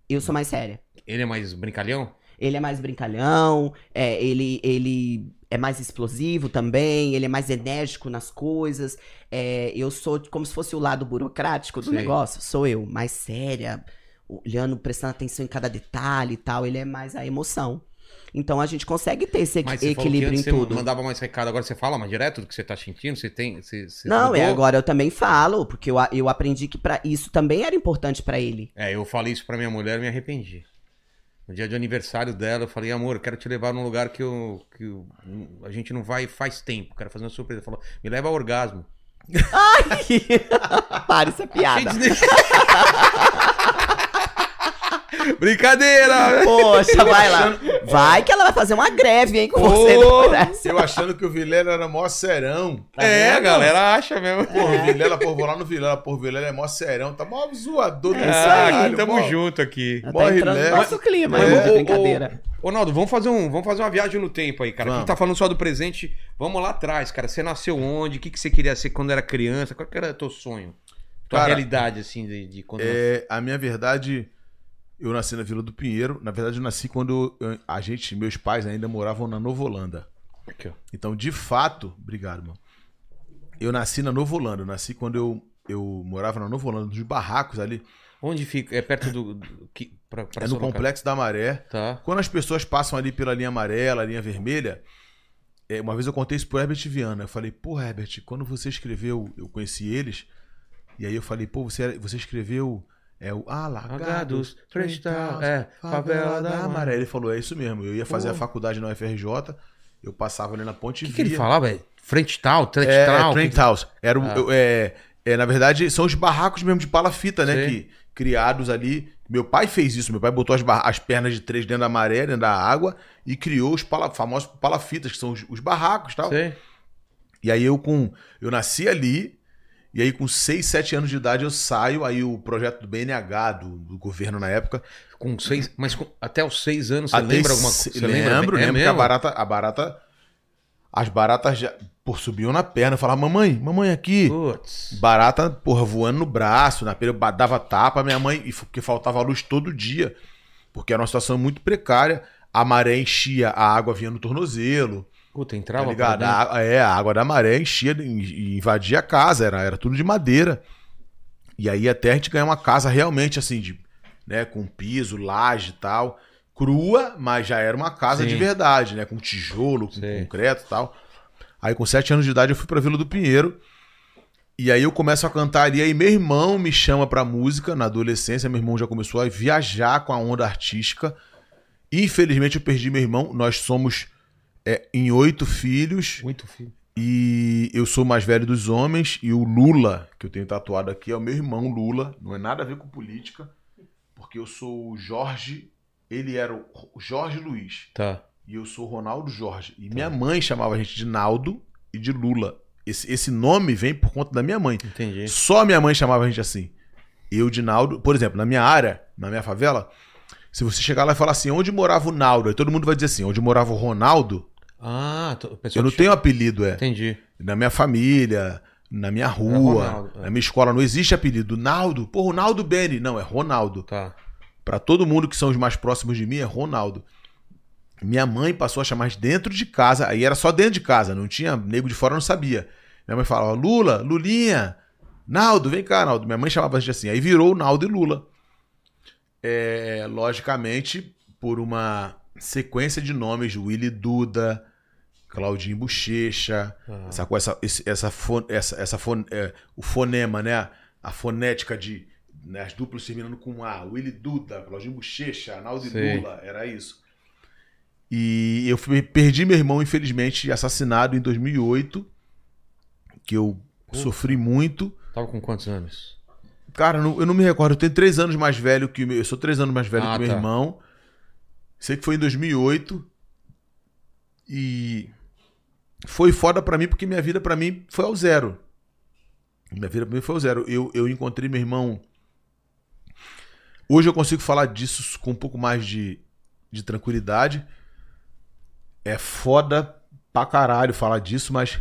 Eu sou mais séria.
Ele é mais brincalhão?
Ele é mais brincalhão, é, ele, ele é mais explosivo também, ele é mais enérgico nas coisas. é, eu sou como se fosse o lado burocrático do
Sei.
negócio. Sou eu, mais séria, olhando, prestando atenção em cada detalhe e tal. Ele é mais a emoção. Então a gente consegue ter esse equi-
Mas você falou que
equilíbrio
antes
em
você
tudo.
mandava mais recado, agora você fala mais direto do que você tá sentindo? Você tem. Você, você
Não, é
mudou?
agora eu também falo, porque eu, a- eu aprendi que pra, isso também era importante pra ele.
É, eu falei isso pra minha mulher e me arrependi. No dia de aniversário dela, eu falei, amor, eu quero te levar num lugar que, eu, que eu- a gente não vai faz tempo. Quero fazer uma surpresa. Ela Falou, me leva ao orgasmo.
Para essa piada.
Achei desne- Brincadeira!
Poxa, vai lá. Vai que ela vai fazer uma greve, hein, com você.
Ô,
depois.
eu achando que o Vilela era mó serão.
Tá
é, a galera acha mesmo.
Pô, Vilela, pô, vou lá no Vilela, pô, Vilela é mó serão, tá mó zoador. do
É isso
Ah,
caralho,
aqui tamo
mó-
junto aqui.
Tá
Morre
entrando no
leve.
nosso clima,
É,
é,
ô, ô,
muita brincadeira.
Ô, Naldo, vamos fazer, um, vamos fazer uma viagem no tempo aí, cara. A gente
Vamos.
tá falando só do presente. Vamos lá atrás, cara. Você nasceu onde? O que, que você queria ser quando era criança? Qual que era teu sonho? Tua
Cara,
realidade, assim, de, de quando...
É, a minha verdade, eu nasci na Vila do Pinheiro. Na verdade, eu nasci quando eu- a gente, meus pais ainda moravam na Nova Holanda.
Aqui, ó.
Então, de fato, obrigado, mano. Eu nasci na Nova Holanda. Eu nasci quando eu, eu morava na Nova Holanda, nos barracos ali.
Onde fica? É perto do... do que, pra, pra
é no
Sorocaba.
Complexo da Maré.
Tá.
Quando as pessoas passam ali pela linha amarela, linha vermelha, é, uma vez eu contei isso pro Herbert Viana. Eu falei, pô, Herbert, quando você escreveu, eu conheci eles, e aí eu falei, pô, você, você escreveu é, o Alagados,
Agados, Frestal, é, Favela da Maré.
Ele falou, é isso mesmo. Eu ia fazer a
Pô.
faculdade na UFRJ, eu passava ali na
O
ponte e
que, que ele
via.
falava, velho? Frente tal, Trent
É,
tal?
é Trent House. Era o-
Ah.
eu- é, é, na verdade, são os barracos mesmo de palafita, né?
Sim.
Que, criados ali. Meu pai fez isso. Meu pai botou as, barra- as pernas de três dentro da maré, dentro da água, e criou os pala- famosos palafitas, que são os, os barracos e tal.
Sei.
E aí eu com. Eu nasci ali, e aí com seis, sete anos de idade eu saio. Aí o projeto do BNH, do, do governo na época.
Com seis... Mas com- até os seis anos, você
até
lembra alguma
se-
coisa? Você lembra bem?
Lembro,
É
lembro que a
mesmo?
barata. A barata as baratas já, pô, subiam na perna. Eu falava, mamãe, mamãe aqui.
Putz.
Barata, porra, voando no braço, na pele, eu ba- dava tapa, minha mãe, e f- porque faltava luz todo dia, porque era uma situação muito precária. A maré enchia, a água vinha no tornozelo,
Puta,
tá
entrava...
ligado?
pra dentro.
A, é, a água da maré enchia e- e invadia a casa, era, era tudo de madeira. E aí até a gente ganhar uma casa realmente assim, de, né, com piso, laje e tal, crua, mas já era uma casa
Sim.
de verdade, né, com tijolo, com
Sim.
concreto e tal. Aí com sete anos de idade eu fui pra Vila do Pinheiro, e aí eu começo a cantar ali, aí meu irmão me chama pra música na adolescência, meu irmão já começou a viajar com a onda artística. Infelizmente eu perdi meu irmão, nós somos é, em oito filhos,
Muito filho.
e eu sou o mais velho dos homens, e o Lula, que eu tenho tatuado aqui, é o meu irmão Lula, não é nada a ver com política, porque eu sou o Jorge, ele era o Ro- Jorge Luiz,
Tá.
e eu sou o Ronaldo Jorge. E minha mãe chamava a gente de Naldo e de Lula. Esse, esse nome vem por conta da minha mãe.
Entendi.
Só minha mãe chamava a gente assim. Eu de Naldo, por exemplo, na minha área, na minha favela, se você chegar lá e falar assim, onde morava o Naldo? Aí todo mundo vai dizer assim, onde morava o Ronaldo?
Ah, tô- o pessoal
Eu não
te
tenho apelido, é.
Entendi.
Na minha família, na minha rua,
Ronaldo, é.
na minha escola, não existe apelido. Naldo, pô, Ronaldo Beni. Não, é Ronaldo.
Tá.
Pra todo mundo que são os mais próximos de mim, é Ronaldo. Minha mãe passou a chamar de dentro de casa, aí era só dentro de casa, não tinha nego de fora, não sabia. Minha mãe falava, Lula, Lulinha, Naldo, vem cá, Naldo. Minha mãe chamava a gente assim, aí virou Naldo e Lula. É, logicamente, por uma sequência de nomes, Willy Duda, Claudinho Bochecha,
Ah.
essa, coisa- essa, esse- essa, fon- essa, essa fon- é, o fonema, né? A fonética de né, as duplas terminando com A, Willy Duda, Claudinho Bochecha, Naldo
Sei.
e Lula, era isso. E eu fui- perdi meu irmão, infelizmente, assassinado em 2008, que eu sofri muito.
Tava com quantos anos?
Cara, eu não- eu não me recordo. Eu tenho três anos mais velho que o meu. Eu sou três anos mais velho
Ah,
que o meu
tá.
irmão. Sei que foi em 2008. E foi foda pra mim porque minha vida pra mim foi ao zero. Minha vida pra mim foi ao zero. Eu, eu encontrei meu irmão. Hoje eu consigo falar disso com um pouco mais de, de tranquilidade. É foda pra caralho falar disso, mas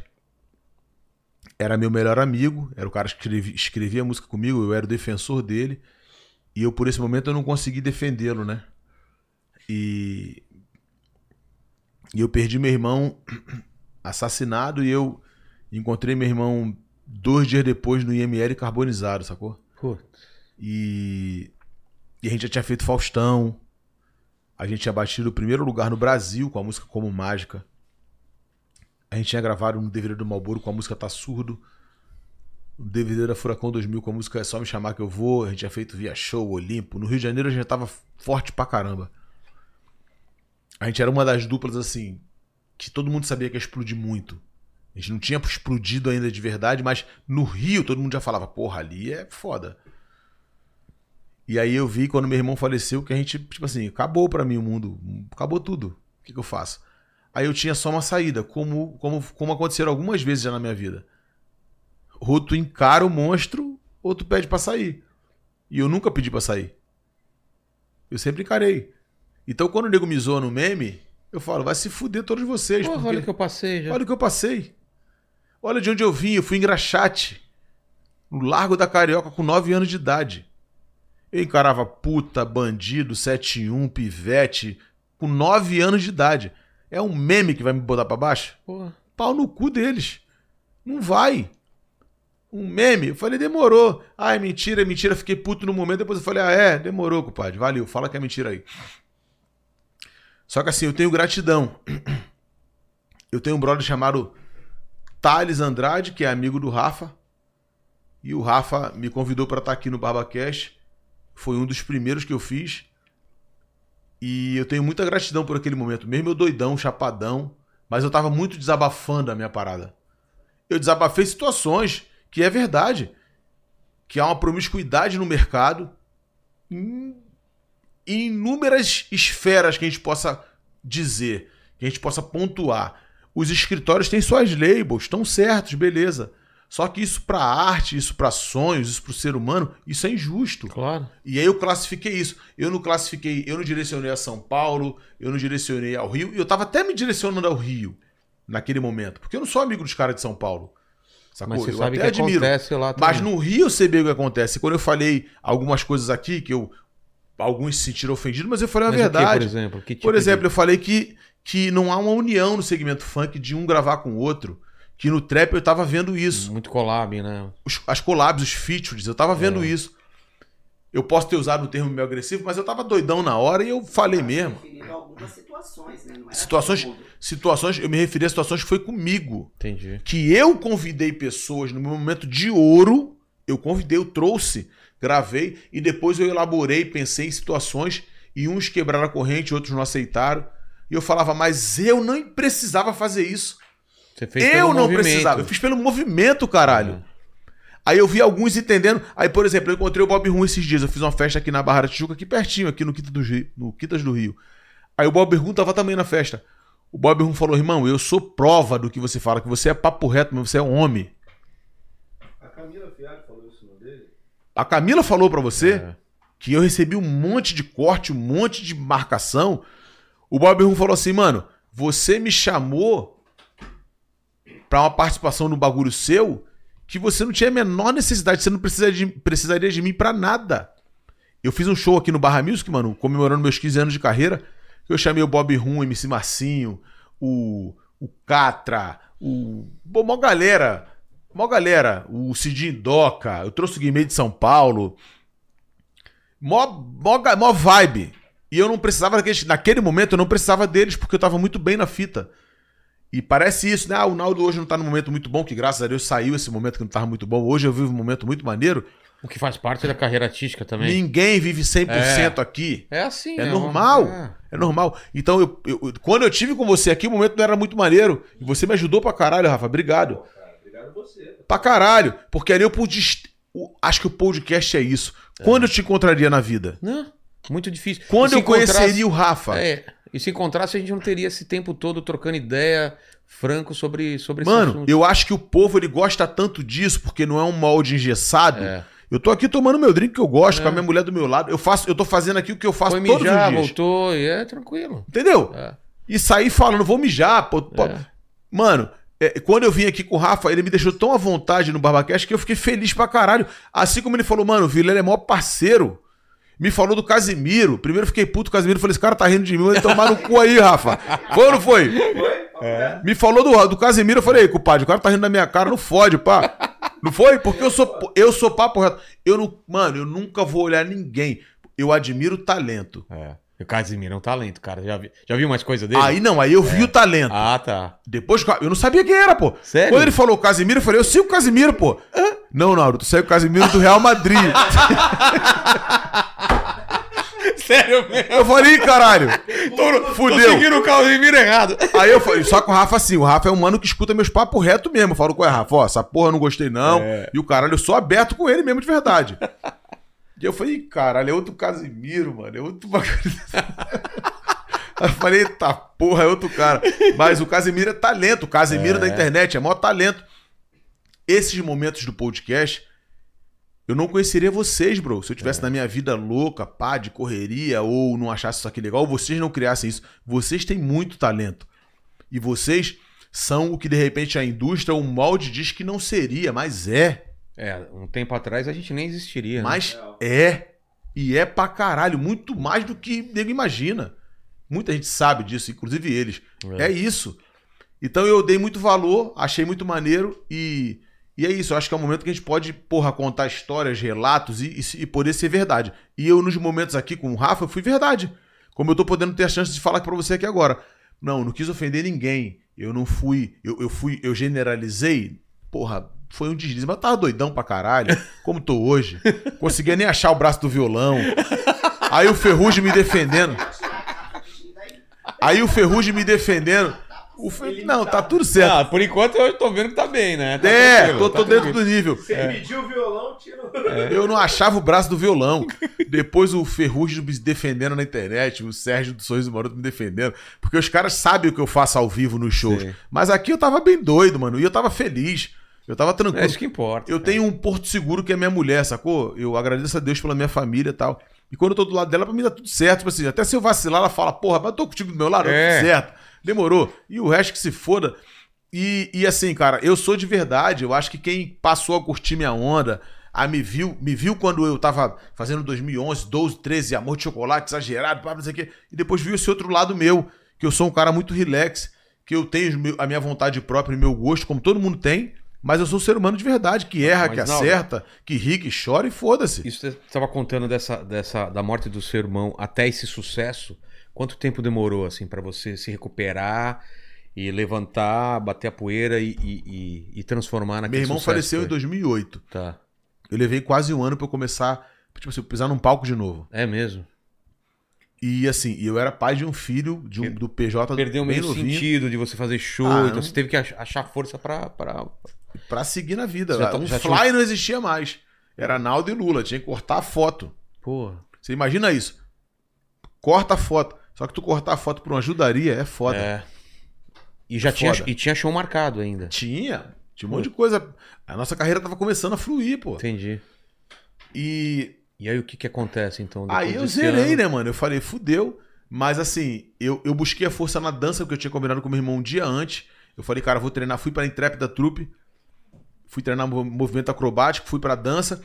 era meu melhor amigo, era o cara que escrevi- escrevia a música comigo, eu era o defensor dele. E eu, por esse momento, eu não consegui defendê-lo, né? E... e eu perdi meu irmão assassinado e eu encontrei meu irmão dois dias depois no IML carbonizado, sacou?
Puta.
E, e a gente já tinha feito Faustão. A gente tinha batido o primeiro lugar no Brasil com a música Como Mágica. A gente tinha gravado um DVD do Malboro com a música Tá Surdo. Um DVD da Furacão 2000 com a música É Só Me Chamar Que Eu Vou. A gente tinha feito Via Show, Olimpo. No Rio de Janeiro a gente já tava forte pra caramba. A gente era uma das duplas, assim, que todo mundo sabia que ia explodir muito. A gente não tinha explodido ainda de verdade, mas no Rio todo mundo já falava, porra, ali é foda. E aí eu vi quando meu irmão faleceu que a gente, tipo assim, acabou pra mim o mundo, acabou tudo. O que, que eu faço? Aí eu tinha só uma saída, como, como, como aconteceram algumas vezes já na minha vida. Ou tu encara o monstro, ou tu pede pra sair. E eu nunca pedi pra sair. Eu sempre encarei. Então quando o nego me zoa no meme, eu falo, vai se fuder todos vocês.
Porra,
porque-
olha o que eu passei já.
Olha o que eu passei. Olha de onde eu vim. Eu fui em Graxate, no Largo da Carioca, com 9 anos de idade. Eu encarava puta, bandido, 7-1, pivete, com 9 anos de idade. É um meme que vai me botar pra baixo?
Porra.
Pau no cu deles. Não vai. Um meme? Eu falei, demorou. Ah, é mentira, é mentira. Fiquei puto no momento. Depois eu falei, ah, é, demorou, compadre. Valeu, fala que é mentira aí. Só que assim, eu tenho gratidão. Eu tenho um brother chamado Thales Andrade, que é amigo do Rafa. E o Rafa me convidou para estar aqui no BarbaCast. Foi um dos primeiros que eu fiz. E eu tenho muita gratidão por aquele momento. Mesmo eu doidão, chapadão. Mas eu tava muito desabafando a minha parada. Eu desabafei situações que é verdade. Que há uma promiscuidade no mercado. Em em inúmeras esferas que a gente possa dizer. Que a gente possa pontuar. Os escritórios têm suas labels, estão certos, beleza. Só que isso pra arte, isso pra sonhos, isso pro ser humano, isso é injusto.
Claro.
E aí eu classifiquei isso. Eu não classifiquei, eu não direcionei a São Paulo, eu não direcionei ao Rio. E eu tava até me direcionando ao Rio naquele momento. Porque eu não sou amigo dos caras de São Paulo. Sacou?
Mas você
eu
sabe o que
até admiro.
acontece lá
Mas
também.
no Rio eu sei bem o que acontece. Quando eu falei algumas coisas aqui que eu. Alguns se sentiram ofendidos, mas eu falei a
Mas o quê,
é verdade.
por exemplo, Que tipo
Por
de-
exemplo, eu falei que, que não há uma união no segmento funk de um gravar com o outro. Que no trap eu tava vendo isso.
Muito collab, né?
Os- as collabs, os features, eu tava vendo isso. Eu posso ter usado o termo meio agressivo, mas eu tava doidão na hora e eu falei
É.
mesmo.
Definindo algumas situações, né? Não era
Situações-
todo mundo.
Situações, eu me referi a situações que foi comigo.
Entendi.
Que eu convidei pessoas no meu momento de ouro, eu convidei, eu trouxe, gravei e depois eu elaborei, pensei em situações e uns quebraram a corrente, outros não aceitaram. E eu falava, mas eu não precisava fazer isso.
Você fez
eu
pelo
não
movimento. É.
precisava. Eu fiz pelo movimento, caralho. Aí eu vi alguns entendendo. Aí, por exemplo, eu encontrei o Bob Rum esses dias. Eu fiz uma festa aqui na Barra da Tijuca, aqui pertinho, aqui no Quinta do Rio- no Quintas do Rio. Aí o Bob Rum tava também na festa. O Bob Rum falou, irmão, eu sou prova do que você fala, que você é papo reto, mas você é um homem.
A Camila Fiari falou isso no dele.
A Camila falou pra você
É.
que eu recebi um monte de corte, um monte de marcação. O Bob Rum falou assim, mano, você me chamou pra uma participação no bagulho seu que você não tinha a menor necessidade, você não precisa de- precisaria de mim pra nada. Eu fiz um show aqui no Barra Music, mano, comemorando meus 15 anos de carreira. Eu chamei o Bob Rum, MC Marcinho, o, o Catra, o. Pô, mó galera. Mó galera. O Cidinho Doca. Eu trouxe o Guimê de São Paulo. Mó, mó, ga- mó vibe. E eu não precisava daqueles. Naquele momento eu não precisava deles, porque eu tava muito bem na fita. E parece isso, né? Ah, o Naldo hoje não tá num momento muito bom, que graças a Deus saiu esse momento que não tava muito bom. Hoje eu vivo um momento muito maneiro.
O que faz parte da carreira artística também.
Ninguém vive 100% aqui.
É assim,
É
né?
normal.
É.
É normal. Então, eu, eu- quando eu tive com você aqui, o momento não era muito maneiro. E você me ajudou pra caralho, Rafa. Obrigado.
Obrigado a você.
Pra caralho. Porque ali eu pude. est- o- Acho que o podcast é isso. Quando eu te encontraria na vida?
Não, Né? muito difícil. E
Quando
se
eu
encontrasse-
conheceria o Rafa?
É, e se encontrasse, a gente não teria esse tempo todo trocando ideia franco sobre, sobre esse
Mano,
assunto.
eu acho que o povo ele gosta tanto disso, porque não é um molde engessado.
É.
Eu tô aqui tomando meu drink que eu gosto, com a minha mulher do meu lado. Eu faço, eu tô fazendo aqui o que eu faço
Foi
todos
mijar,
os dias.
voltou, e é tranquilo.
Entendeu?
É.
E sair falando, vou mijar. Pô, pô.
É.
Mano, é, quando eu vim aqui com o Rafa, ele me deixou tão à vontade no Barbacast que eu fiquei feliz pra caralho. Assim como ele falou, mano, o Vilela é maior parceiro. Me falou do Casimiro. Primeiro eu fiquei puto com o Casimiro. Falei, esse cara tá rindo de mim, vai tomar no cu aí, Rafa. Foi ou não foi?
Foi? É.
Me falou do, do Casimiro. Eu falei, ei, compadre, o cara tá rindo da minha cara, não fode, pá. Não foi? Porque eu sou, eu sou papo reto. Eu não, mano, eu nunca vou olhar ninguém. Eu admiro o talento.
É. E O Casimiro é um talento, cara. Já vi, já vi umas coisas dele?
Aí não, aí eu vi o talento.
Ah, tá.
Depois que eu- eu não sabia quem era, pô.
Sério?
Quando ele falou Casimiro, eu falei, eu sigo o Casimiro, pô. Não, Nauro, tu saiu o Casimiro do Real Madrid.
Sério mesmo?
eu falei, "Ih, caralho.
Fudeu.
Fudeu.
o Casimiro errado.
Aí eu falei, só que o Rafa assim, o Rafa é um mano que escuta meus papos reto mesmo. Eu falo, qual é, Rafa? Ó, essa porra eu não gostei não. E o caralho, eu sou aberto com ele mesmo de verdade. e eu falei, "Ih, caralho, é outro Casimiro, mano. É outro bagulho. Aí eu falei, eita porra, é outro cara. Mas o Casimiro é talento, o Casimiro da internet é maior talento. Esses momentos do podcast, eu não conheceria vocês, bro. Se eu tivesse na minha vida louca, pá, de correria, ou não achasse isso aqui legal, ou vocês não criassem isso. Vocês têm muito talento. E vocês são o que de repente a indústria, o molde diz que não seria, mas é.
É, um tempo atrás a gente nem existiria. né?
Mas é. E é pra caralho, muito mais do que nego imagina. Muita gente sabe disso, inclusive eles. É isso. Então eu dei muito valor, achei muito maneiro e, e é isso. Eu acho que é um momento que a gente pode, porra, contar histórias, relatos e, e se- e poder ser verdade. E eu, nos momentos aqui com o Rafa, eu fui verdade. Como eu tô podendo ter a chance de falar pra você aqui agora. Não, não quis ofender ninguém. Eu não fui. Eu, eu fui. Eu generalizei. Porra, foi um deslize. Mas eu tava doidão pra caralho. Como tô hoje. Conseguia nem achar o braço do violão. Aí o Ferrugem me defendendo. É. Aí o Ferrugem me defendendo. O Fe- Não, tá tudo certo.
Ah, por enquanto eu tô vendo que tá bem, né? Tá
É,
tranquilo,
tô, tô
tá É.
dentro
tranquilo.
do nível.
Você pediu o violão, tira o.
Eu não achava o braço do violão. Depois o Ferrugem me defendendo na internet, o Sérgio do Sorriso Maroto me defendendo. Porque os caras sabem o que eu faço ao vivo nos shows.
Sim.
Mas aqui eu tava bem doido, mano. E eu tava feliz. Eu tava tranquilo.
É isso que importa.
Eu tenho um porto seguro que é minha mulher, sacou? Eu agradeço a Deus pela minha família e tal. E quando eu tô do lado dela, pra mim dá tudo certo. Tipo assim, até se eu vacilar, ela fala, porra, mas eu tô contigo do meu lado,
É.
tá tudo certo. Demorou. E o resto que se foda. E, e assim, cara, eu sou de verdade. Eu acho que quem passou a curtir minha onda, a Ah, me viu, me viu quando eu tava fazendo 2011, 12, 13, amor de chocolate, exagerado, pá, não sei o quê. E depois viu esse outro lado meu, que eu sou um cara muito relax, que eu tenho os meu- a minha vontade própria e meu gosto, como todo mundo tem. Mas eu sou um ser humano de verdade, que erra,
Mas
que
não,
acerta, que ri, que chora e foda-se.
Isso que você estava contando dessa, dessa da morte do seu irmão até esse sucesso. Quanto tempo demorou assim para você se recuperar e levantar, bater a poeira e, e- e- e transformar naquele
Meu irmão
é sucesso
faleceu
que
em
foi?
2008.
Tá.
Eu levei quase um ano pra eu começar, tipo assim, pisar num palco de novo.
É mesmo.
E assim, e eu era pai de um filho de um, do PJ
Perdeu
bem
meio
novinho,
sentido de você fazer show,
Ah,
então
não-
você teve que ach- achar força pra. pra...
pra seguir na vida.
Já tá-
o
já
Fly
tinha-
não existia mais. Era Naldo e Lula, tinha que cortar a foto.
Pô.
Você imagina isso? Corta a foto. Só que tu cortar a foto pra uma ajudaria é foda.
É. E já
É
tinha,
foda.
e tinha show marcado ainda.
Tinha, tinha um monte de coisa. A nossa carreira tava começando a fluir, pô.
Entendi.
E
E aí o que que acontece então? depois
Aí eu
desse
zerei,
ano?
né, mano? Eu falei, fudeu. Mas assim, eu, eu busquei a força na dança, porque eu tinha combinado com meu irmão um dia antes. Eu falei, cara, eu vou treinar. Fui pra Intrépida Trupe. Fui treinar mov- movimento acrobático, fui pra dança.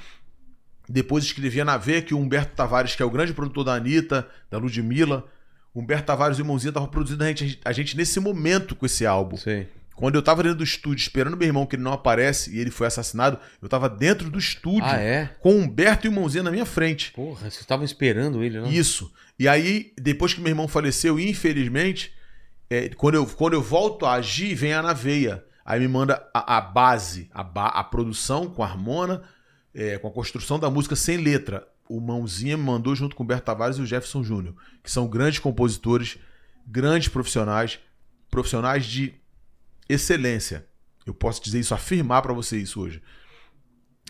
Depois escrevia na veia que o Humberto Tavares, que é o grande produtor da Anitta, da Ludmilla, o Humberto Tavares e o Mãozinha estavam produzindo a gente, a gente nesse momento com esse álbum.
Sei.
Quando eu tava dentro do estúdio esperando meu irmão que ele não aparece e ele foi assassinado, eu tava dentro do estúdio
Ah, é?
com o Humberto e o Mãozinha na minha frente.
Porra, vocês estavam esperando ele, né?
Isso. E aí, depois que meu irmão faleceu, infelizmente, é, quando, eu, quando eu volto a agir, vem a naveia. Aí me manda a, a base, a, ba- a produção com a harmona, é, com a construção da música sem letra. O Mãozinha me mandou junto com o Berto Tavares e o Jefferson Júnior, que são grandes compositores, grandes profissionais, profissionais de excelência. Eu posso dizer isso, afirmar pra você isso hoje.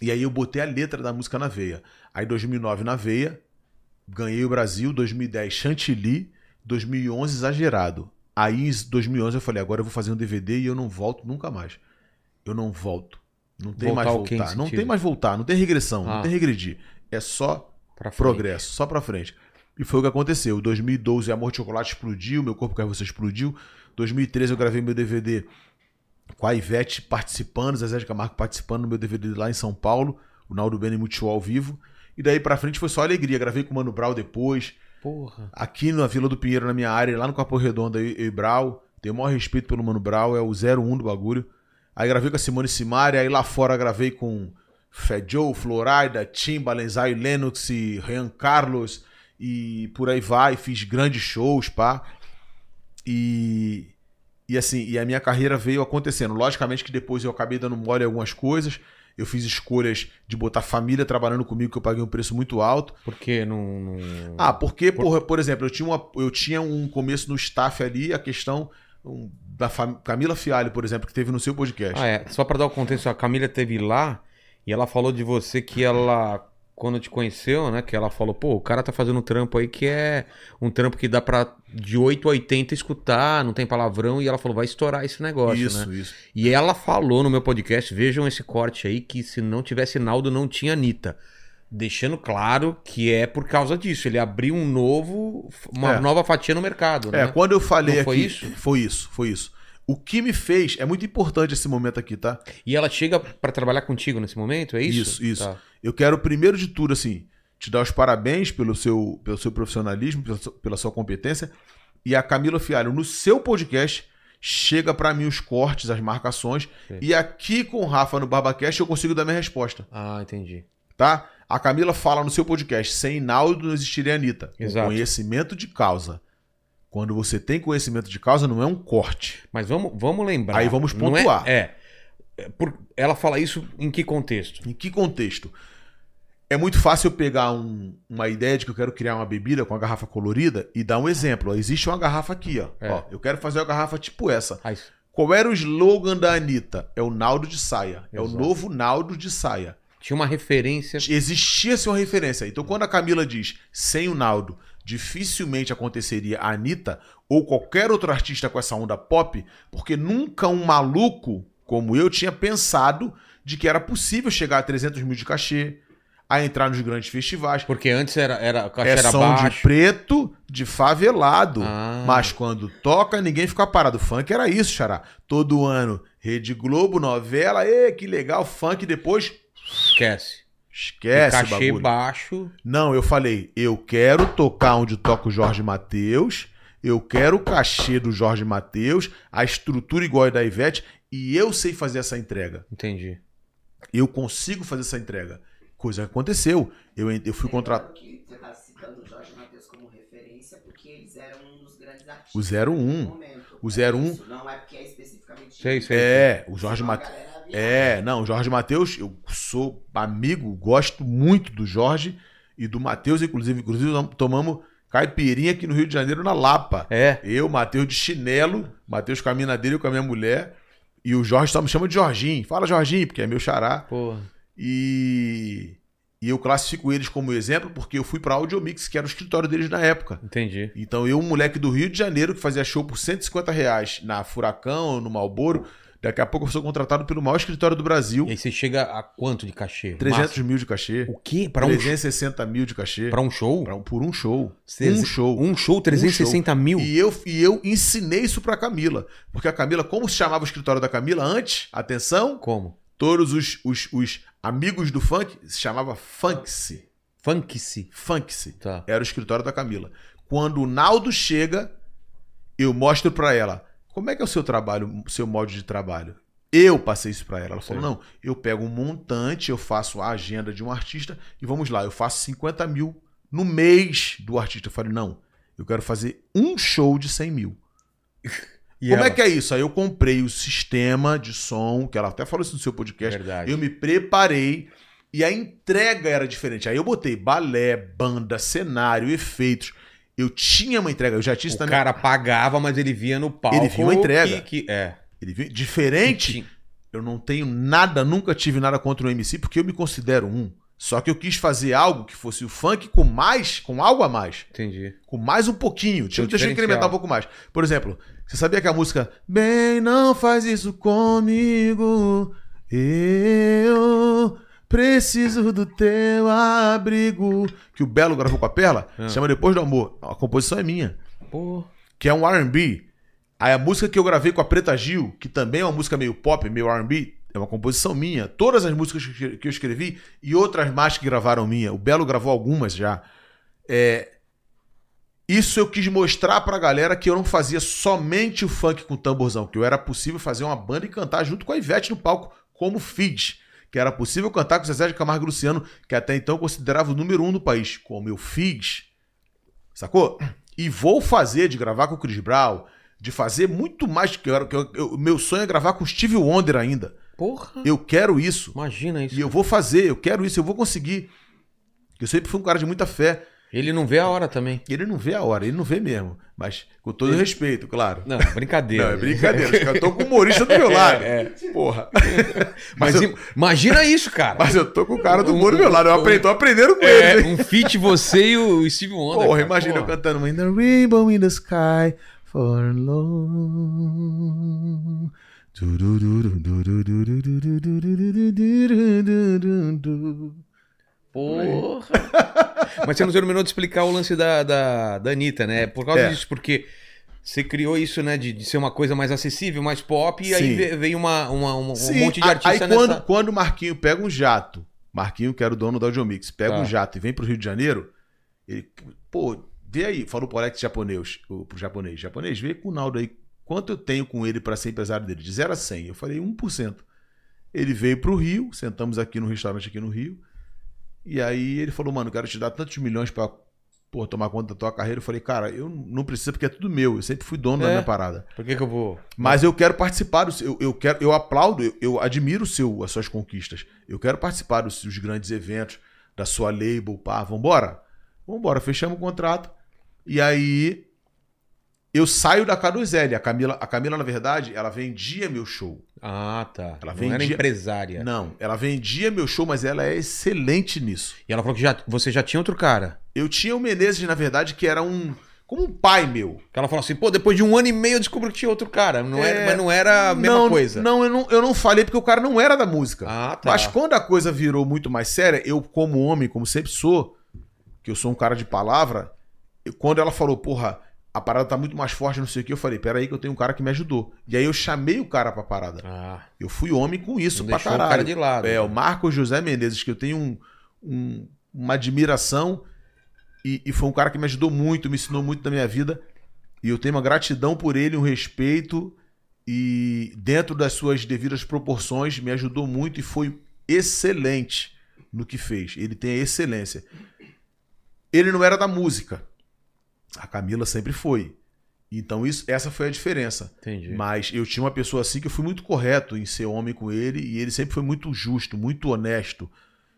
E aí eu botei a letra da música na veia. Aí 2009 na veia, ganhei o Brasil, 2010 Chantilly, 2011 exagerado. Aí em 2011 eu falei, agora eu vou fazer um DVD e eu não volto nunca mais. Eu não volto. Não tem
Voltar
mais
ao quê, em
voltar. Não
sentido?
tem mais voltar, não tem regressão,
Ah.
não tem regredir. É só
Pra frente.
progresso, só pra frente. E foi o que aconteceu. 2012 Amor de Chocolate explodiu, Meu Corpo Quer Você explodiu. 2013 eu gravei meu DVD com a Ivete participando, Zezé de Camargo participando no meu DVD lá em São Paulo, o Naldo Bene Multishow ao vivo. E daí pra frente foi só alegria. Gravei com o Mano Brau depois,
Porra.
aqui na Vila do Pinheiro, na minha área, lá no Capão Redondo, eu eu e Brau. Tenho o maior respeito pelo Mano Brau, é o 01 do bagulho. Aí gravei com a Simone Simari, aí lá fora gravei com Fat Joe, Florida, Timbaland, Zion Lennox, e Ryan Carlos e por aí vai. Fiz grandes shows, pá. E, e assim, e a minha carreira veio acontecendo. Logicamente que depois eu acabei dando mole em algumas coisas. Eu fiz escolhas de botar família trabalhando comigo, que eu paguei um preço muito alto.
Porque não. não...
Ah, porque, porra, por exemplo, eu tinha, uma- eu tinha um começo no staff ali, a questão um, da fam- Camila Fialho, por exemplo, que teve no seu podcast.
Ah, é. Só pra dar o contexto, a Camila teve lá e ela falou de você que ela, quando te conheceu, né? Que ela falou, pô, o cara tá fazendo um trampo aí que é um trampo que dá pra de 8 a 80 escutar, não tem palavrão. E ela falou, vai estourar esse negócio, né?
isso, isso.
E ela falou no meu podcast, vejam esse corte aí, que se não tivesse Naldo, não tinha Anitta. Deixando claro que é por causa disso. Ele abriu um novo, uma
É.
nova fatia no mercado, né?
É, quando eu falei
Não
aqui.
foi isso?
Foi isso, foi isso. O que me fez. É muito importante esse momento aqui, tá?
E ela chega pra trabalhar contigo nesse momento, é isso?
Isso, isso.
Tá.
Eu quero, primeiro de tudo, assim, te dar os parabéns pelo seu, pelo seu profissionalismo, pela sua, pela sua competência. E a Camila Fialho, no seu podcast, chega pra mim os cortes, as marcações.
Sim.
E aqui com o Rafa no Barbacast, eu consigo dar minha resposta.
Ah, entendi.
tá? A Camila fala no seu podcast: sem Naldo não existiria Anitta. Com
Exato.
Conhecimento de causa. Quando você tem conhecimento de causa, não é um corte.
Mas vamos, vamos lembrar.
Aí vamos
não é-
pontuar.
É. É por- ela fala isso em que contexto?
Em que contexto? É muito fácil eu pegar um- uma ideia de que eu quero criar uma bebida com uma garrafa colorida e dar um exemplo. ó. Existe uma garrafa aqui, ó.
É.
Ó, Eu quero fazer uma garrafa tipo essa.
Ah, isso.
Qual era o slogan da Anitta? É o Naldo de saia. É o
Exato.
novo Naldo de saia.
Tinha uma referência.
existia-se uma referência. Então, quando a Camila diz sem o Naldo, dificilmente aconteceria a Anitta ou qualquer outro artista com essa onda pop, porque nunca um maluco como eu tinha pensado de que era possível chegar a 300 mil de cachê, a entrar nos grandes festivais.
Porque antes era, era, a caixa
É
era
som de
baixo.
preto, de favelado.
Ah.
Mas quando toca, ninguém fica parado. Funk era isso, xará. Todo ano, Rede Globo, novela, ê, que legal, funk, depois
Esquece.
esquece o
cachê
é bagulho.
baixo.
Não, eu falei, eu quero tocar onde toca o Jorge Mateus, eu quero o cachê do Jorge Mateus, a estrutura igual a da Ivete, e eu sei fazer essa entrega.
Entendi.
Eu consigo fazer essa entrega. Coisa que aconteceu. Eu, en- eu fui contratado.
que você tá citando o Jorge Matheus como referência porque eles eram um dos grandes artistas.
O 01.
do momento.
O
É
01.
isso, Não é porque é especificamente.
Sei, sei.
É, o Jorge
Senão a
Mateus.
galera via-
É, não, o Jorge Mateus, eu sou amigo, gosto muito do Jorge e do Mateus, inclusive. Inclusive, nós tomamos caipirinha aqui no Rio de Janeiro, na Lapa.
É.
Eu, Matheus de chinelo, Matheus com a mina dele, eu com a minha mulher. E o Jorge só me chama de Jorginho. Fala Jorginho, porque é meu xará.
Porra.
E, e eu classifico eles como exemplo porque eu fui pra Audiomix, que era o escritório deles na época.
Entendi.
Então eu, um moleque do Rio de Janeiro, que fazia show por 150 reais na Furacão, no Malboro, daqui a pouco eu sou contratado pelo maior escritório do Brasil.
E aí você chega a quanto de cachê?
300
Massa.
mil de cachê.
O quê? Pra um,
360 mil de cachê.
pra um show?
Pra um- por um show.
Treze-
Um show.
Um show, 360 mil?
E eu, e eu ensinei isso pra Camila. Porque a Camila, como se chamava o escritório da Camila antes, atenção,
Como?
todos os, os, os amigos do funk se chamava Funksy.
Funk-se.
Funksy.
Tá.
Era o escritório da Camila. Quando o Naldo chega, eu mostro pra ela como é que é o seu trabalho, o seu modo de trabalho. Eu passei isso pra ela. Ela falou: não, eu pego um montante, eu faço a agenda de um artista e vamos lá, eu faço 50 mil no mês do artista. Eu falei: não, eu quero fazer um show de 100 mil.
E
Como
ela?
é que é isso? Aí eu comprei o sistema de som, que ela até falou isso no seu podcast.
Verdade.
Eu me preparei e a entrega era diferente. Aí eu botei balé, banda, cenário, efeitos. Eu tinha uma entrega, eu já tinha isso
O
na minha-
cara pagava, mas ele via no palco.
Ele viu a entrega.
Que, que- é.
Ele viu- Diferente,
Que ti-
eu não tenho nada, nunca tive nada contra o MC, porque eu me considero um. Só que eu quis fazer algo que fosse o funk com mais, com algo a mais.
Entendi.
Com mais um pouquinho. Deixa,
Seu
deixa eu
diferencial.
incrementar um pouco mais. Por exemplo, você sabia que a música Bem, não faz isso comigo. Eu preciso do teu abrigo. Que o Belo gravou com a Perla,
Ah.
chama Depois do Amor. A composição é minha
Pô.
que é um R&B. Aí a música que eu gravei com a Preta Gil, que também é uma música meio pop, meio R&B, é uma composição minha. Todas as músicas que que eu escrevi e outras mais que gravaram minha. O Belo gravou algumas já. É, Isso eu quis mostrar pra galera que eu não fazia somente o funk com tamborzão, que eu era possível fazer uma banda e cantar junto com a Ivete no palco, como fiz. Que era possível cantar com o Zezé de Camargo e Luciano, que até então eu considerava o número um do país, como eu fiz. Sacou? E vou fazer de gravar com o Chris Brown, de fazer muito mais que eu, era- que eu- eu- meu sonho é gravar com o Steve Wonder ainda.
Porra.
Eu quero isso.
Imagina isso.
E eu vou fazer, eu quero isso, eu vou conseguir. Eu sempre fui um cara de muita fé.
Ele não vê a hora também.
Ele não vê a hora, ele não vê mesmo. Mas com todo respeito, claro.
Não, brincadeira. É,
Não, é brincadeira. Eu tô com o humorista do meu lado. Porra.
Mas,
É. Mas, eu,
im- imagina isso, cara.
mas eu tô com o cara do humor do meu lado. Eu aprendi, tô aprendendo com ele.
É, um feat você e o Steve Wonder.
Porra,
cara.
imagina eu
Porra.
cantando In the rainbow in the sky for long.
Porra. Mas você não terminou de explicar o lance da, da, da Anitta, né? Por causa
É.
disso, porque você criou isso, né? De, de ser uma coisa mais acessível, mais pop, e aí
Sim.
ve- veio uma, uma- uma- um
Sim,
monte de
a-
artista
aí
nessa.
quando, quando o Marquinho pega um jato, Marquinho, que era o dono da Audiomix, pega
Tá.
um jato e vem pro Rio de Janeiro, ele, pô, vê aí, falou pro Alex japonês, o- pro japonês, japonês, vê com o Naldo aí, quanto eu tenho com ele pra ser empresário dele? De 0 a 100, eu falei 1%. Ele veio pro Rio, sentamos aqui num restaurante aqui no Rio, e aí ele falou, mano, quero te dar tantos milhões pra pô, tomar conta da tua carreira. Eu falei, cara, eu não preciso porque é tudo meu, eu sempre fui dono
É.
da minha parada.
Por que, que eu vou.
Mas eu quero participar do seu, eu, eu quero, eu aplaudo, eu, eu admiro o seu, as suas conquistas. Eu quero participar dos, dos grandes eventos, da sua label, pá, vambora. Vambora, fechamos o contrato. E aí eu saio da K2L. A Camila, a Camila, na verdade, ela vendia meu show.
Ah, tá.
Ela
não era
vendia-
empresária.
Não, ela vendia meu show, mas ela é excelente nisso.
E ela falou que já, você já tinha outro cara.
Eu tinha o Menezes, na verdade, que era um. como um pai meu.
Que ela falou assim, pô, depois de um ano e meio eu descobri que tinha outro cara. Não
É,
era, mas não era a mesma
não,
coisa.
Não eu, não, eu não falei porque o cara não era da música.
Ah, tá.
Mas quando a coisa virou muito mais séria, eu, como homem, como sempre sou, que eu sou um cara de palavra, eu- quando ela falou, porra, a parada tá muito mais forte, não sei o que, eu falei, peraí que eu tenho um cara que me ajudou. E aí eu chamei o cara pra parada.
Ah,
Eu fui homem com isso,
não
pra
deixou o
caralho.
cara de lado.
É, o Marco José Menezes, que eu tenho um- um- uma admiração e, e foi um cara que me ajudou muito, me ensinou muito na minha vida. E eu tenho uma gratidão por ele, um respeito e dentro das suas devidas proporções me ajudou muito e foi excelente no que fez. Ele tem a excelência. Ele não era da música. A Camila sempre foi. Então isso, essa foi a diferença.
Entendi.
Mas eu tinha uma pessoa assim que eu fui muito correto em ser homem com ele e ele sempre foi muito justo, muito honesto,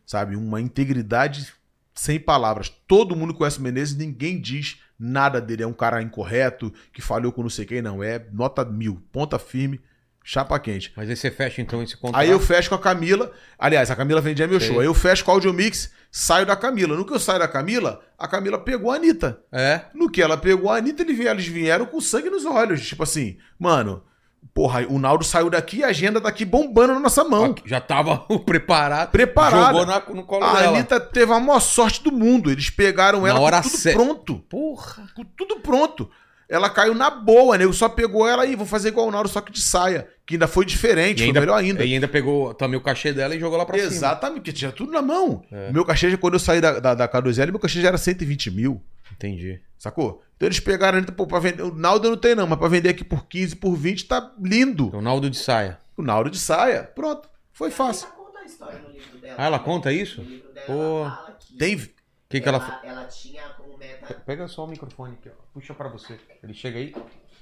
sabe? Uma integridade sem palavras. Todo mundo conhece o Menezes, ninguém diz nada dele. É um cara incorreto, que falhou com não sei quem, não. É nota mil, ponta firme, chapa quente.
Mas aí você fecha então esse contrato.
Aí eu fecho com a Camila. Aliás, a Camila vendia meu
Sei.
show. Aí eu fecho com a Audio Mix, saio da Camila. No que eu saio da Camila, a Camila pegou a Anitta.
É.
No que ela pegou a Anitta, eles vieram, eles vieram com sangue nos olhos. Tipo assim, mano, porra, o Naldo saiu daqui e a agenda tá aqui bombando na nossa mão.
Aqui, Já tava preparado.
Preparada.
Jogou na- no colo
A
dela.
Anitta teve a maior sorte do mundo. Eles pegaram
Na
ela
hora
com tudo
certa.
pronto.
Porra.
Tá Com tudo pronto. Ela caiu na boa, nego. Só pegou ela e vou fazer igual o Naldo, só que de saia. Que ainda foi diferente,
E
foi
ainda-
melhor ainda.
E ainda pegou também o cachê dela e jogou lá pra cima. É.
Exatamente, porque tinha tudo na mão. Meu cachê, já- quando eu saí da, da, da K2L, meu cachê já era 120 mil.
Entendi.
Sacou? Então eles pegaram, então, pô, pra vender. O Naldo eu não tem, não, mas pra vender aqui por 15, por 20, tá lindo.
O Naldo de saia.
O Naldo de saia. Pronto. Foi fácil.
Ela conta a história no livro dela.
Ah, ela conta isso?
No livro dela,
Pô.
ela fala que
Tem.
O que, que ela fa-
ela tinha como meta
Pega só o microfone aqui, ó. Puxa pra você. Ele chega aí.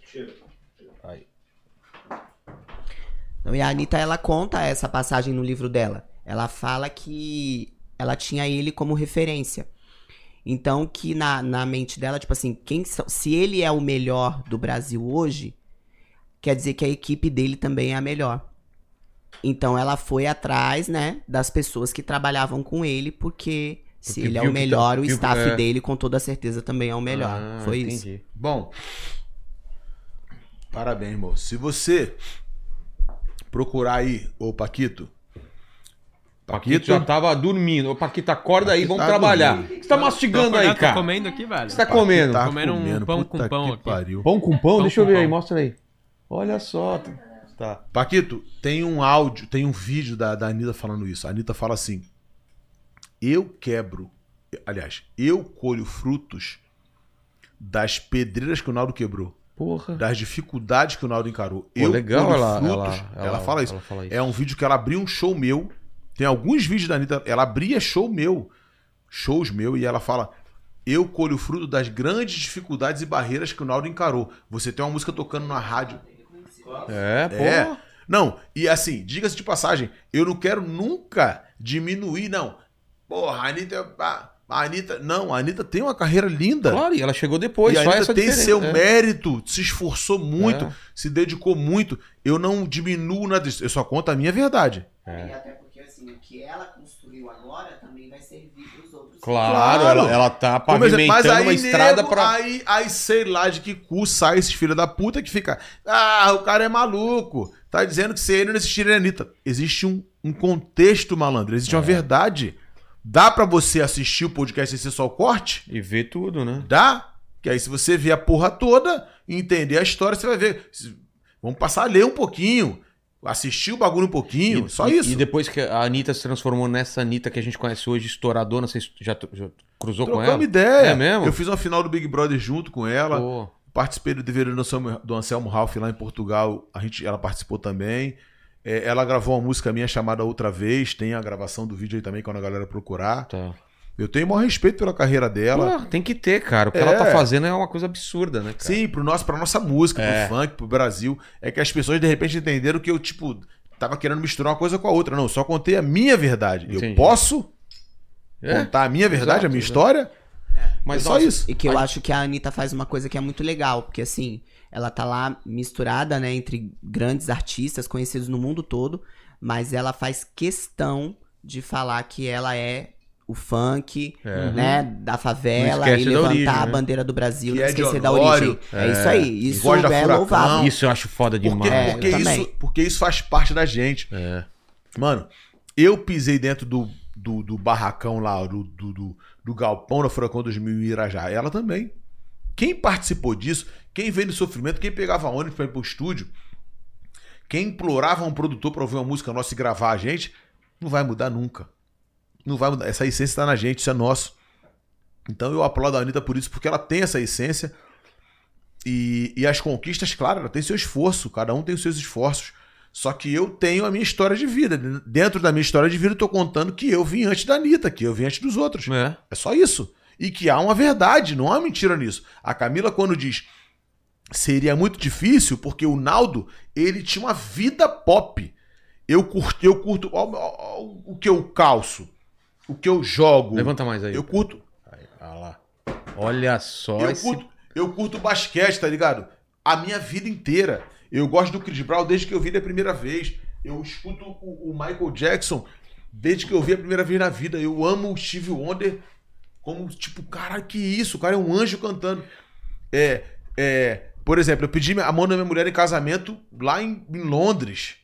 Chega.
Não, e a Anitta, ela conta essa passagem no livro dela. Ela fala que ela tinha ele como referência. Então, que na, na mente dela, tipo assim, quem so- se ele é o melhor do Brasil hoje, quer dizer que a equipe dele também é a melhor. Então, ela foi atrás, né, das pessoas que trabalhavam com ele, porque se
Porque
ele é
viu
o
que tá-
melhor, o
viu que-
staff
é.
dele, com toda certeza, também é o melhor.
Ah,
foi isso.
entendi.
Bom, parabéns, irmão. Se você procurar aí, ô Paquito.
Paquito já tá tava dormindo. Ô, Paquito, acorda aí,
Ah, Paquito
vamos
tá
trabalhar.
dormindo.
O que você tá mastigando
acordado,
aí, cara?
Tô comendo aqui, velho.
O que você tá comendo?
Tá
Comendo um pão com
puta
pão
que
aqui.
pariu.
Pão com pão?
Pão
Deixa eu
com
ver aí,
pão.
mostra aí. Olha só. tá- Tá.
Paquito, tem um áudio, tem um vídeo da, da Anitta falando isso. A Anitta fala assim: Eu quebro, aliás, eu colho frutos das pedreiras que o Naldo quebrou,
Porra.
das dificuldades que o Naldo encarou.
Pô,
eu
legal
colho
ela,
frutos.
ela,
Ela, fala isso.
Ela fala isso.
É um vídeo que ela abriu um show meu. Tem alguns vídeos da Anitta. Ela abria show meu. Shows meu. E ela fala: Eu colho o fruto das grandes dificuldades e barreiras que o Naldo encarou. Você tem uma música tocando na rádio.
É, porra.
É. Não, e assim, diga-se de passagem, eu não quero nunca diminuir, não. Porra, a Anitta. é- A, a Anitta. Não, a Anitta tem uma carreira linda.
Claro, e ela chegou depois.
e a
só
Anitta
essa
tem
diferença.
seu
É.
mérito, se esforçou muito,
É.
se dedicou muito. Eu não diminuo nada disso. Eu só conto a minha verdade.
É.
E até porque, assim, o que ela construiu agora também vai servir para os outros.
Claro,
Claro.
Ela, ela tá
Como exemplo,
pavimentando uma estrada
é, nego,
pra.
aí, aí sei lá de que cu sai esse filho da puta que fica. Ah, o cara é maluco. Tá dizendo que se ele não existiria, a Anitta. Existe um, um contexto, malandro. Existe
É.
uma verdade. Dá pra você assistir o podcast sem ser só o corte?
E ver tudo, né?
Dá. Que aí se você ver a porra toda e entender a história, você vai ver. Se- Vamos passar a ler um pouquinho. Assistir o bagulho um pouquinho. só isso.
E depois que a Anitta se transformou nessa Anitta que a gente conhece hoje, estouradona, você já, já cruzou com ela?
Trocamos ideia.
É mesmo?
Eu fiz uma final do Big Brother junto com ela.
Pô,
Participei do dever do Anselmo, do Anselmo Ralph lá em Portugal. A gente, ela participou também. É, ela gravou uma música minha chamada Outra Vez. Tem a gravação do vídeo aí também, quando a galera procurar.
tá.
Eu tenho o maior respeito pela carreira dela.
Pô, tem que ter, cara. O que
É.
ela tá fazendo é uma coisa absurda, né, cara?
Sim, pro nosso, pra nossa música,
É.
pro funk, pro Brasil. É que as pessoas de repente entenderam que eu, tipo, tava querendo misturar uma coisa com a outra. Não, eu só contei a minha verdade. Eu
Entendi.
posso
É?
contar a minha verdade, a minha
Exato,
história.
Mas
Mas
só
é só
isso.
isso.
E que eu acho que a Anitta faz uma coisa que é muito legal, porque assim, ela tá lá misturada, né, entre grandes artistas conhecidos no mundo todo, mas ela faz questão de falar que ela é o funk,
É.
né, da favela,
Não
e
esquece da
levantar
origem,
a
né?
bandeira do Brasil,
Que
não
é de
esquecer da
Honório,
origem. É, isso aí, isso
Voz da
é
Furacão.
louvável.
Isso eu acho foda
Porque,
demais. Tá-
porque
eu também.
isso, porque isso faz parte da gente.
É.
Mano, eu pisei dentro do, do, do barracão lá, do, do, do- do galpão da Furacão 2000 em Irajá. Ela também. Quem participou disso, quem veio do sofrimento, quem pegava ônibus pra ir pro estúdio, quem implorava um produtor pra ouvir uma música nossa e gravar a gente, não vai mudar nunca. Não vai mudar. Essa essência tá na gente, isso é nosso. Então eu aplaudo a Anitta por isso, porque ela tem essa essência. E, e as conquistas, claro, ela tem seu esforço, cada um tem os seus esforços. Só que eu tenho a minha história de vida. Dentro da minha história de vida, eu tô contando que eu vim antes da Anitta, que eu vim antes dos outros.
É.
É só isso. E que há uma verdade, não há mentira nisso. A Camila, quando diz seria muito difícil, porque o Naldo, ele tinha uma vida pop. Eu curto, eu curto ó, ó, ó, o que eu calço, o que eu jogo.
Levanta mais aí.
Eu curto,
Ah lá. Olha só
eu
esse...
curto, eu curto basquete, tá ligado? A minha vida inteira. Eu gosto do Chris Brown desde que eu vi ele a primeira vez. Eu escuto o, o Michael Jackson desde que eu vi a primeira vez na vida. Eu amo o Steve Wonder como, tipo, cara, que isso? O cara é um anjo cantando. É, é, por exemplo, eu pedi a mão da minha mulher em casamento lá em, em Londres.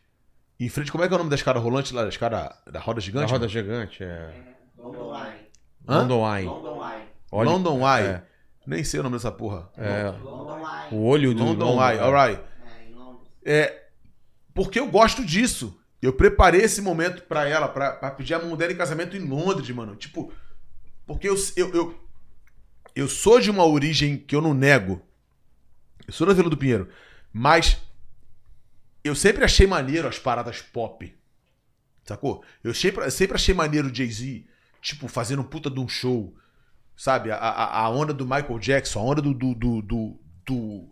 Em frente, como é que é o nome da escada rolante lá? Da escada da roda
Da
gigante?
roda gigante, é.
London Eye,
Hã?
London Eye.
London Eye,
Olha-
London Eye.
É.
Nem sei o nome dessa porra.
É,
London Eye,
o olho do
London, Eye, alright.
é, em Londres.
porque eu gosto disso. Eu preparei esse momento pra ela, pra, pra pedir a mão dela em casamento em Londres, mano. Tipo, porque eu. eu, eu Eu sou de uma origem que eu não nego. Eu sou da Vila do Pinheiro. Mas eu sempre achei maneiro as paradas pop. Sacou? Eu sempre, sempre achei maneiro o Jay-Z, tipo, fazendo um puta de um show. Sabe? A, a, a onda do Michael Jackson, a onda do. do, do, do, do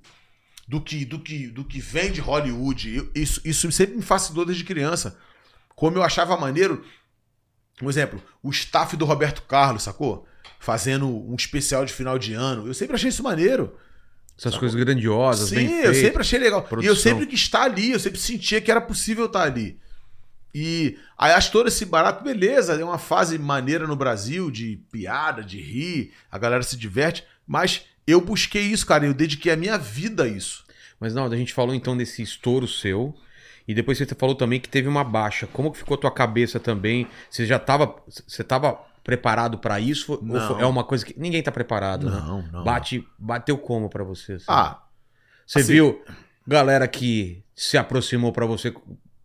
do que, do que do que vem de Hollywood. Eu- isso, isso sempre me fascinou desde criança. Como eu achava maneiro, um exemplo, o staff do Roberto Carlos, sacou? Fazendo um especial de final de ano. Eu sempre achei isso maneiro.
Essas coisas grandiosas,
Sim,
bem
eu
feitas.
sempre achei legal. E eu
produção.
sempre quis estar ali, eu sempre sentia que era possível estar ali. E aí acho todo esse barato, beleza, é uma fase maneira no Brasil de piada, de rir, a galera se diverte, mas eu busquei isso, cara, eu dediquei a minha vida a isso.
Mas não, a gente falou então desse estouro seu. E depois você falou também que teve uma baixa. Como que ficou tua cabeça também? Você já tava. Você tava preparado pra isso? Ou
Não.
foi- é uma coisa que. Ninguém tá preparado, né?
não.
Bate, bateu como pra você? assim?
Ah,
você
assim-
viu galera que se aproximou pra você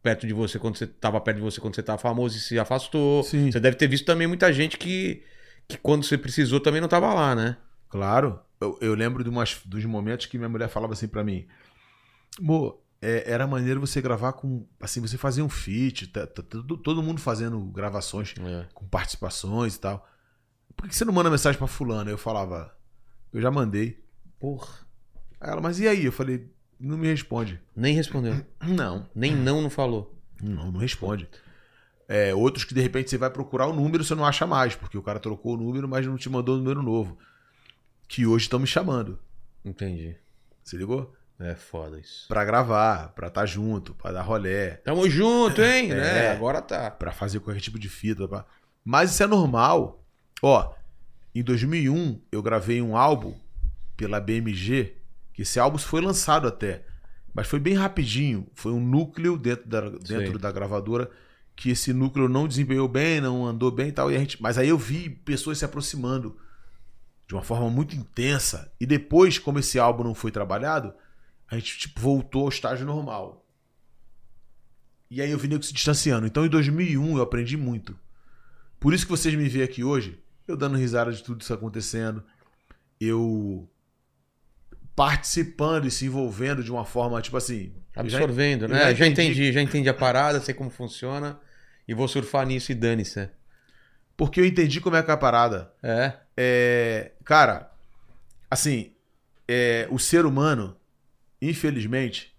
perto de você quando você tava perto de você quando você tava famoso e se afastou.
Sim.
Você deve ter visto também muita gente que que quando você precisou também não tava lá, né?
Claro. Eu, eu lembro de umas, dos momentos que minha mulher falava assim pra mim: Mo, é, era maneiro você gravar com. Assim, você fazer um feat, tá- tá todo, todo mundo fazendo gravações com participações e tal. Por que você não manda mensagem pra Fulano? Eu falava: Eu já mandei.
Porra.
Aí ela, mas e aí? Eu falei: Não me responde.
Nem respondeu.
Não,
Nem não não falou.
não, não responde. É, outros que de repente você vai procurar o número você não acha mais, porque o cara trocou o número, mas não te mandou o número novo. Que hoje estão me chamando.
Entendi.
Se ligou?
É foda isso.
Pra gravar, pra estar junto, pra dar rolé,
Tamo junto, hein?
É.
É, agora tá.
pra fazer qualquer tipo de fita. pra- Mas isso é normal. Ó, em 2001 eu gravei um álbum pela BMG, que esse álbum foi lançado até, mas foi bem rapidinho. Foi um núcleo dentro da, dentro
Sei.
da gravadora que esse núcleo não desempenhou bem, não andou bem e tal. E a gente, mas aí eu vi pessoas se aproximando de uma forma muito intensa. E depois, como esse álbum não foi trabalhado, a gente tipo, voltou ao estágio normal. E aí eu vi nego se distanciando. Então em 2001 eu aprendi muito. Por isso que vocês me veem aqui hoje, eu dando risada de tudo isso acontecendo, eu participando e se envolvendo de uma forma tipo assim. eu já-
Absorvendo,
eu
né?
já
Já,
entendi.
entendi. já entendi a parada, sei como funciona. E vou surfar nisso e dane-se. né?
porque eu entendi como é que é a parada.
É.
É, cara, assim, é, o ser humano, infelizmente,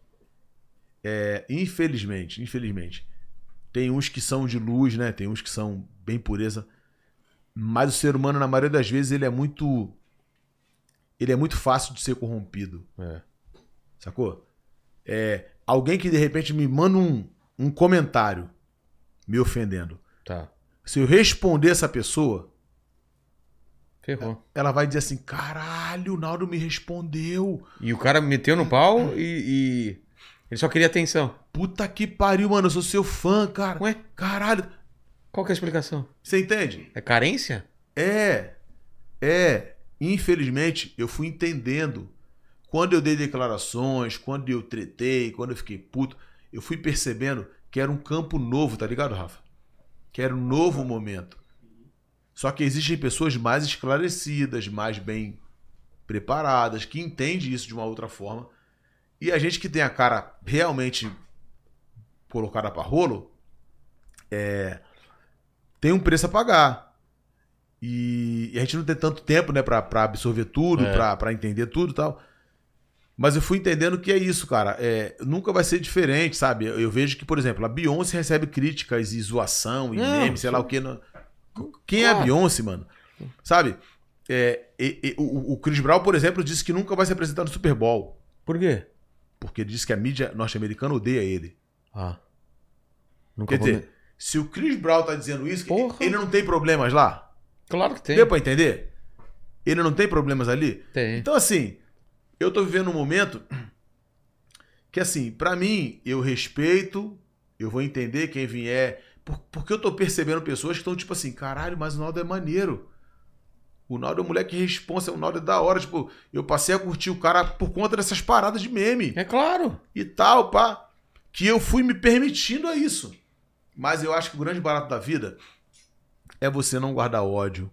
é, infelizmente, infelizmente, tem uns que são de luz, né? Tem uns que são bem pureza, mas o ser humano na maioria das vezes ele é muito, ele é muito fácil de ser corrompido,
É.
sacou? É, alguém que de repente me manda um, um comentário me ofendendo,
Tá.
se eu responder essa pessoa
Ferrou.
ela vai dizer assim: caralho, o Naldo me respondeu.
E o cara meteu no pau e. e- Ele só queria atenção.
Puta que pariu, mano, eu sou seu fã, cara.
Ué?
Caralho.
Qual que é a explicação?
Você entende?
É carência?
É. É. Infelizmente, eu fui entendendo. Quando eu dei declarações, quando eu tretei, quando eu fiquei puto, eu fui percebendo que era um campo novo, tá ligado, Rafa? Que era um novo momento. Só que existem pessoas mais esclarecidas, mais bem preparadas, que entende isso de uma outra forma. E a gente que tem a cara realmente colocada para rolo, é, tem um preço a pagar. E, e a gente não tem tanto tempo, né, pra, pra absorver tudo,
É.
pra, pra entender tudo e tal. Mas eu fui entendendo que é isso, cara. É, nunca vai ser diferente, sabe? Eu, eu vejo que, por exemplo, a Beyoncé recebe críticas e zoação e
Não,
meme, sei lá o que. Quem é a
É, Claro.
Beyoncé, mano? Sabe? É, e- e- o, o Chris Brown, por exemplo, disse que nunca vai se apresentar no Super Bowl,
Por quê?
porque diz que a mídia norte-americana odeia ele.
Ah. Nunca
Quer
vou
dizer, se o Chris Brown tá dizendo isso, que
Porra.
ele não tem problemas lá?
me- Claro que tem.
Deu pra entender? Ele não tem problemas ali?
Tem.
Então, assim, eu tô vivendo um momento que, assim, pra mim, eu respeito, eu vou entender quem vier, por- porque eu tô percebendo pessoas que estão tipo assim, caralho, mas o Naldo é maneiro. O Naldo é um moleque responsa, o Naldo é da hora. Tipo, eu passei a curtir o cara por conta dessas paradas de meme
É claro.
e tal, pá. Que eu fui me permitindo a isso. Mas eu acho que o grande barato da vida é você não guardar ódio,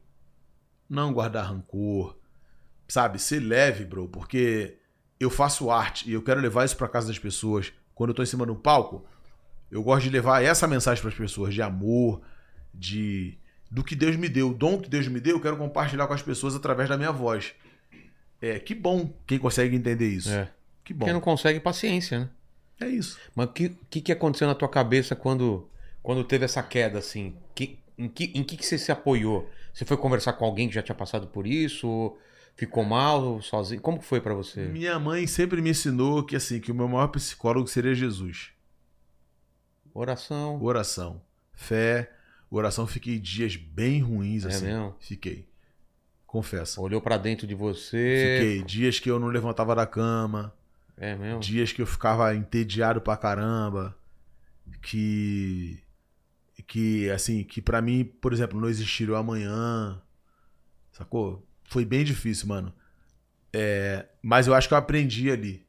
não guardar rancor, sabe, ser leve, bro, porque eu faço arte e eu quero levar isso pra casa das pessoas. Quando eu tô em cima de um palco, eu gosto de levar essa mensagem pras pessoas de amor, de do que Deus me deu, o dom que Deus me deu, eu quero compartilhar com as pessoas através da minha voz. É, que bom quem consegue entender isso.
É.
Que bom.
Porque não consegue paciência, né?
É isso.
Mas o que, que, que aconteceu na tua cabeça quando, quando teve essa queda, assim? Que, em que, em que, que você se apoiou? Você foi conversar com alguém que já tinha passado por isso? Ou ficou mal ou sozinho? Como que foi pra você?
Minha mãe sempre me ensinou que assim, que o meu maior psicólogo seria Jesus.
Oração.
Oração, fé, oração fiquei dias bem ruins
É
assim.
mesmo?
Fiquei. Confesso.
Olhou pra dentro de você.
Fiquei dias que eu não levantava da cama,
É mesmo?
dias que eu ficava entediado pra caramba, que que assim, que pra mim, por exemplo, não existiria o amanhã. Sacou? Foi bem difícil, mano. É, mas eu acho que eu aprendi ali.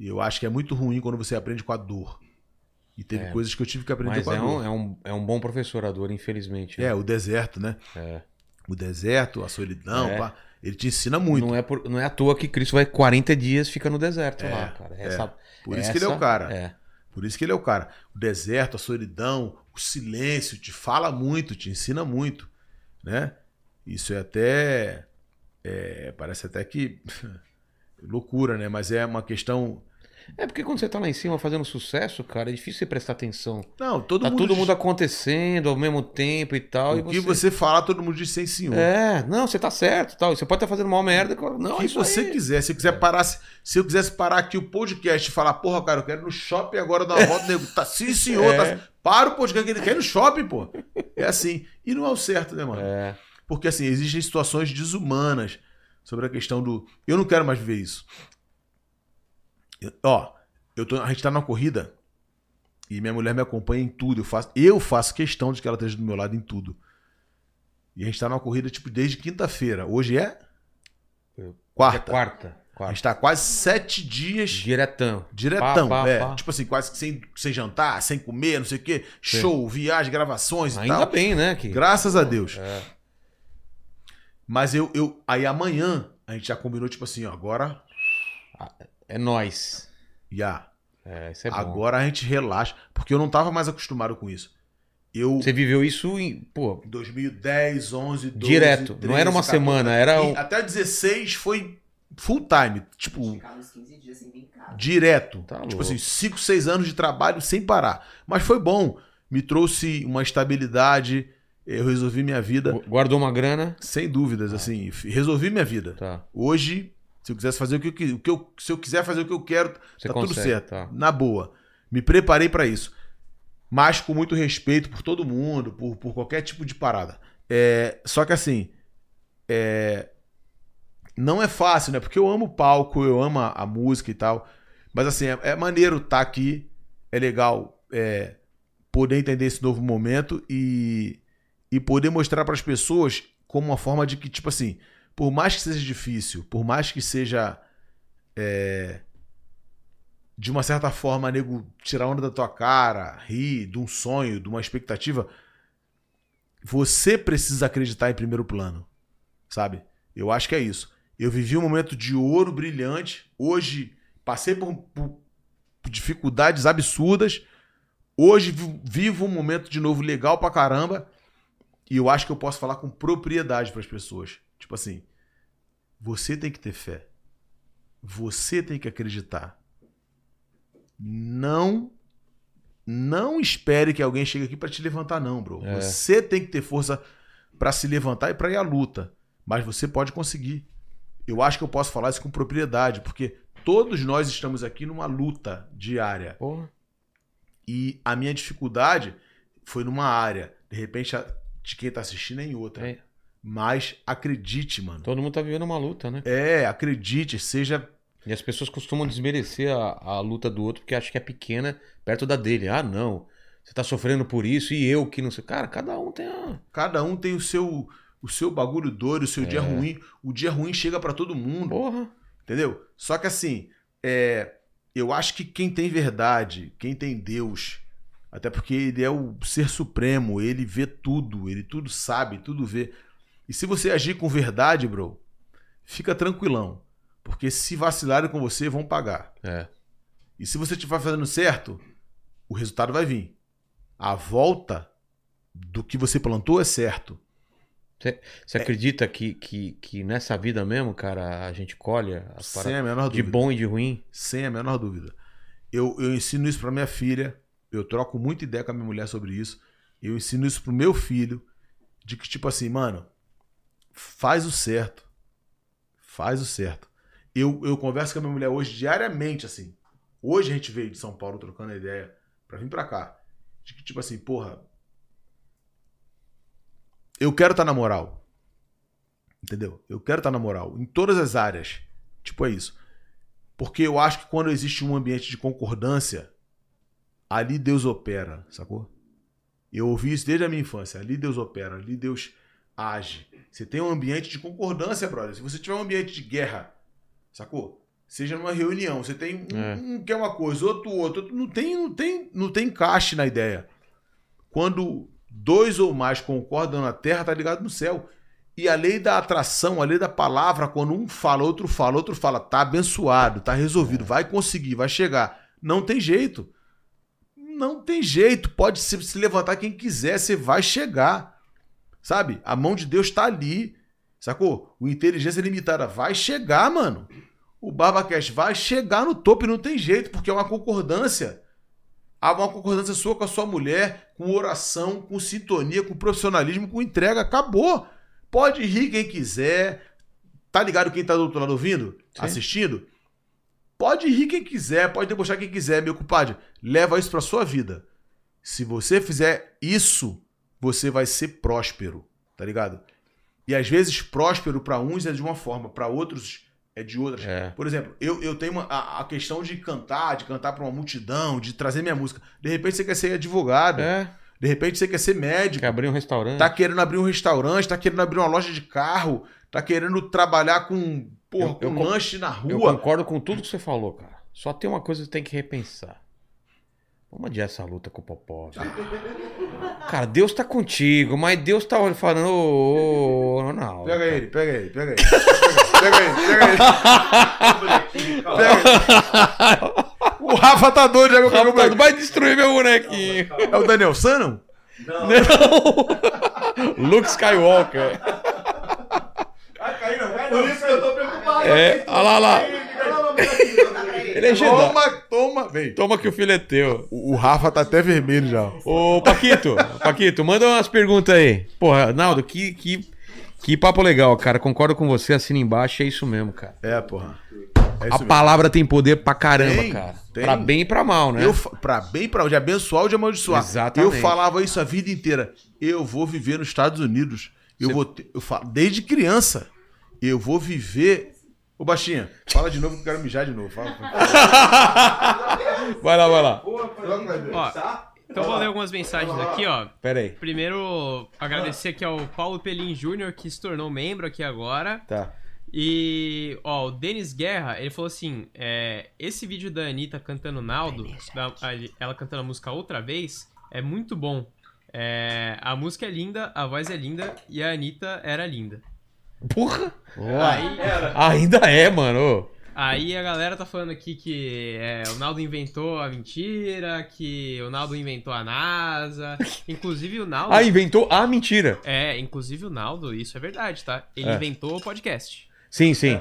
E eu acho que é muito ruim quando você aprende com a dor. E teve
É.
coisas que eu tive que aprender
Mas
com a
é
dor.
um, é, um, é um bom professor, a dor, infelizmente. né?
É, o deserto, né?
É.
O deserto, a solidão,
É.
pá, ele te ensina muito.
Não, é por- não é à toa que Cristo vai 40 dias fica no deserto
É,
lá, cara. Essa-
Por isso que ele é o
essa-
cara.
É.
Por isso que ele é o cara. O deserto, a solidão, o silêncio te fala muito, te ensina muito, né? Isso é até é, parece até que loucura, né? Mas é uma questão.
É porque quando você tá lá em cima fazendo sucesso, cara, é difícil você prestar atenção.
Não, todo
tá
mundo.
todo
diz-
mundo acontecendo ao mesmo tempo e tal. e
O que você falar, todo mundo diz sem senhor.
É, não, você tá certo tal. Você pode estar fazendo uma merda. cara, Não,
O que
Então é isso
você
aí. É.
quiser, se eu quiser parar, se se eu quisesse parar aqui o podcast e falar, porra, cara, eu quero ir no shopping agora dar uma volta, nego, tá, sim senhor,
É.
tá- para o podcast que ele quer ir no shopping, pô. É assim. E não é o certo, né, mano?
É,
Porque assim, existem situações desumanas sobre a questão do. Eu não quero mais viver isso. Eu- ó, eu tô, a gente tá numa corrida e minha mulher me acompanha em tudo. Eu faço, eu faço questão de que ela esteja do meu lado em tudo. E a gente tá numa corrida, tipo, desde quinta-feira. Hoje é?
Eu- é
Quarta.
quarta.
A
Quarta.
gente tá quase sete dias
Diretão.
diretão.
Pá, pá,
é.
pá.
Tipo assim, quase que sem, sem jantar, sem comer, não sei o quê. Show, viagem, gravações e
Ainda
tal.
bem, né? Que...
Graças a Deus.
É.
Mas eu, eu. Aí amanhã a gente já combinou, tipo assim, ó, agora.
É nós.
Já.
É, isso é bom.
agora a gente relaxa. Porque eu não tava mais acostumado com isso. Eu.
Você viveu isso em. Pô,
em 2010, 11, 12,
direto. não era uma
13,
semana, era.
14,
Um...
e Até 16 foi full time. Tipo,
Ficar uns 15 dias sem vir em casa.
direto.
Tá
tipo
louco.
assim, 5, 6 anos de trabalho sem parar. Mas foi bom. Me trouxe uma estabilidade. Eu resolvi minha vida.
Guardou uma grana.
Sem
Ah.
dúvidas, assim. f- Resolvi minha vida.
Tá.
Hoje, se eu quisesse fazer o que eu, qui- o que eu- se eu quiser fazer o que eu quero,
Você
tá
consegue.
tudo certo.
Tá.
Na boa. Me preparei pra isso. Mas com muito respeito por todo mundo, por, por qualquer tipo de parada. É, só que assim. é, não é fácil, né? Porque eu amo o palco, eu amo a, a música e tal. Mas assim, é, é maneiro estar aqui. É legal é, poder entender esse novo momento e, e poder mostrar pras pessoas como uma forma de que, tipo assim, por mais que seja difícil, por mais que seja de uma certa forma, nego, tirar onda da tua cara, rir de um sonho, de uma expectativa, você precisa acreditar em primeiro plano, sabe? Eu acho que é isso. Eu vivi um momento de ouro brilhante, hoje passei por, por dificuldades absurdas, hoje vi- vivo um momento de novo legal pra caramba, e eu acho que eu posso falar com propriedade pras pessoas. Tipo assim, você tem que ter fé. Você tem que acreditar não não espere que alguém chegue aqui pra te levantar não, bro.
É.
Você tem que ter força pra se levantar e pra ir à luta, mas você pode conseguir. Eu acho que eu posso falar isso com propriedade, porque todos nós estamos aqui numa luta diária.
Porra.
E a minha dificuldade foi numa área, de repente a de quem tá assistindo é em outra.
É.
Mas acredite, mano.
Todo mundo tá vivendo uma luta, né?
É, acredite, seja
E as pessoas costumam desmerecer a, a luta do outro porque acha que é pequena perto da dele. Ah, não. Você tá sofrendo por isso e eu que não sei. Cara, cada um tem a.
Cada um tem o seu o seu bagulho doido, o seu dia ruim. O dia ruim chega pra todo mundo,
Porra.
entendeu? Só que assim, é, eu acho que quem tem verdade, quem tem Deus, até porque ele é o ser supremo, ele vê tudo, ele tudo sabe, tudo vê. E se você agir com verdade, bro, fica tranquilão. Porque se vacilarem com você, vão pagar.
É.
E se você estiver fazendo certo, o resultado vai vir. A volta do que você plantou é certo. É.
Você acredita que, que, que nessa vida mesmo, cara, a gente colhe as
Sem
paradas
a menor
de
dúvida.
bom e de ruim?
Sem a menor dúvida. Eu, eu ensino isso pra minha filha. Eu troco muita ideia com a minha mulher sobre isso. Eu ensino isso pro meu filho. De que, tipo assim, mano, faz o certo. Faz o certo. Eu, eu converso com a minha mulher hoje diariamente, assim. Hoje a gente veio de São Paulo trocando ideia pra vir pra cá. De que, tipo assim, porra. Eu quero estar na moral. Entendeu? Eu quero estar na moral. Em todas as áreas. Tipo, é isso. Porque eu acho que quando existe um ambiente de concordância, ali Deus opera, sacou? Eu ouvi isso desde a minha infância. Ali Deus opera, ali Deus age. Você tem um ambiente de concordância, brother. Se você tiver um ambiente de guerra, sacou? Seja numa reunião, você tem um,
É.
um quer uma coisa, outro outro, outro, não tem, não tem, não tem encaixe na ideia. Quando dois ou mais concordam na terra, tá ligado no céu. E a lei da atração, a lei da palavra, quando um fala, outro fala, outro fala, tá abençoado, tá resolvido, vai conseguir, vai chegar. Não tem jeito. Não tem jeito. Pode se, se levantar quem quiser, você vai chegar. Sabe? A mão de Deus tá ali. Sacou? O inteligência limitada vai chegar, mano. O Barbacash vai chegar no topo e não tem jeito, porque é uma concordância. Há uma concordância sua com a sua mulher, com oração, com sintonia, com profissionalismo, com entrega. Acabou. Pode rir quem quiser. Tá ligado quem tá do outro lado ouvindo?
Sim.
Assistindo? Pode rir quem quiser, pode debochar quem quiser, meu compadre. Leva isso pra sua vida. Se você fizer isso, você vai ser próspero, tá ligado? E às vezes próspero pra uns é de uma forma, pra outros é de outras.
É.
Por exemplo, eu, eu tenho uma- a, a questão de cantar, de cantar pra uma multidão, de trazer minha música. De repente você quer ser advogado,
É.
de repente você quer ser médico.
Quer abrir um restaurante.
Tá querendo abrir um restaurante, tá querendo abrir uma loja de carro, tá querendo trabalhar com, porra,
Eu-
com
eu con-
lanche na
Eu
rua.
concordo com tudo que você falou, cara. Só tem uma coisa que tem que repensar. Vamos adiar essa luta com o Popó. velho. Cara, Deus tá contigo, mas Deus tá olhando e falando, ô, ô, Ronaldo.
Pega ele, pega ele, pega ele. Pega ele, pega ele. Pega ele. O Rafa tá doido, já viu o
Rapaz,
cabelo
vai destruir meu bonequinho.
É o Daniel Sano?
Não,
Luke Skywalker.
Ah, caiu, caiu. Por isso que eu tô preocupado.
É, olha lá, olha lá. Ele é Jedi.
Toma, toma. Vem.
Toma que o filho é teu.
O o Rafa tá até vermelho já.
Ô, Paquito, Paquito, manda umas perguntas aí. Porra, Naldo, que, que, que papo legal, cara. Concordo com você, assina embaixo, é isso mesmo, cara.
É, porra. É
a
isso mesmo.
palavra tem poder pra caramba,
Tem,
cara.
tem.
Pra bem e pra mal, né?
Eu, fa- pra bem, pra de abençoar ou de amaldiçoar.
Exatamente.
Eu falava isso a vida inteira. Eu vou viver nos Estados Unidos. Eu vou ter, eu falo, desde criança. Eu vou viver. Ô, Baixinha, fala de novo que eu quero mijar de novo. Fala, fala.
Vai lá, vai lá.
Tá?
Ó, então vou ler algumas mensagens aqui, ó.
Pera aí.
Primeiro, agradecer aqui ao Paulo Pelim Júnior, que se tornou membro aqui agora.
Tá.
E, ó, o Denis Guerra, ele falou assim: é, esse vídeo da Anitta cantando Naldo, da- ali- ela cantando a música outra vez, é muito bom. É, a música é linda, a voz é linda e a Anitta era linda.
Porra!
Aí,
Ainda é, mano.
aí a galera tá falando aqui que é, o Naldo inventou a mentira, que o Naldo inventou a NASA. Inclusive o Naldo.
Ah, inventou a mentira.
É, inclusive o Naldo, isso é verdade, tá? Ele
É.
inventou o podcast.
Sim, sim.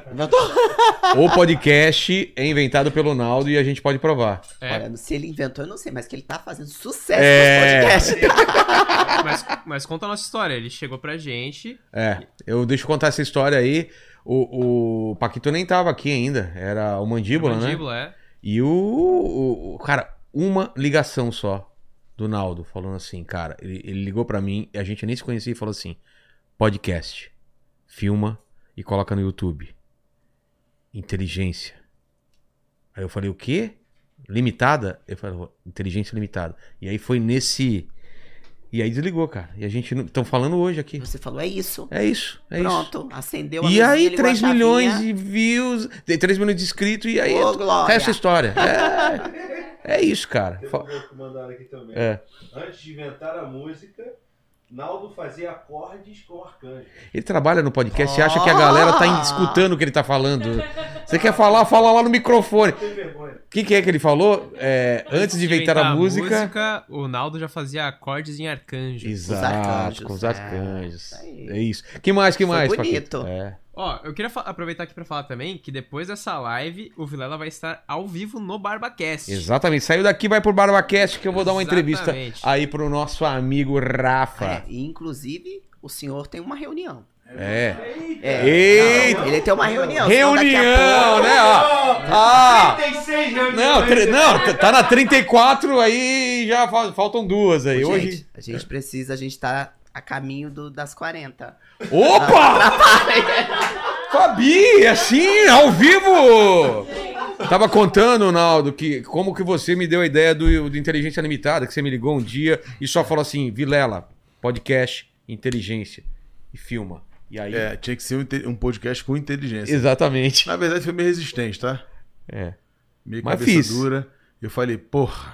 O podcast é inventado pelo Naldo e a gente pode provar.
É.
Olha, se ele inventou, eu não sei, mas que ele tá fazendo sucesso
É.
nos podcasts.
Mas, mas conta a nossa história. Ele chegou pra gente.
É. Eu deixa eu contar essa história aí. O, o Paquito nem tava aqui ainda. Era o Mandíbula, né?
mandíbula, é.
E o, o- o- Cara, uma ligação só do Naldo falando assim, cara. Ele, ele ligou pra mim, a gente nem se conhecia e falou assim: podcast, filma e coloca no YouTube. Inteligência. Aí eu falei: o quê? Limitada? Eu falei: inteligência limitada. E aí foi nesse. E aí desligou, cara. E a gente. Estão falando hoje aqui.
Você falou, é isso.
É isso, é isso.
Pronto, acendeu a
E aí,
ligou a
3 milhões
chavinha.
de views, tem 3 milhões de inscritos, e aí
Ô,
é
Glória.
essa história. É, é isso, cara.
Tem um
Fa-
pouco que mandaram aqui também.
É.
Antes de inventar a música, Naldo fazia acordes com arcanjo.
Ele trabalha no podcast e acha que a galera tá em- escutando o que ele tá falando. Você quer falar? Fala lá no microfone.
Não tem vergonha.
O que, que é que ele falou? É, antes de inventar a música.
O Naldo já fazia acordes em arcanjo.
Exato, com os
arcanjos, é.
arcanjos.
Isso aí.
É isso. Que mais, que
Foi
mais?
bonito.
Paquito? É.
Ó, eu queria fa- aproveitar aqui pra falar também que depois dessa live, o Vilela vai estar ao vivo no BarbaCast.
Exatamente. Saiu daqui, vai pro BarbaCast que eu vou dar uma entrevista
Exatamente.
aí pro nosso amigo Rafa.
É, e inclusive, o senhor tem uma reunião.
É.
É,
Eita!
não, ele tem uma reunião. senão daqui a
Reunião,
pouco-
né? Ó. Ah!
36
Não, tre- não, t- tá na 34 aí e já fal- faltam duas aí.
Gente,
Hoje. É.
a gente precisa, a gente tá a caminho do- das 40.
Opa! Fabi, assim, ao vivo! Tava contando, Naldo, que como que você me deu a ideia do, do Inteligência Limitada, que você me ligou um dia e só falou assim, Vilela, podcast, inteligência e filma. E aí...
É, tinha que ser um, inte- um podcast com inteligência.
Exatamente.
Na verdade, foi meio resistente, tá?
É.
Meio
Mas
cabeça
fiz.
dura. Eu falei, porra,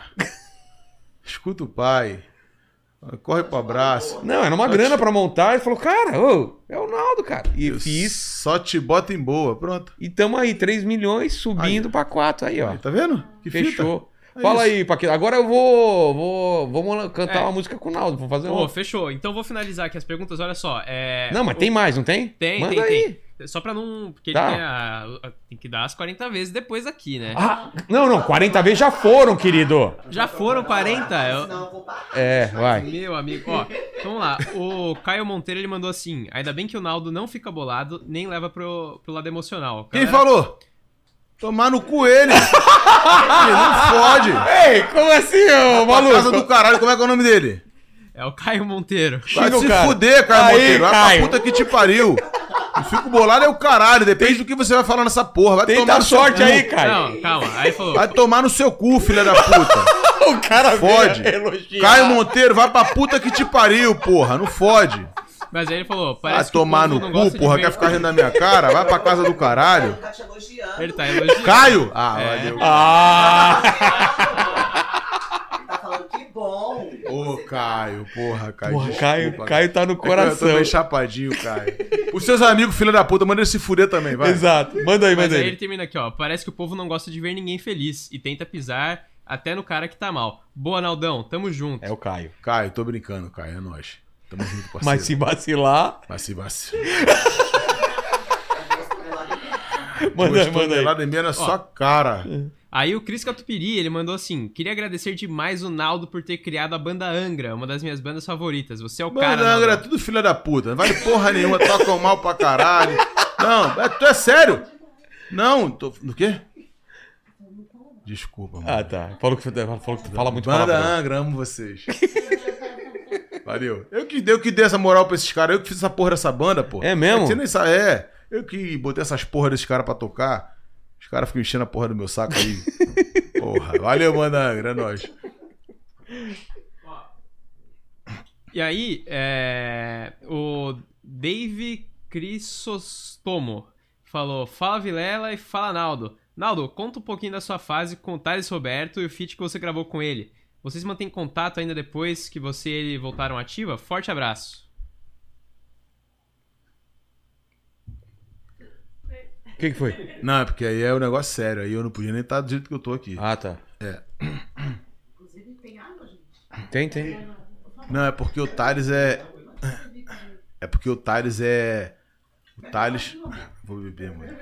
escuta o pai. Corre pro abraço.
Não, era uma grana pra montar. Ele falou, cara, ô, é o Naldo, cara. E
Eu
fiz.
Só te bota em boa. Pronto.
E tamo aí, 3 milhões subindo pra 4 aí, ó.
Tá vendo? Que fita.
Fechou.
É
Fala
isso.
aí, Paquito. Agora eu vou, vou, vou cantar
É.
uma música com o Naldo. Vou fazer
Pô,
uma.
fechou. Então vou finalizar aqui as perguntas. Olha só. É...
Não, mas
o-
tem mais, não tem?
Tem,
Manda
tem,
aí.
tem. Só pra não. Porque
Tá.
ele tem, a- a- tem que dar as 40 vezes depois aqui, né?
Ah, não, não, 40 vezes já foram, querido.
Já
tá
foram 40? Eu-
Senão eu vou parar.
É, vai.
Meu amigo, ó, vamos lá. O Caio Monteiro ele mandou assim: ainda bem que o Naldo não fica bolado, nem leva pro, pro lado emocional.
Quem
Galera-
falou? Tomar no coelho. Ele não fode.
Ei, como assim, ô
Pra casa do
maluco?
caralho, como é que é o nome dele?
É o Caio Monteiro.
Vai
Xinga o
se
cara.
fuder, Caio
Aí,
Monteiro. Vai
Caio.
pra puta que te pariu. Eu fico bolado é o caralho. Depende do que você vai falar nessa porra. Vai tomar
Tenta a
no seu
sorte
cu.
aí, cara.
Não, calma. Aí falou:
Vai tomar no seu cu, filha da puta.
O cara
Fode.
veio elogiar.
Caio Monteiro, vai pra puta que te pariu, porra. Não fode.
Mas aí ele falou:
Vai
parece que o
tomar
povo
no
não
cu,
gosta de
porra.
ver-
Quer ficar rindo na minha cara? Vai pra casa do caralho.
Tá te elogiando.
Ele tá elogiando.
Caio? Ah,
É.
valeu.
Ah!
Ele tá falando que bom.
Ô, Caio, porra, Caio.
Porra,
desculpa,
Caio, Caio tá no
É que Eu tô
coração.
meio chapadinho, Caio. Os seus amigos, filha da puta, manda ele se fuder também, vai.
Exato. Manda aí,
Mas
manda
aí ele
aí.
termina aqui, ó. Parece que o povo não gosta de ver ninguém feliz e tenta pisar até no cara que tá mal. Boa, Naldão, tamo junto.
É o Caio.
Caio, tô brincando, Caio, é nóis. Tamo junto, parceiro.
Mas se vacilar,
Mas se vacilo.
manda, manda aí.
Pelada e meia na sua é cara.
Aí o Cris Catupiri, ele mandou assim: queria agradecer demais o Naldo por ter criado a banda Angra, uma das minhas bandas favoritas. Você é o cara.
Mano, Angra é
Naldão.
tudo filha da puta. Não vale porra nenhuma, tocam mal pra caralho. Não, é, tu é sério? Não, tô. Do quê? Desculpa, mano.
Ah, tá. Falou que, falou que fala muito
Banda
palavrão.
Angra, amo vocês. Valeu. Eu que, dei- eu que dei essa moral pra esses caras. Eu que fiz essa porra dessa banda, pô.
É mesmo?
que Você nem sabe. É. Eu que botei essas porra desses caras pra tocar. Os caras ficam enchendo a porra do meu saco aí. porra. Valeu, Banda Angra. É nóis.
E aí, é, o Dave Crisostomo falou: fala Vilela e fala Naldo. Naldo, conta um pouquinho da sua fase com o Thales Roberto e o feat que você gravou com ele. Vocês mantêm contato ainda depois que você e ele voltaram ativa? Forte abraço.
O que, que foi?
Não, é porque aí é um negócio sério. Aí eu não podia nem estar do jeito que eu tô aqui.
Ah, tá.
É.
Inclusive, tem água, gente.
Tem, tem.
Não, é porque o Thales é. É porque o Thales é. O Thales. Vou beber, mano.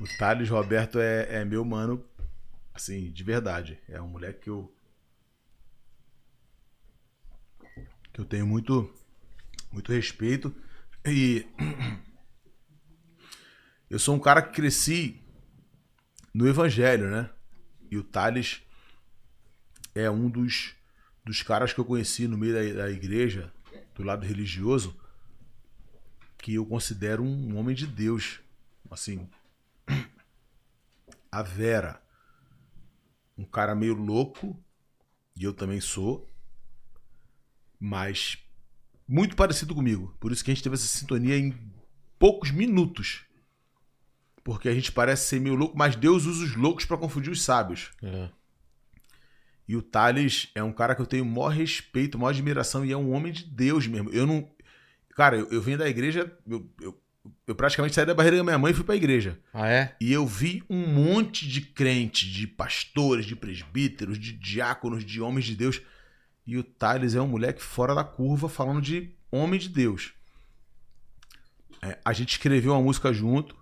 O Thales Roberto é, é meu mano, assim, de verdade. É um moleque que eu. Que eu tenho muito. Muito respeito. E. Eu sou um cara que cresci no Evangelho, né? E o Thales é um dos, dos caras que eu conheci no meio da, da igreja, do lado religioso, que eu considero um homem de Deus. Assim, a Vera, um cara meio louco, e eu também sou, mas muito parecido comigo. Por isso que a gente teve essa sintonia em poucos minutos. Porque a gente parece ser meio louco, mas Deus usa os loucos para confundir os sábios.
É.
E o Thales é um cara que eu tenho o maior respeito, maior admiração e é um homem de Deus mesmo. Eu não. Cara, eu, eu vim da igreja, eu, eu, eu praticamente saí da barreira da minha mãe e fui pra igreja.
Ah, é?
E eu vi um monte de crente, de pastores, de presbíteros, de diáconos, de homens de Deus. E o Thales é um moleque fora da curva falando de homem de Deus. É, a gente escreveu uma música junto.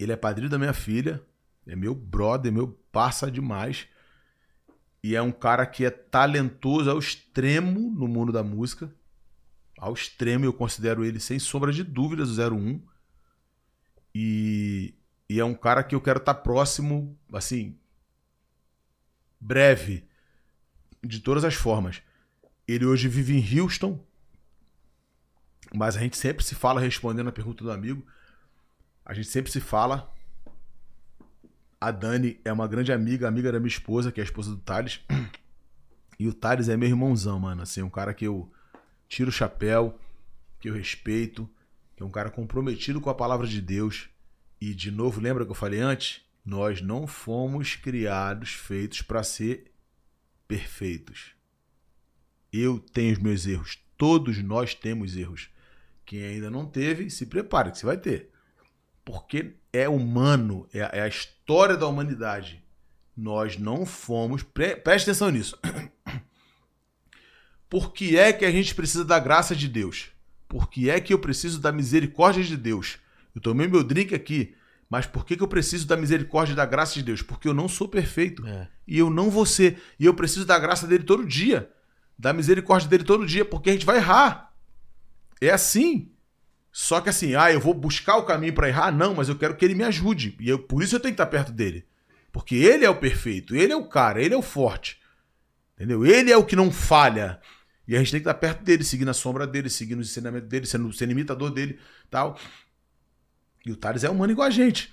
Ele é padrinho da minha filha. É meu brother, meu parça demais. E é um cara que é talentoso ao extremo no mundo da música. Ao extremo, eu considero ele, sem sombra de dúvidas, o 01. E, e é um cara que eu quero estar próximo, assim, breve, de todas as formas. Ele hoje vive em Houston, mas a gente sempre se fala, respondendo a pergunta do amigo, a gente sempre se fala. A Dani é uma grande amiga, amiga da minha esposa, que é a esposa do Thales. E o Thales é meu irmãozão, mano. Assim, um cara que eu tiro o chapéu, que eu respeito que é um cara comprometido com a palavra de Deus. E de novo, lembra que eu falei antes? Nós não fomos criados, feitos para ser perfeitos. Eu tenho os meus erros, todos nós temos erros. Quem ainda não teve, se prepare, que você vai ter. Porque é humano, é, é a história da humanidade. Nós não fomos. Pre, preste atenção nisso. Por que é que a gente precisa da graça de Deus? Por que é que eu preciso da misericórdia de Deus? Eu tomei meu drink aqui, mas por que, que eu preciso da misericórdia e da graça de Deus? Porque eu não sou perfeito.
É.
E eu não vou ser. E eu preciso da graça dele todo dia. Da misericórdia dele todo dia, porque a gente vai errar. É assim. Só que assim, ah, eu vou buscar o caminho para errar? Não, mas eu quero que ele me ajude. E eu, por isso eu tenho que estar perto dele. Porque ele é o perfeito, ele é o cara, ele é o forte. Entendeu? Ele é o que não falha. E a gente tem que estar perto dele, seguindo a sombra dele, seguindo os ensinamentos dele, sendo, sendo imitador dele tal. E o Thales é humano igual a gente.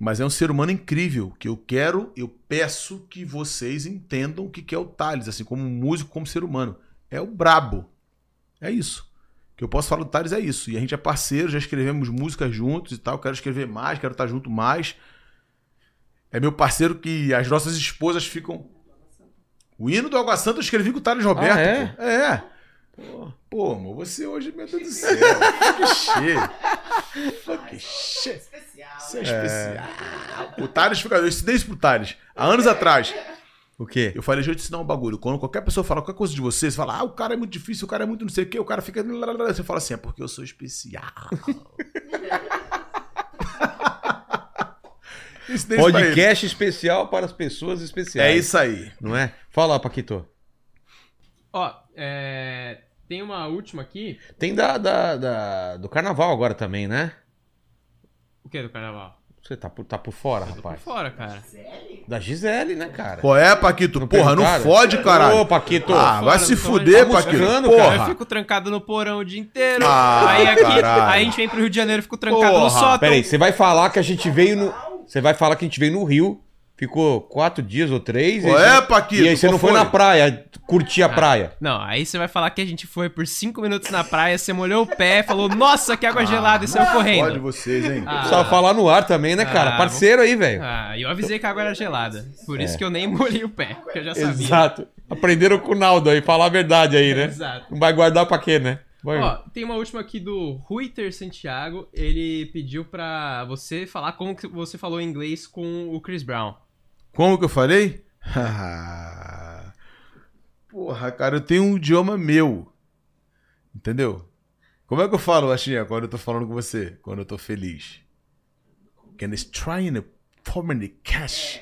Mas é um ser humano incrível, que eu quero, eu peço que vocês entendam o que que é o Thales, assim, como músico, como ser humano. É o brabo. É isso. O que eu posso falar do Thales é isso. E a gente é parceiro, já escrevemos músicas juntos e tal. Quero escrever mais, quero estar junto mais. É meu parceiro que as nossas esposas ficam. O hino do Água Santa eu escrevi com o Thales Roberto.
é?
pô. é. Pô, amor, você hoje, meu Deus do céu. que cheio. Que cheio.
Especial.
Isso é, especial. O Thales fica. Eu ensinei isso pro Thales há anos atrás.
O quê?
Eu falei, deixa eu te ensinar um bagulho. Quando qualquer pessoa fala qualquer coisa de você, você fala, ah, o cara é muito difícil, o cara é muito não sei o quê, o cara fica. Você fala assim, é porque eu sou especial. Ensinei isso pra ele.
Podcast especial para as pessoas especiais.
É isso aí.
Não é? Fala, Paquito.
Ó, é, tem uma última aqui.
Tem da, da- da- do carnaval agora também, né?
O que é do carnaval?
Você tá por, tá por fora,
Tô por
rapaz.
fora, cara.
Da Gisele, né, cara?
Qual é, Paquito? Porra, não
perguntaram?
fode, caralho.
Ô, Paquito.
ah, vai se
não tô-
fuder,
tá
Paquito.
buscando,
Porra.
cara.
Eu fico trancado no porão o dia inteiro.
Ah,
aí aqui,
caralho.
aí a gente vem pro Rio de Janeiro, fico trancado
Porra,
no sótão.
Peraí,
então-
você vai falar que a gente veio no. Você vai falar que a gente veio no Rio, ficou quatro dias ou três.
Qual
e
é,
você-
Paquito?
E aí você
Qual
não foi,
foi?
na praia, curtir
Ah.
a praia.
Não, aí você vai falar que a gente foi por cinco minutos na praia, você molhou o pé, falou, nossa, que água gelada, e
Ah,
saiu correndo.
Fode vocês, hein?
Ah.
Precisava falar no ar também, né, cara?
Ah,
Parceiro aí, velho.
Ah, e eu avisei que a água era gelada. Por
É.
isso que eu nem molhei o pé, porque eu já sabia.
Exato. Aprenderam com o Naldo aí, falar a verdade aí, né?
Exato.
Não vai guardar pra quê, né? Vai.
Ó, tem uma última aqui do Ruiter Santiago. Ele pediu pra você falar como que você falou inglês com o Chris Brown.
Como que eu falei? Porra, cara, eu tenho um idioma meu. Entendeu? Como é que eu falo, Baixinha, quando eu tô falando com você? Quando eu tô feliz. Can is trying to form the cash.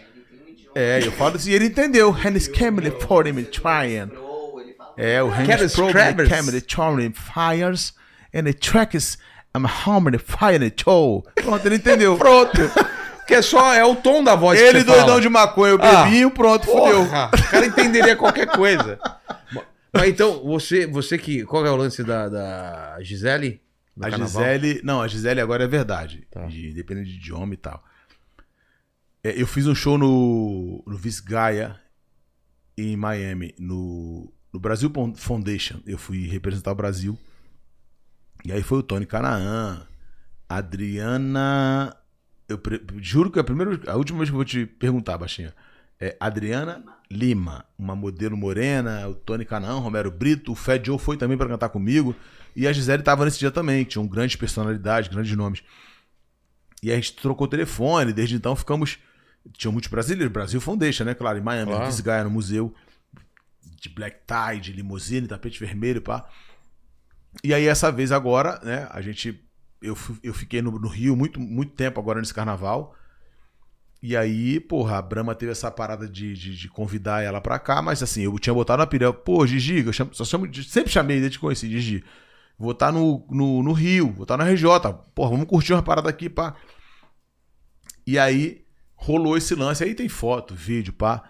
É, eu falo assim, ele entendeu. Can is coming for him trying.
Pro, ele fala.
É, o
Quero
Hans Program
Scrabbers.
Camera Charming Fires and the track is I'm Harmony Fire Show. Pronto, ele entendeu.
Pronto. Porque é só é o tom da voz
Ele
que
doidão de maconha, eu
Ah,
bebinho, pronto, fudeu.
Porra, o cara entenderia qualquer coisa. Mas então, você, você que. Qual é o lance da, da Gisele? no
A
carnaval?
Gisele. Não, a Gisele agora é verdade.
Tá.
De- independente de idioma e tal. É, eu fiz um show no, no Vice Gaia, em Miami, no, no Brasil Pon- Foundation. Eu fui representar o Brasil. E aí foi o Tony Canaã, Adriana. Eu pre- juro que é a primeira. A última vez que eu vou te perguntar, Baixinha. É Adriana Lima, uma modelo morena, o Tony Canão, Romero Brito, o Fed Joe foi também pra cantar comigo. E a Gisele tava nesse dia também, tinham grandes personalidades, grandes nomes. E a gente trocou telefone, desde então ficamos. Tinha muitos brasileiros, Brasil Foundation, né? Claro, em Miami,
Claro.
claro. Gaia no um museu, de black tie, de limusine, tapete vermelho, pá. E aí, essa vez agora, né, a gente. Eu, fu- eu fiquei no, no Rio muito, muito tempo agora nesse carnaval. E aí, porra, a Brahma teve essa parada de, de, de convidar ela pra cá, mas assim, eu tinha botado na pirâmide. Pô, Gigi, eu chamo- só chamo, de- sempre chamei, desde que conheci, Gigi. Vou estar no, no, no Rio, vou estar na RJ. Porra, vamos curtir uma parada aqui, pá. E aí, rolou esse lance. Aí tem foto, vídeo, pá.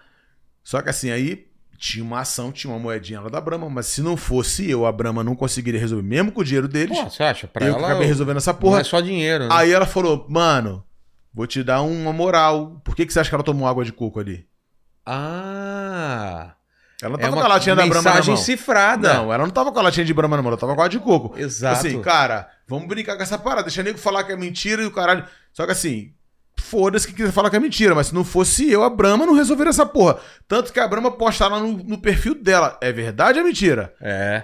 Só que assim, aí tinha uma ação, tinha uma moedinha lá da Brahma, mas se não fosse eu, a Brahma não conseguiria resolver, mesmo com o dinheiro deles.
Pô, você acha? Pra
eu que
ela
acabei resolvendo essa
não
porra.
é só dinheiro, né?
Aí ela falou, mano, vou te dar uma moral. Por que, que você acha que ela tomou água de coco ali?
Ah!
Ela não
É
tava
uma
tá com a latinha da Brahma na
mensagem
mão.
cifrada.
Não, ela não tava com a latinha de Brahma na mão, ela tava com água de coco.
é- Exato.
Assim, cara, vamos brincar com essa parada, deixa nego falar que é mentira e o caralho. Só que assim, foda-se que quiser falar que é mentira, mas se não fosse eu, a Brahma não resolveria essa porra. Tanto que a Brahma posta lá no, no perfil dela. É verdade ou é mentira?
É,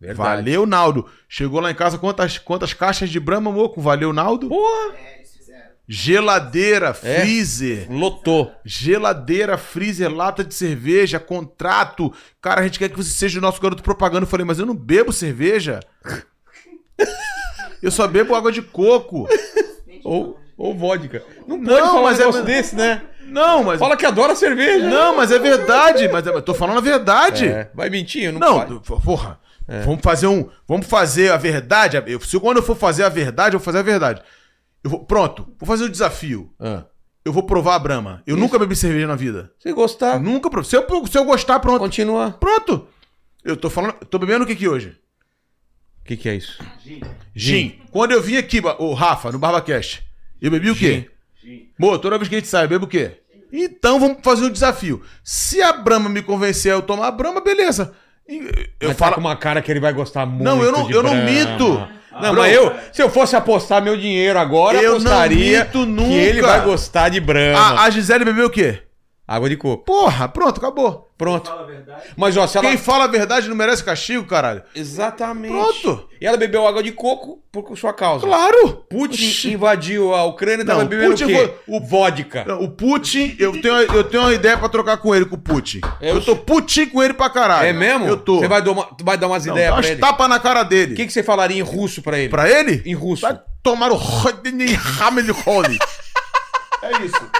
verdade.
Valeu, Naldo. Chegou lá em casa, quantas, quantas caixas de Brahma, moco? Valeu, Naldo.
Porra!
É, eles fizeram.
Geladeira,
É.
freezer.
Lotou.
Geladeira, freezer, lata de cerveja, contrato. Cara, a gente quer que você seja o nosso garoto propaganda. Eu falei, mas eu não bebo cerveja. Eu só bebo água de coco.
Ou, ou vodka. Não pode
Não,
falar
mas
um
é-
negócio desse, né?
Não, mas.
Fala que adora cerveja. né?
Não, mas é verdade. Mas eu tô falando a verdade.
É, Vai mentir? Não, É.
Não,
pode.
tu- porra. Vamos fazer um. Vamos fazer a verdade. Eu, se quando eu for fazer a verdade, eu vou fazer a verdade. Eu vou, pronto, vou fazer o desafio.
Ah.
Eu vou provar a Brahma. Eu nunca bebi cerveja na vida.
Se gostar,
Nunca provei. Se eu, se eu gostar, pronto.
continua.
Pronto! Eu tô falando. eu Tô bebendo o que que hoje?
O que, que é isso?
Gin. Quando eu vim aqui, ba- ô Rafa, no BarbaCast, eu bebi o quê? Gin. Mô, toda vez que a gente sai, eu bebo o quê? Então vamos fazer um desafio. Se a Brahma me convencer a eu tomar a Brahma, beleza. E- Eu
Mas tá
falo.
com uma cara que ele vai gostar muito.
Não, eu não,
de
eu não
Brahma.
minto.
Não,
Bro,
mas eu, se eu fosse apostar meu dinheiro agora,
Eu não
apostaria
minto nunca. Ah,
que ele vai gostar de Brahma.
A, a Gisele bebeu o quê?
Água de coco.
Porra, pronto, acabou.
Pronto.
Fala a verdade.
Mas, ó, se ela...
Quem fala a verdade não merece castigo, caralho.
Exatamente.
Pronto.
E ela bebeu água de coco por sua causa.
Claro!
Putin
Oxi.
invadiu a Ucrânia e tava
Não,
bebendo
Putin
o quê?
vo-
O vodka.
Não, O Putin, eu tenho, eu tenho uma ideia pra trocar com ele, com o Putin. Eu, tô Putin com ele pra caralho.
É mesmo?
Eu tô.
Você vai, dar uma- vai dar umas
Não,
ideias
dá
pra
umas
ele?
tapas na cara dele.
O que, que você falaria em russo pra ele?
Pra ele?
Em russo.
Vai tomar o Rodney Hamel Holly. É isso.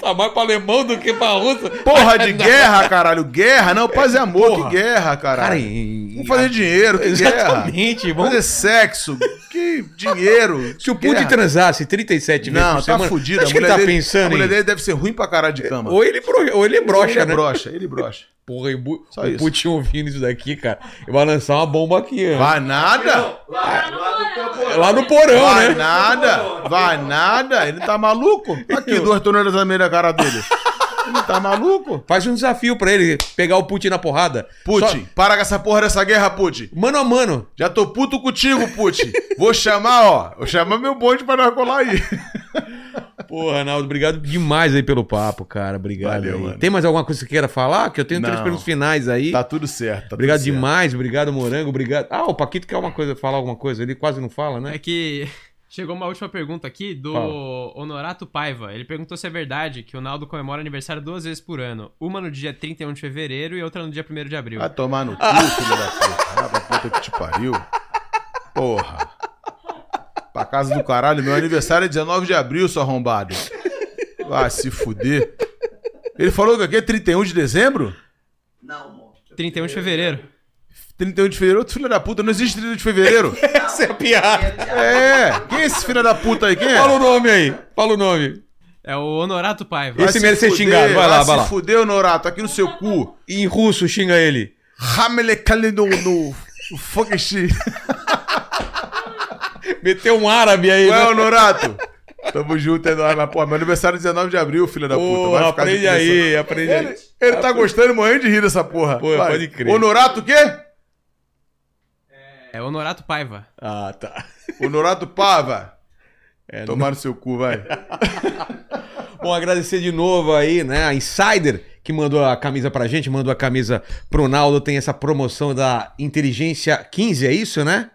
Tá mais pra alemão do que pra russo.
Porra de guerra, caralho. Guerra, não. Paz e amor,
Porra.
que guerra, caralho.
Cara,
Vamos fazer dinheiro,
é.
que guerra.
Exatamente,
Vamos
vamos...
fazer sexo, que dinheiro.
Se o Putin
guerra.
transasse 37 vezes
Não,
por
tá
semana,
fudido.
acho que ele é. tá
dele, a
pensando
mulher
em...
dele deve ser ruim pra caralho de cama.
Ou ele, bro... é ou ele brocha,
ele
né?
brocha, ele brocha.
Porra, e o Bu-
Só
o
isso.
Putin ouvindo isso daqui, cara, ele vai lançar uma bomba aqui, ó.
Vai nada?
Lá, lá no campo.
Lá no porão,
Vai
né?
nada, vai nada. Ele tá maluco? Aqui, duas torneiras a meio da cara dele. Ele tá maluco?
Faz um desafio pra ele pegar o Putin na porrada.
Putin, para com essa porra dessa guerra, Putin.
Só- Mano a mano.
Já tô puto contigo, Putin. Vou chamar, ó. Vou chamar meu bonde pra nós colar aí.
Pô, Arnaldo, obrigado demais aí pelo papo, cara. Obrigado.
Valeu,
aí.
mano.
Tem mais alguma coisa que você queira falar? Que eu tenho três
Não.
perguntas finais aí.
Tá tudo certo. tá
obrigado
tudo certo.
demais, obrigado Morango, obrigado. Ah, o Paquito quer uma coisa, falar alguma coisa, ele quase não fala, né?
É que chegou uma última pergunta aqui do
Fala.
Honorato Paiva. Ele perguntou se é verdade que o Naldo comemora aniversário duas vezes por ano. Uma no dia 31 de fevereiro e outra no dia 1 de abril.
Vai tomar no cu, filho da puta. Vai pra puta que te pariu. Porra. Pra casa do caralho, meu aniversário é 19 de abril, seu arrombado. Vai se fuder. Ele falou que aqui é 31 de dezembro?
Não, amor.
31 de fevereiro.
31 de fevereiro? Outro filho da puta, não existe 31 de fevereiro?
Essa é a piada.
É! Quem é esse filho da puta aí? Quem é?
Fala o nome aí, fala o nome.
É o Honorato Paiva.
Esse
se
merece ser
fuder,
xingado, vai lá, vai lá.
Se fudeu, Norato, aqui no seu cu.
E em russo, xinga ele.
Hamelekale no. no fucking shit.
Meteu um árabe aí,
Ué, ô,
né?
Norato. Tamo junto, é nóis, mas porra, meu aniversário é 19 de abril, filho da puta.
Pô,
Vai ficar de
aprende
criança.
aí, aprende aí.
Ele, ele tá gostando morrendo de rir dessa porra.
Pô, pode crer.
Honorato o quê?
É o Honorato Paiva.
Ah, tá.
Honorato Pava.
É,
Tomar no seu cu, vai.
Bom, agradecer de novo aí, né? A Insider que mandou a camisa pra gente, mandou a camisa pro Naldo. Tem essa promoção da Inteligência 15, é isso, né?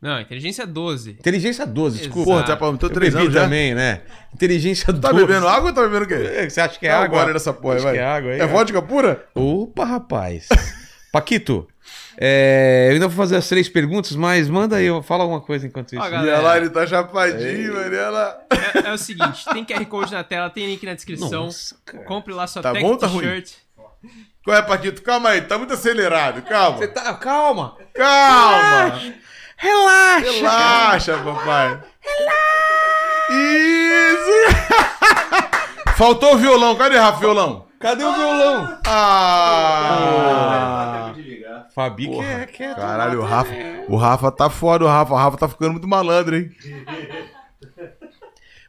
Não, inteligência é 12.
Inteligência 12, desculpa.
Porra, tá falando, tô
Eu
três
bebi
anos já.
também, né? Inteligência 12.
Tá bebendo água ou tá bebendo o quê?
É, Você acha que é
Dá uma
água?
gole nessa porra,
Acho
vai.
que é água aí.
É
ó.
vodka pura?
Opa, rapaz. Paquito, é, eu ainda vou fazer as três perguntas, mas manda aí, fala alguma coisa enquanto isso.
Ó,
E olha lá,
galera,
ele tá chapadinho, mano. e olha lá.
é, é o seguinte, tem QR Code na tela, tem link na descrição.
Nossa, cara.
Compre lá sua
Tá
Tech
bom ou tá ruim?
T-shirt.
Qual é, Paquito? Calma aí, tá muito acelerado. Calma.
Você tá, calma.
Calma.
Relaxa.
Relaxa, papai. Relaxa. Isso. Faltou o violão. Cadê, Rafa, violão?
Cadê o violão?
Ah.
de ligar.
Fabi que é, que é
Caralho, o Rafa, o Rafa tá foda, o Rafa. O Rafa tá ficando muito malandro, hein?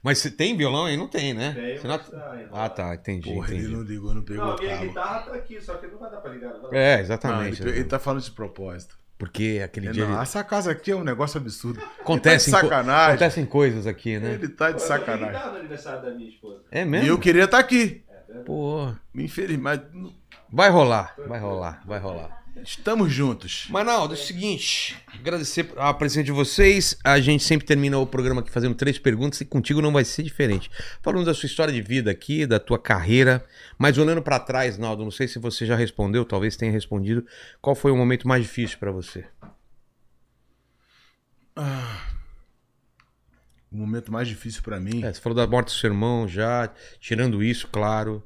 Mas você tem violão aí? Não tem, né?
Tem,
Você não-
mas tá enrolado.
Ah, tá, entendi, entendi.
ligou, não
Não, a minha guitarra tá aqui, só que não vai dar pra ligar. Não.
É,
Não, ele,
exatamente.
ele tá falando de propósito.
Porque aquele
É,
dia
não,
ele-
essa casa aqui é um negócio absurdo.
acontecem,
Ele tá
co-
de sacanagem.
acontecem coisas aqui, né?
Ele tá de
Eu
sacanagem.
tava no aniversário da minha esposa.
É
E
mesmo?
eu queria estar aqui.
Pô.
Infelizmente, não-
Vai rolar, vai rolar, vai rolar.
estamos juntos.
Manaldo, é o seguinte, agradecer a presença de vocês. A gente sempre termina o programa aqui fazendo três perguntas e contigo não vai ser diferente. Falando da sua história de vida aqui, da tua carreira, mas olhando pra trás, Naldo, não sei se você já respondeu, talvez tenha respondido. Qual foi o momento mais difícil pra você?
O momento mais difícil pra mim.
É, você falou da morte do seu irmão já, tirando isso, claro,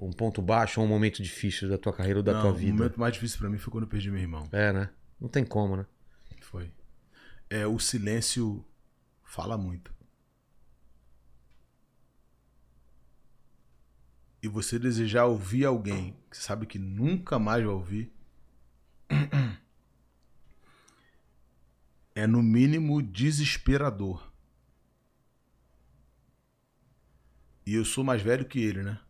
um ponto baixo ou um momento difícil da tua carreira ou da
não,
tua
O
vida.
momento mais difícil pra mim foi quando eu perdi meu irmão.
É, né? Não tem como, né?
Foi. É, o silêncio fala muito. E você desejar ouvir alguém que você sabe que nunca mais vai ouvir. É no mínimo desesperador. E eu sou mais velho que ele, né?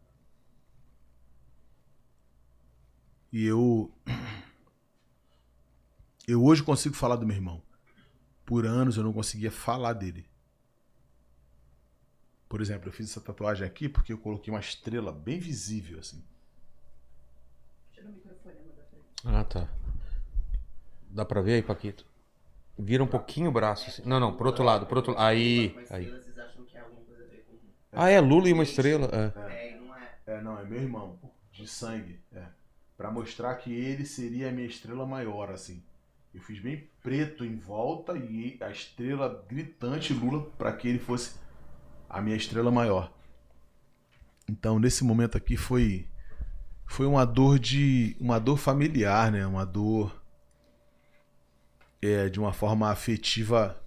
E eu eu hoje consigo falar do meu irmão. Por anos eu não conseguia falar dele. Por exemplo, eu fiz essa tatuagem aqui porque eu coloquei uma estrela bem visível, assim.
Tira o microfone, amor, da frente.
Ah, tá. Dá pra ver aí, Paquito? Vira um pouquinho o braço. Assim.
é.
Não, não, pro outro lado, pro outro lado. Aí, aí.
vocês acham que é alguma coisa a ver com...
Ah, é Lula e uma estrela. É.
É, e não é.
É, não, é meu irmão. De sangue. É. Pra mostrar que ele seria a minha estrela maior, assim. Eu fiz bem preto em volta e a estrela gritante Lula pra que ele fosse a minha estrela maior. Então, nesse momento aqui foi foi uma dor de uma dor familiar, né? Uma dor é de uma forma afetiva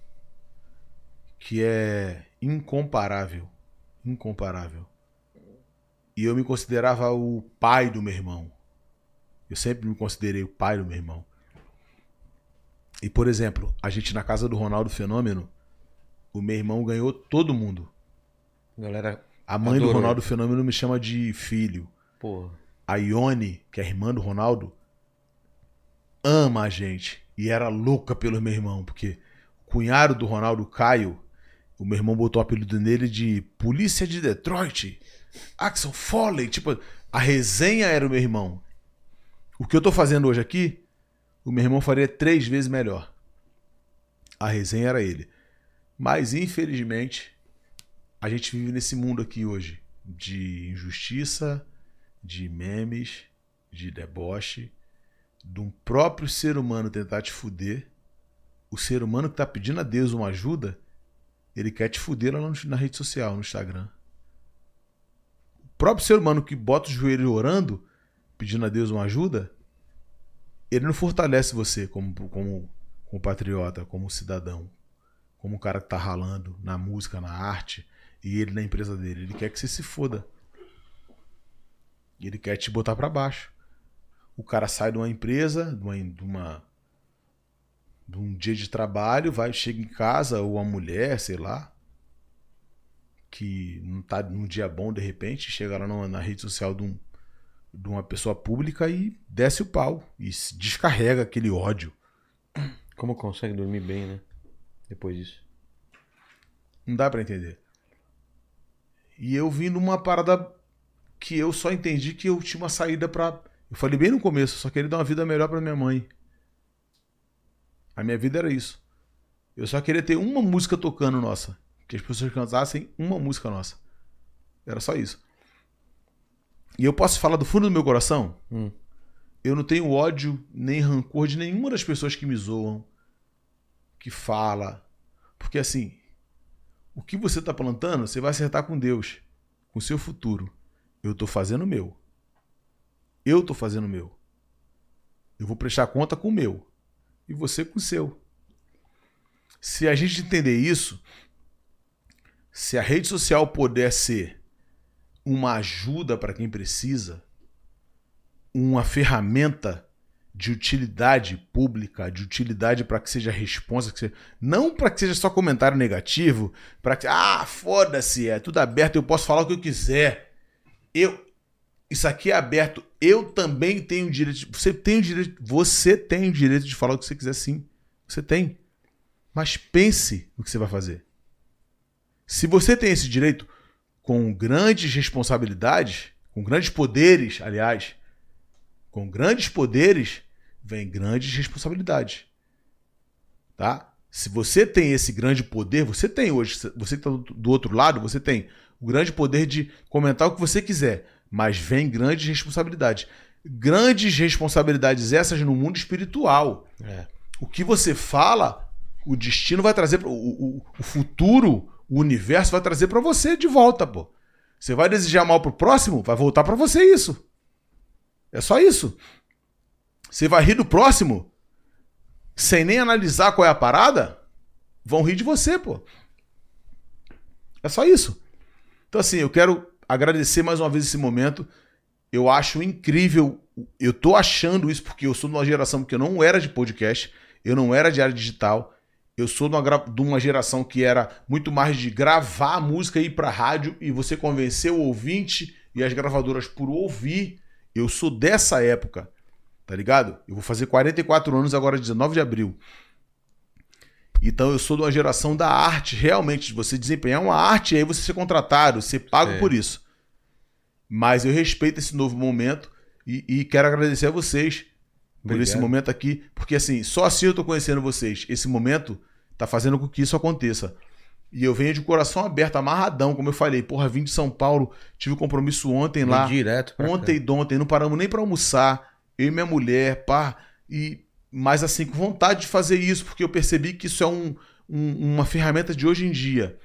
que é incomparável, incomparável. E eu me considerava o pai do meu irmão. Eu sempre me considerei o pai do meu irmão. E, por exemplo, a gente na casa do Ronaldo Fenômeno, o meu irmão ganhou todo mundo.
Galera,
A mãe do
Adorou.
Ronaldo Fenômeno me chama de filho.
pô.
A Ione, que é a irmã do Ronaldo, ama a gente. E era louca pelo meu irmão, porque o cunhado do Ronaldo, Caio, o meu irmão botou o apelido nele de Polícia de Detroit, Axel Foley. Tipo, a resenha era o meu irmão. O que eu tô fazendo hoje aqui, o meu irmão faria três vezes melhor. A resenha era ele. Mas, infelizmente, a gente vive nesse mundo aqui hoje de injustiça, de memes, de deboche, de um próprio ser humano tentar te fuder. O ser humano que tá pedindo a Deus uma ajuda, ele quer te fuder lá no- na rede social, no Instagram. O próprio ser humano que bota o joelho orando, pedindo a Deus uma ajuda, ele não fortalece você como, como, como patriota, como cidadão, como um cara que tá ralando na música, na arte, e ele na empresa dele. Ele quer que você se foda. E Ele quer te botar pra baixo. O cara sai de uma empresa, de uma, de uma- de um dia de trabalho, vai chega em casa ou a mulher, sei lá, que não tá num dia bom de repente, chega lá numa- na rede social de, um- de uma pessoa pública e desce o pau e se descarrega aquele ódio.
Como consegue dormir bem, né? Depois disso.
Não dá pra entender. E eu vim numa parada que eu só entendi que eu tinha uma saída pra. Eu falei bem no começo, eu só queria dar uma vida melhor pra minha mãe. A minha vida era isso. Eu só queria ter uma música tocando nossa. Que as pessoas cantassem uma música nossa. Era só isso. E eu posso falar do fundo do meu coração?
Hum.
Eu não tenho ódio nem rancor de nenhuma das pessoas que me zoam, que fala. Porque assim, o que você tá plantando, você vai acertar com Deus, com o seu futuro. Eu tô fazendo o meu. Eu tô fazendo o meu. Eu vou prestar conta com o meu. E você com o seu. Se a gente entender isso, se a rede social puder ser uma ajuda para quem precisa, uma ferramenta de utilidade pública, de utilidade para que seja resposta, que seja- não para que seja só comentário negativo, para que ah, foda-se, é tudo aberto, eu posso falar o que eu quiser. Eu isso aqui é aberto, eu também tenho o direito, de- você tem o direito, você tem o direito de falar o que você quiser sim. Você tem. Mas pense no que você vai fazer. Se você tem esse direito com grandes responsabilidades, com grandes poderes, aliás, com grandes poderes vem grandes responsabilidades. Tá? Se você tem esse grande poder, você tem hoje, você que está do outro lado, você tem o grande poder de comentar o que você quiser, mas vem grandes responsabilidades. Grandes responsabilidades essas no mundo espiritual.
É.
O que você fala, o destino vai trazer, pro- o, o, o futuro, o universo vai trazer para você de volta, pô. Você vai desejar mal pro próximo, vai voltar para você isso. É só isso. Você vai rir do próximo sem nem analisar qual é a parada? Vão rir de você, pô. É só isso. Então, assim, eu quero agradecer mais uma vez esse momento. Eu acho incrível. Eu tô achando isso porque eu sou de uma geração que eu não era de podcast, eu não era de área digital. Eu sou de uma, gra- de uma geração que era muito mais de gravar a música e ir pra rádio e você convencer o ouvinte e as gravadoras por ouvir. Eu sou dessa época, tá ligado? Eu vou fazer 44 anos agora, 19 de abril. Então eu sou de uma geração da arte, realmente, de você desempenhar uma arte e aí você ser contratado, ser pago
Sim.
por isso. Mas eu respeito esse novo momento e, e quero agradecer a vocês por
Obrigado.
esse momento aqui, porque assim, só assim eu tô conhecendo vocês. Esse momento tá fazendo com que isso aconteça. E eu venho de coração aberto, amarradão, como eu falei. Porra, vim de São Paulo, tive um compromisso ontem lá.
Vem direto pra cá.
Ontem e ontem, não paramos nem pra almoçar, eu e minha mulher, pá, e mas assim, com vontade de fazer isso, porque eu percebi que isso é um, um- uma ferramenta de hoje em dia,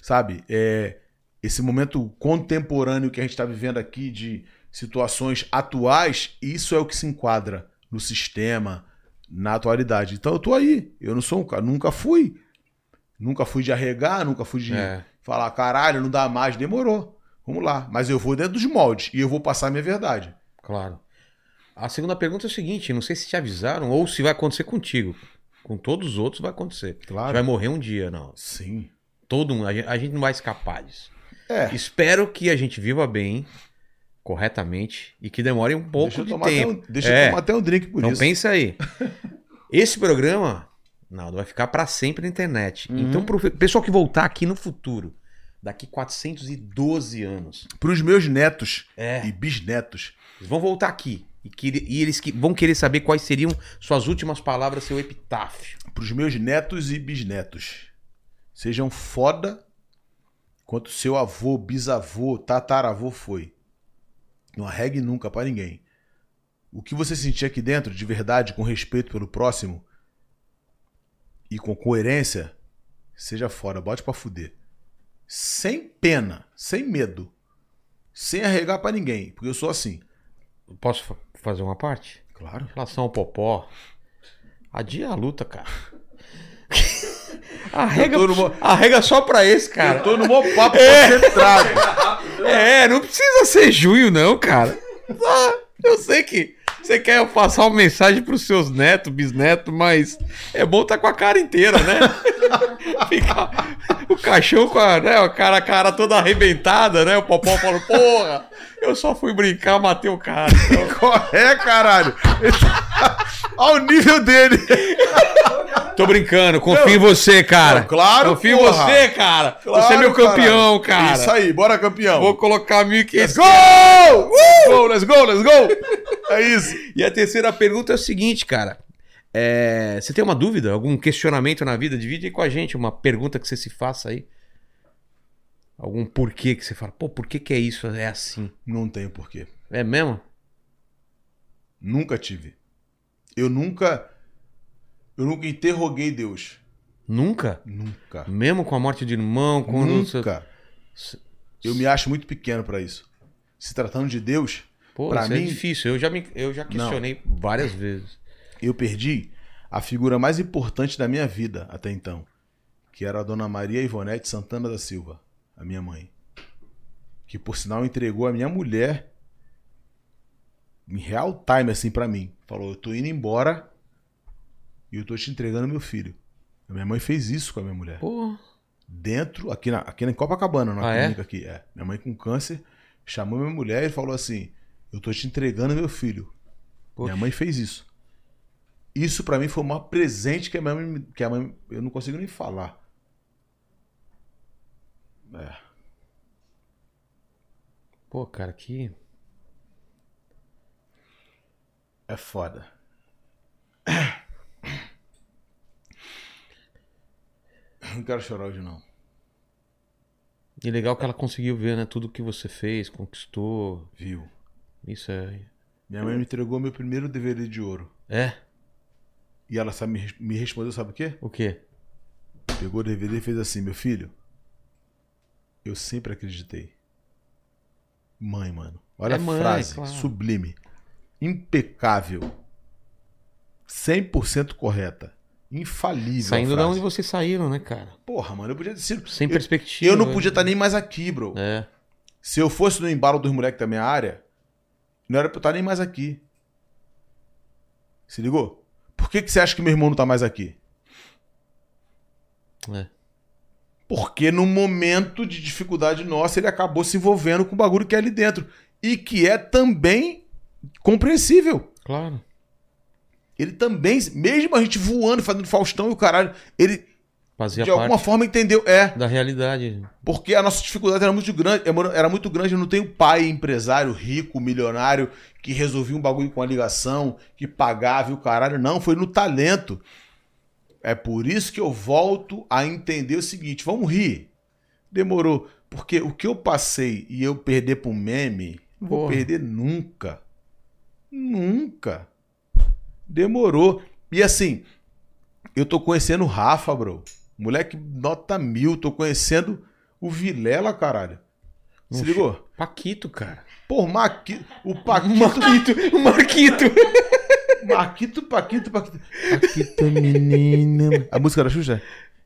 sabe? É, esse momento contemporâneo que a gente está vivendo aqui de situações atuais, isso é o que se enquadra no sistema, na atualidade. Então eu tô aí, eu não sou um cara, nunca fui, nunca fui de arregar, nunca fui de
É.
falar, caralho, não dá mais, demorou. Vamos lá. Mas eu vou dentro dos moldes e eu vou passar a minha verdade.
Claro. A segunda pergunta é o seguinte: não sei se te avisaram ou se vai acontecer contigo. Com todos os outros vai acontecer. Você
Claro.
vai morrer um dia, não.
Sim.
Todo mundo, a gente, a gente não vai escapar disso.
É.
Espero que a gente viva bem, corretamente e que demore um pouco
deixa eu
de
tomar
tempo.
Até um, deixa
É.
eu tomar até um drink por
Não
isso.
pensa aí. Esse programa, Naldo, vai ficar pra sempre na internet.
Uhum.
Então, pro fe- pessoal que voltar aqui no futuro, daqui 412 anos,
Para os meus netos
é,
e bisnetos.
eles vão voltar aqui. E, que- e eles que- vão querer saber quais seriam suas últimas palavras, seu epitáfio.
Para os meus netos e bisnetos. Sejam foda quanto seu avô, bisavô, tataravô foi. Não arregue nunca para ninguém. O que você sentir aqui dentro, de verdade, com respeito pelo próximo e com coerência, seja fora, bote pra fuder. Sem pena, sem medo, sem arregar pra ninguém, porque eu sou assim.
Posso fa- fazer uma parte?
Claro.
Em relação ao Popó, adia a luta, cara. arrega,
Eu tô numa-
arrega só pra esse, cara.
Eu tô no maior papo concentrado.
É, não precisa ser junho, não, cara. Ah, eu sei que você quer passar uma mensagem pros seus netos, bisnetos, mas é bom estar com a cara inteira, né? Ficar o cachorro com a, né, a, cara, a cara toda arrebentada, né? O Popó falou, porra, eu só fui brincar, matei o cara. Então,
É, caralho. Olha o nível dele.
Tô brincando, confio em você, cara.
Não, claro,
Confio em
porra.
você, cara.
Claro,
você é meu campeão,
caralho.
cara.
Isso aí, bora campeão.
Vou colocar 1.500.
Let's go! Let's go, Uh! let's go, let's go! É isso.
E a terceira pergunta é o seguinte, cara. É, você tem uma dúvida, algum questionamento na vida? Divide aí com a gente uma pergunta que você se faça aí. Algum porquê que você fala, pô, por que, que é isso? É assim.
Não tenho porquê.
É mesmo?
Nunca tive. Eu nunca. Eu nunca interroguei Deus.
Nunca?
Nunca.
Mesmo com a morte de irmão, com não sei-
Nunca. Eu me acho muito pequeno pra isso. Se tratando de Deus,
Pô,
Pra
isso é
mim-
difícil. Eu já, me, eu já questionei várias vezes.
eu perdi a figura mais importante da minha vida até então, que era a dona Maria Ivonete Santana da Silva, a minha mãe. Que por sinal entregou a minha mulher em real time assim pra mim. Falou: "Eu tô indo embora e eu tô te entregando meu filho". A minha mãe fez isso com a minha mulher.
Pô,
dentro, aqui na, aqui na em Copacabana, na
Ah, é?
clínica aqui. É. Minha mãe com câncer chamou minha mulher e falou assim: Eu tô te entregando meu filho.
Poxa.
Minha mãe fez isso. Isso pra mim foi o maior presente que a minha mãe. me- Que a mãe eu não consigo nem falar. É.
pô, cara, que.
É foda. Não quero chorar hoje, não.
E legal que ela conseguiu ver, né? Tudo que você fez, conquistou.
Viu?
Isso é.
Minha mãe me entregou meu primeiro dever de ouro.
É?
E ela sabe, me res- me respondeu, sabe o quê?
O quê?
Pegou o DVD e fez assim, meu filho. Eu sempre acreditei. Mãe, mano. Olha
É
a
mãe,
frase
claro.
sublime. Impecável. 100% correta. Infalível. a
Saindo da
frase.
onde vocês saíram, né, cara?
Porra, mano, eu podia ter sido.
Sem
eu,
perspectiva. né?
eu não podia tá estar nem mais aqui, bro.
É.
Se eu fosse no embalo dos moleques da minha área, não era pra eu estar nem mais aqui. Se ligou? Por que, que você acha que meu irmão não tá mais aqui?
É.
Porque no momento de dificuldade nossa, ele acabou se envolvendo com o bagulho que é ali dentro. E que é também compreensível.
Claro.
Ele também, mesmo a gente voando, fazendo Faustão e o caralho, ele
Fazia
de
parte
alguma forma entendeu. É,
da realidade.
porque a nossa dificuldade era muito grande. Era muito grande. Eu não tenho pai empresário, rico, milionário, que resolvia um bagulho com a ligação, que pagava e o caralho. Não, foi no talento. É por isso que eu volto a entender o seguinte: vamos rir. Demorou. Porque o que eu passei e eu perder pra um meme, não vou
Porra.
perder nunca. Nunca. Demorou. E assim, eu tô conhecendo o Rafa, bro. Moleque nota mil. Tô conhecendo o Vilela, caralho. Se
Oxi.
ligou?
Paquito, cara.
Pô, Maqui... o Paquito.
O Marquito.
Paquito, Paquito, Paquito. Paquito, menina. A música da Xuxa?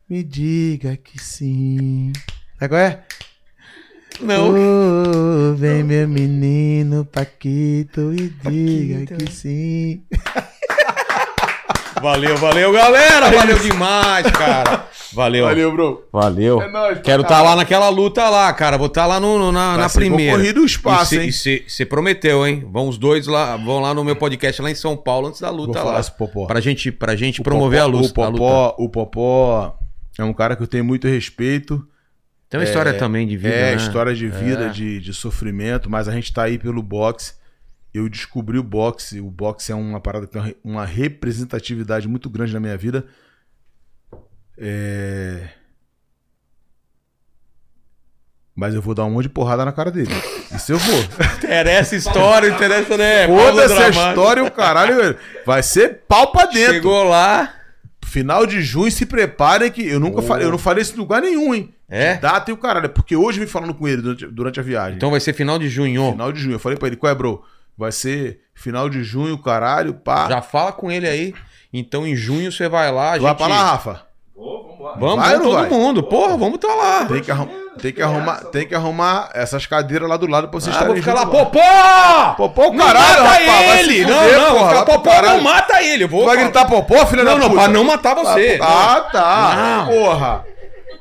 Me diga que sim. Sabe qual é?
Não.
Oh, vem meu menino Paquito e diga que sim.
Valeu, valeu,
É
galera. Valeu demais, cara. Valeu. Valeu.
bro.
Valeu.
nóis.
Quero tá- estar lá naquela luta lá, cara. Vou estar lá no, no- na,
Ah,
na primeira.
Corrido o espaço, hein?
Você prometeu, hein? Vão os dois lá, vão lá no meu podcast lá em São Paulo antes da
Vou
luta
falar
lá.
esse popó.
Pra gente, pra gente promover
Popó-
a luta.
O
a luta.
Popó, o Popó é um cara que eu tenho muito respeito.
Tem uma história também de vida,
é,
né?
história de vida,
É.
de, de sofrimento, mas a gente tá aí pelo boxe. Eu descobri o boxe. O boxe é uma parada que tem uma re- uma representatividade muito grande na minha vida. É... Mas eu vou dar um monte de porrada na cara dele. Isso eu vou.
Interessa a história, interessa, né?
Toda
Pausa
essa
dramática.
história, o caralho, velho. Vai ser pau pra dentro.
Chegou lá.
Final de junho, se preparem que eu nunca
Oh.
falei, eu não falei isso em lugar nenhum, hein?
É?
Data e o caralho, porque hoje eu vim falando com ele durante, durante a viagem.
Então vai ser final de junho.
Final de junho. Eu falei pra ele, qual é, bro? Vai ser final de junho, caralho, pá.
Já fala com ele aí. Então em junho você vai lá. A
Tu vai
gente...
pra lá, Rafa.
tá.
Pô, vambora.
Vamos,
Vai ou
vamos
não
todo
vai?
mundo. Porra, vamos tá lá.
Tem que, arrum- tem, que arrumar, tem que arrumar essas cadeiras lá do lado pra vocês
Ah, vou
estarem
ficar lá,
junto
popó!
Popô,
Não
caralho,
mata
rapaz, vai
ele!
se
não,
fuder,
não,
porra,
ficar
vai pro
popó não
caralho.
mata ele! eu
Tu
Vou
vai
falar-
gritar popô, filha
Não,
da
não,
puta?
pra não matar você.
Ah, tá.
Não.
Porra.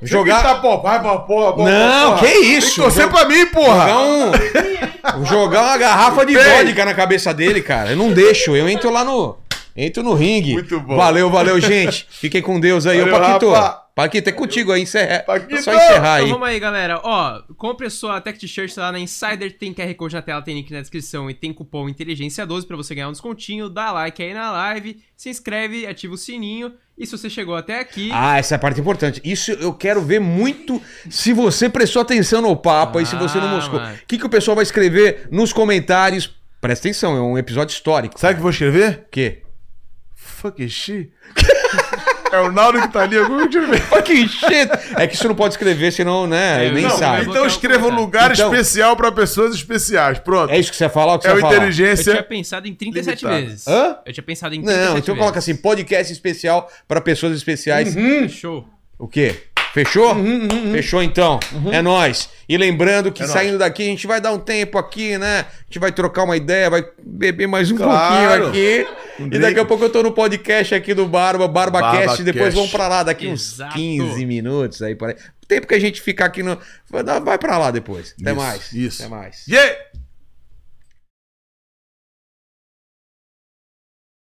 Jogar-
Tem que gritar popô, vai pra porra, popô,
Não,
porra.
que isso,
Tem que torcer
jogo-
pra mim, porra.
Jogar, um- jogar uma garrafa de
Ei.
vodka na cabeça dele, cara. Eu não deixo, eu entro lá no. Entro no ringue.
Muito bom.
Valeu, valeu, gente. Fiquem com Deus aí. Ô,
Valeu,
Paquito.
Rafa.
Paquito, é contigo aí. Encerra... é
Paquito!
Só encerrar
Então
aí.
vamos aí, galera. Ó, compre a sua Tech T-shirt tá lá na Insider. Tem QR Code na tela, tem link na descrição e tem cupom Inteligência12 pra você ganhar um descontinho. Dá like aí na live, se inscreve, ativa o sininho. E se você chegou até aqui,
Ah, essa é a parte importante. Isso eu quero ver muito se você prestou atenção no papo e se você não
Ah,
moscou.
mano.
O que, que o pessoal vai escrever nos comentários? Presta atenção, é um episódio histórico.
Sabe o que eu vou escrever?
O quê?
Fuck shit. é o Naldo que tá ali. Eu te ver.
Fucking shit! É que isso não pode escrever, senão, né?
É,
nem
não,
sabe.
mas-
Então escreva um lugar
Então-
especial pra pessoas especiais. Pronto.
É isso que você ia falar? O que
É
você
o
ia falar?
eu tinha
inteligência.
pensado em 37
limitada.
vezes.
Hã?
Eu tinha pensado em 37
Não, então coloca
vezes.
assim, podcast especial para pessoas especiais.
Uhum.
Show.
O quê? Fechou? Fechou então.
Uhum.
É nóis. E lembrando
É
que saindo daqui, a gente vai dar um tempo aqui, né? A gente vai trocar uma ideia, vai beber mais um
Claro.
pouquinho aqui.
Um
e
drink.
daqui a pouco eu tô no podcast aqui do Barba, BarbaCast.
BarbaCast.
Depois vamos pra lá daqui
Exato.
uns 15 minutos aí. Por aí. O tempo que a gente ficar aqui no. Vai pra lá depois. Até
Isso,
mais.
isso.
Até mais.
Yeah!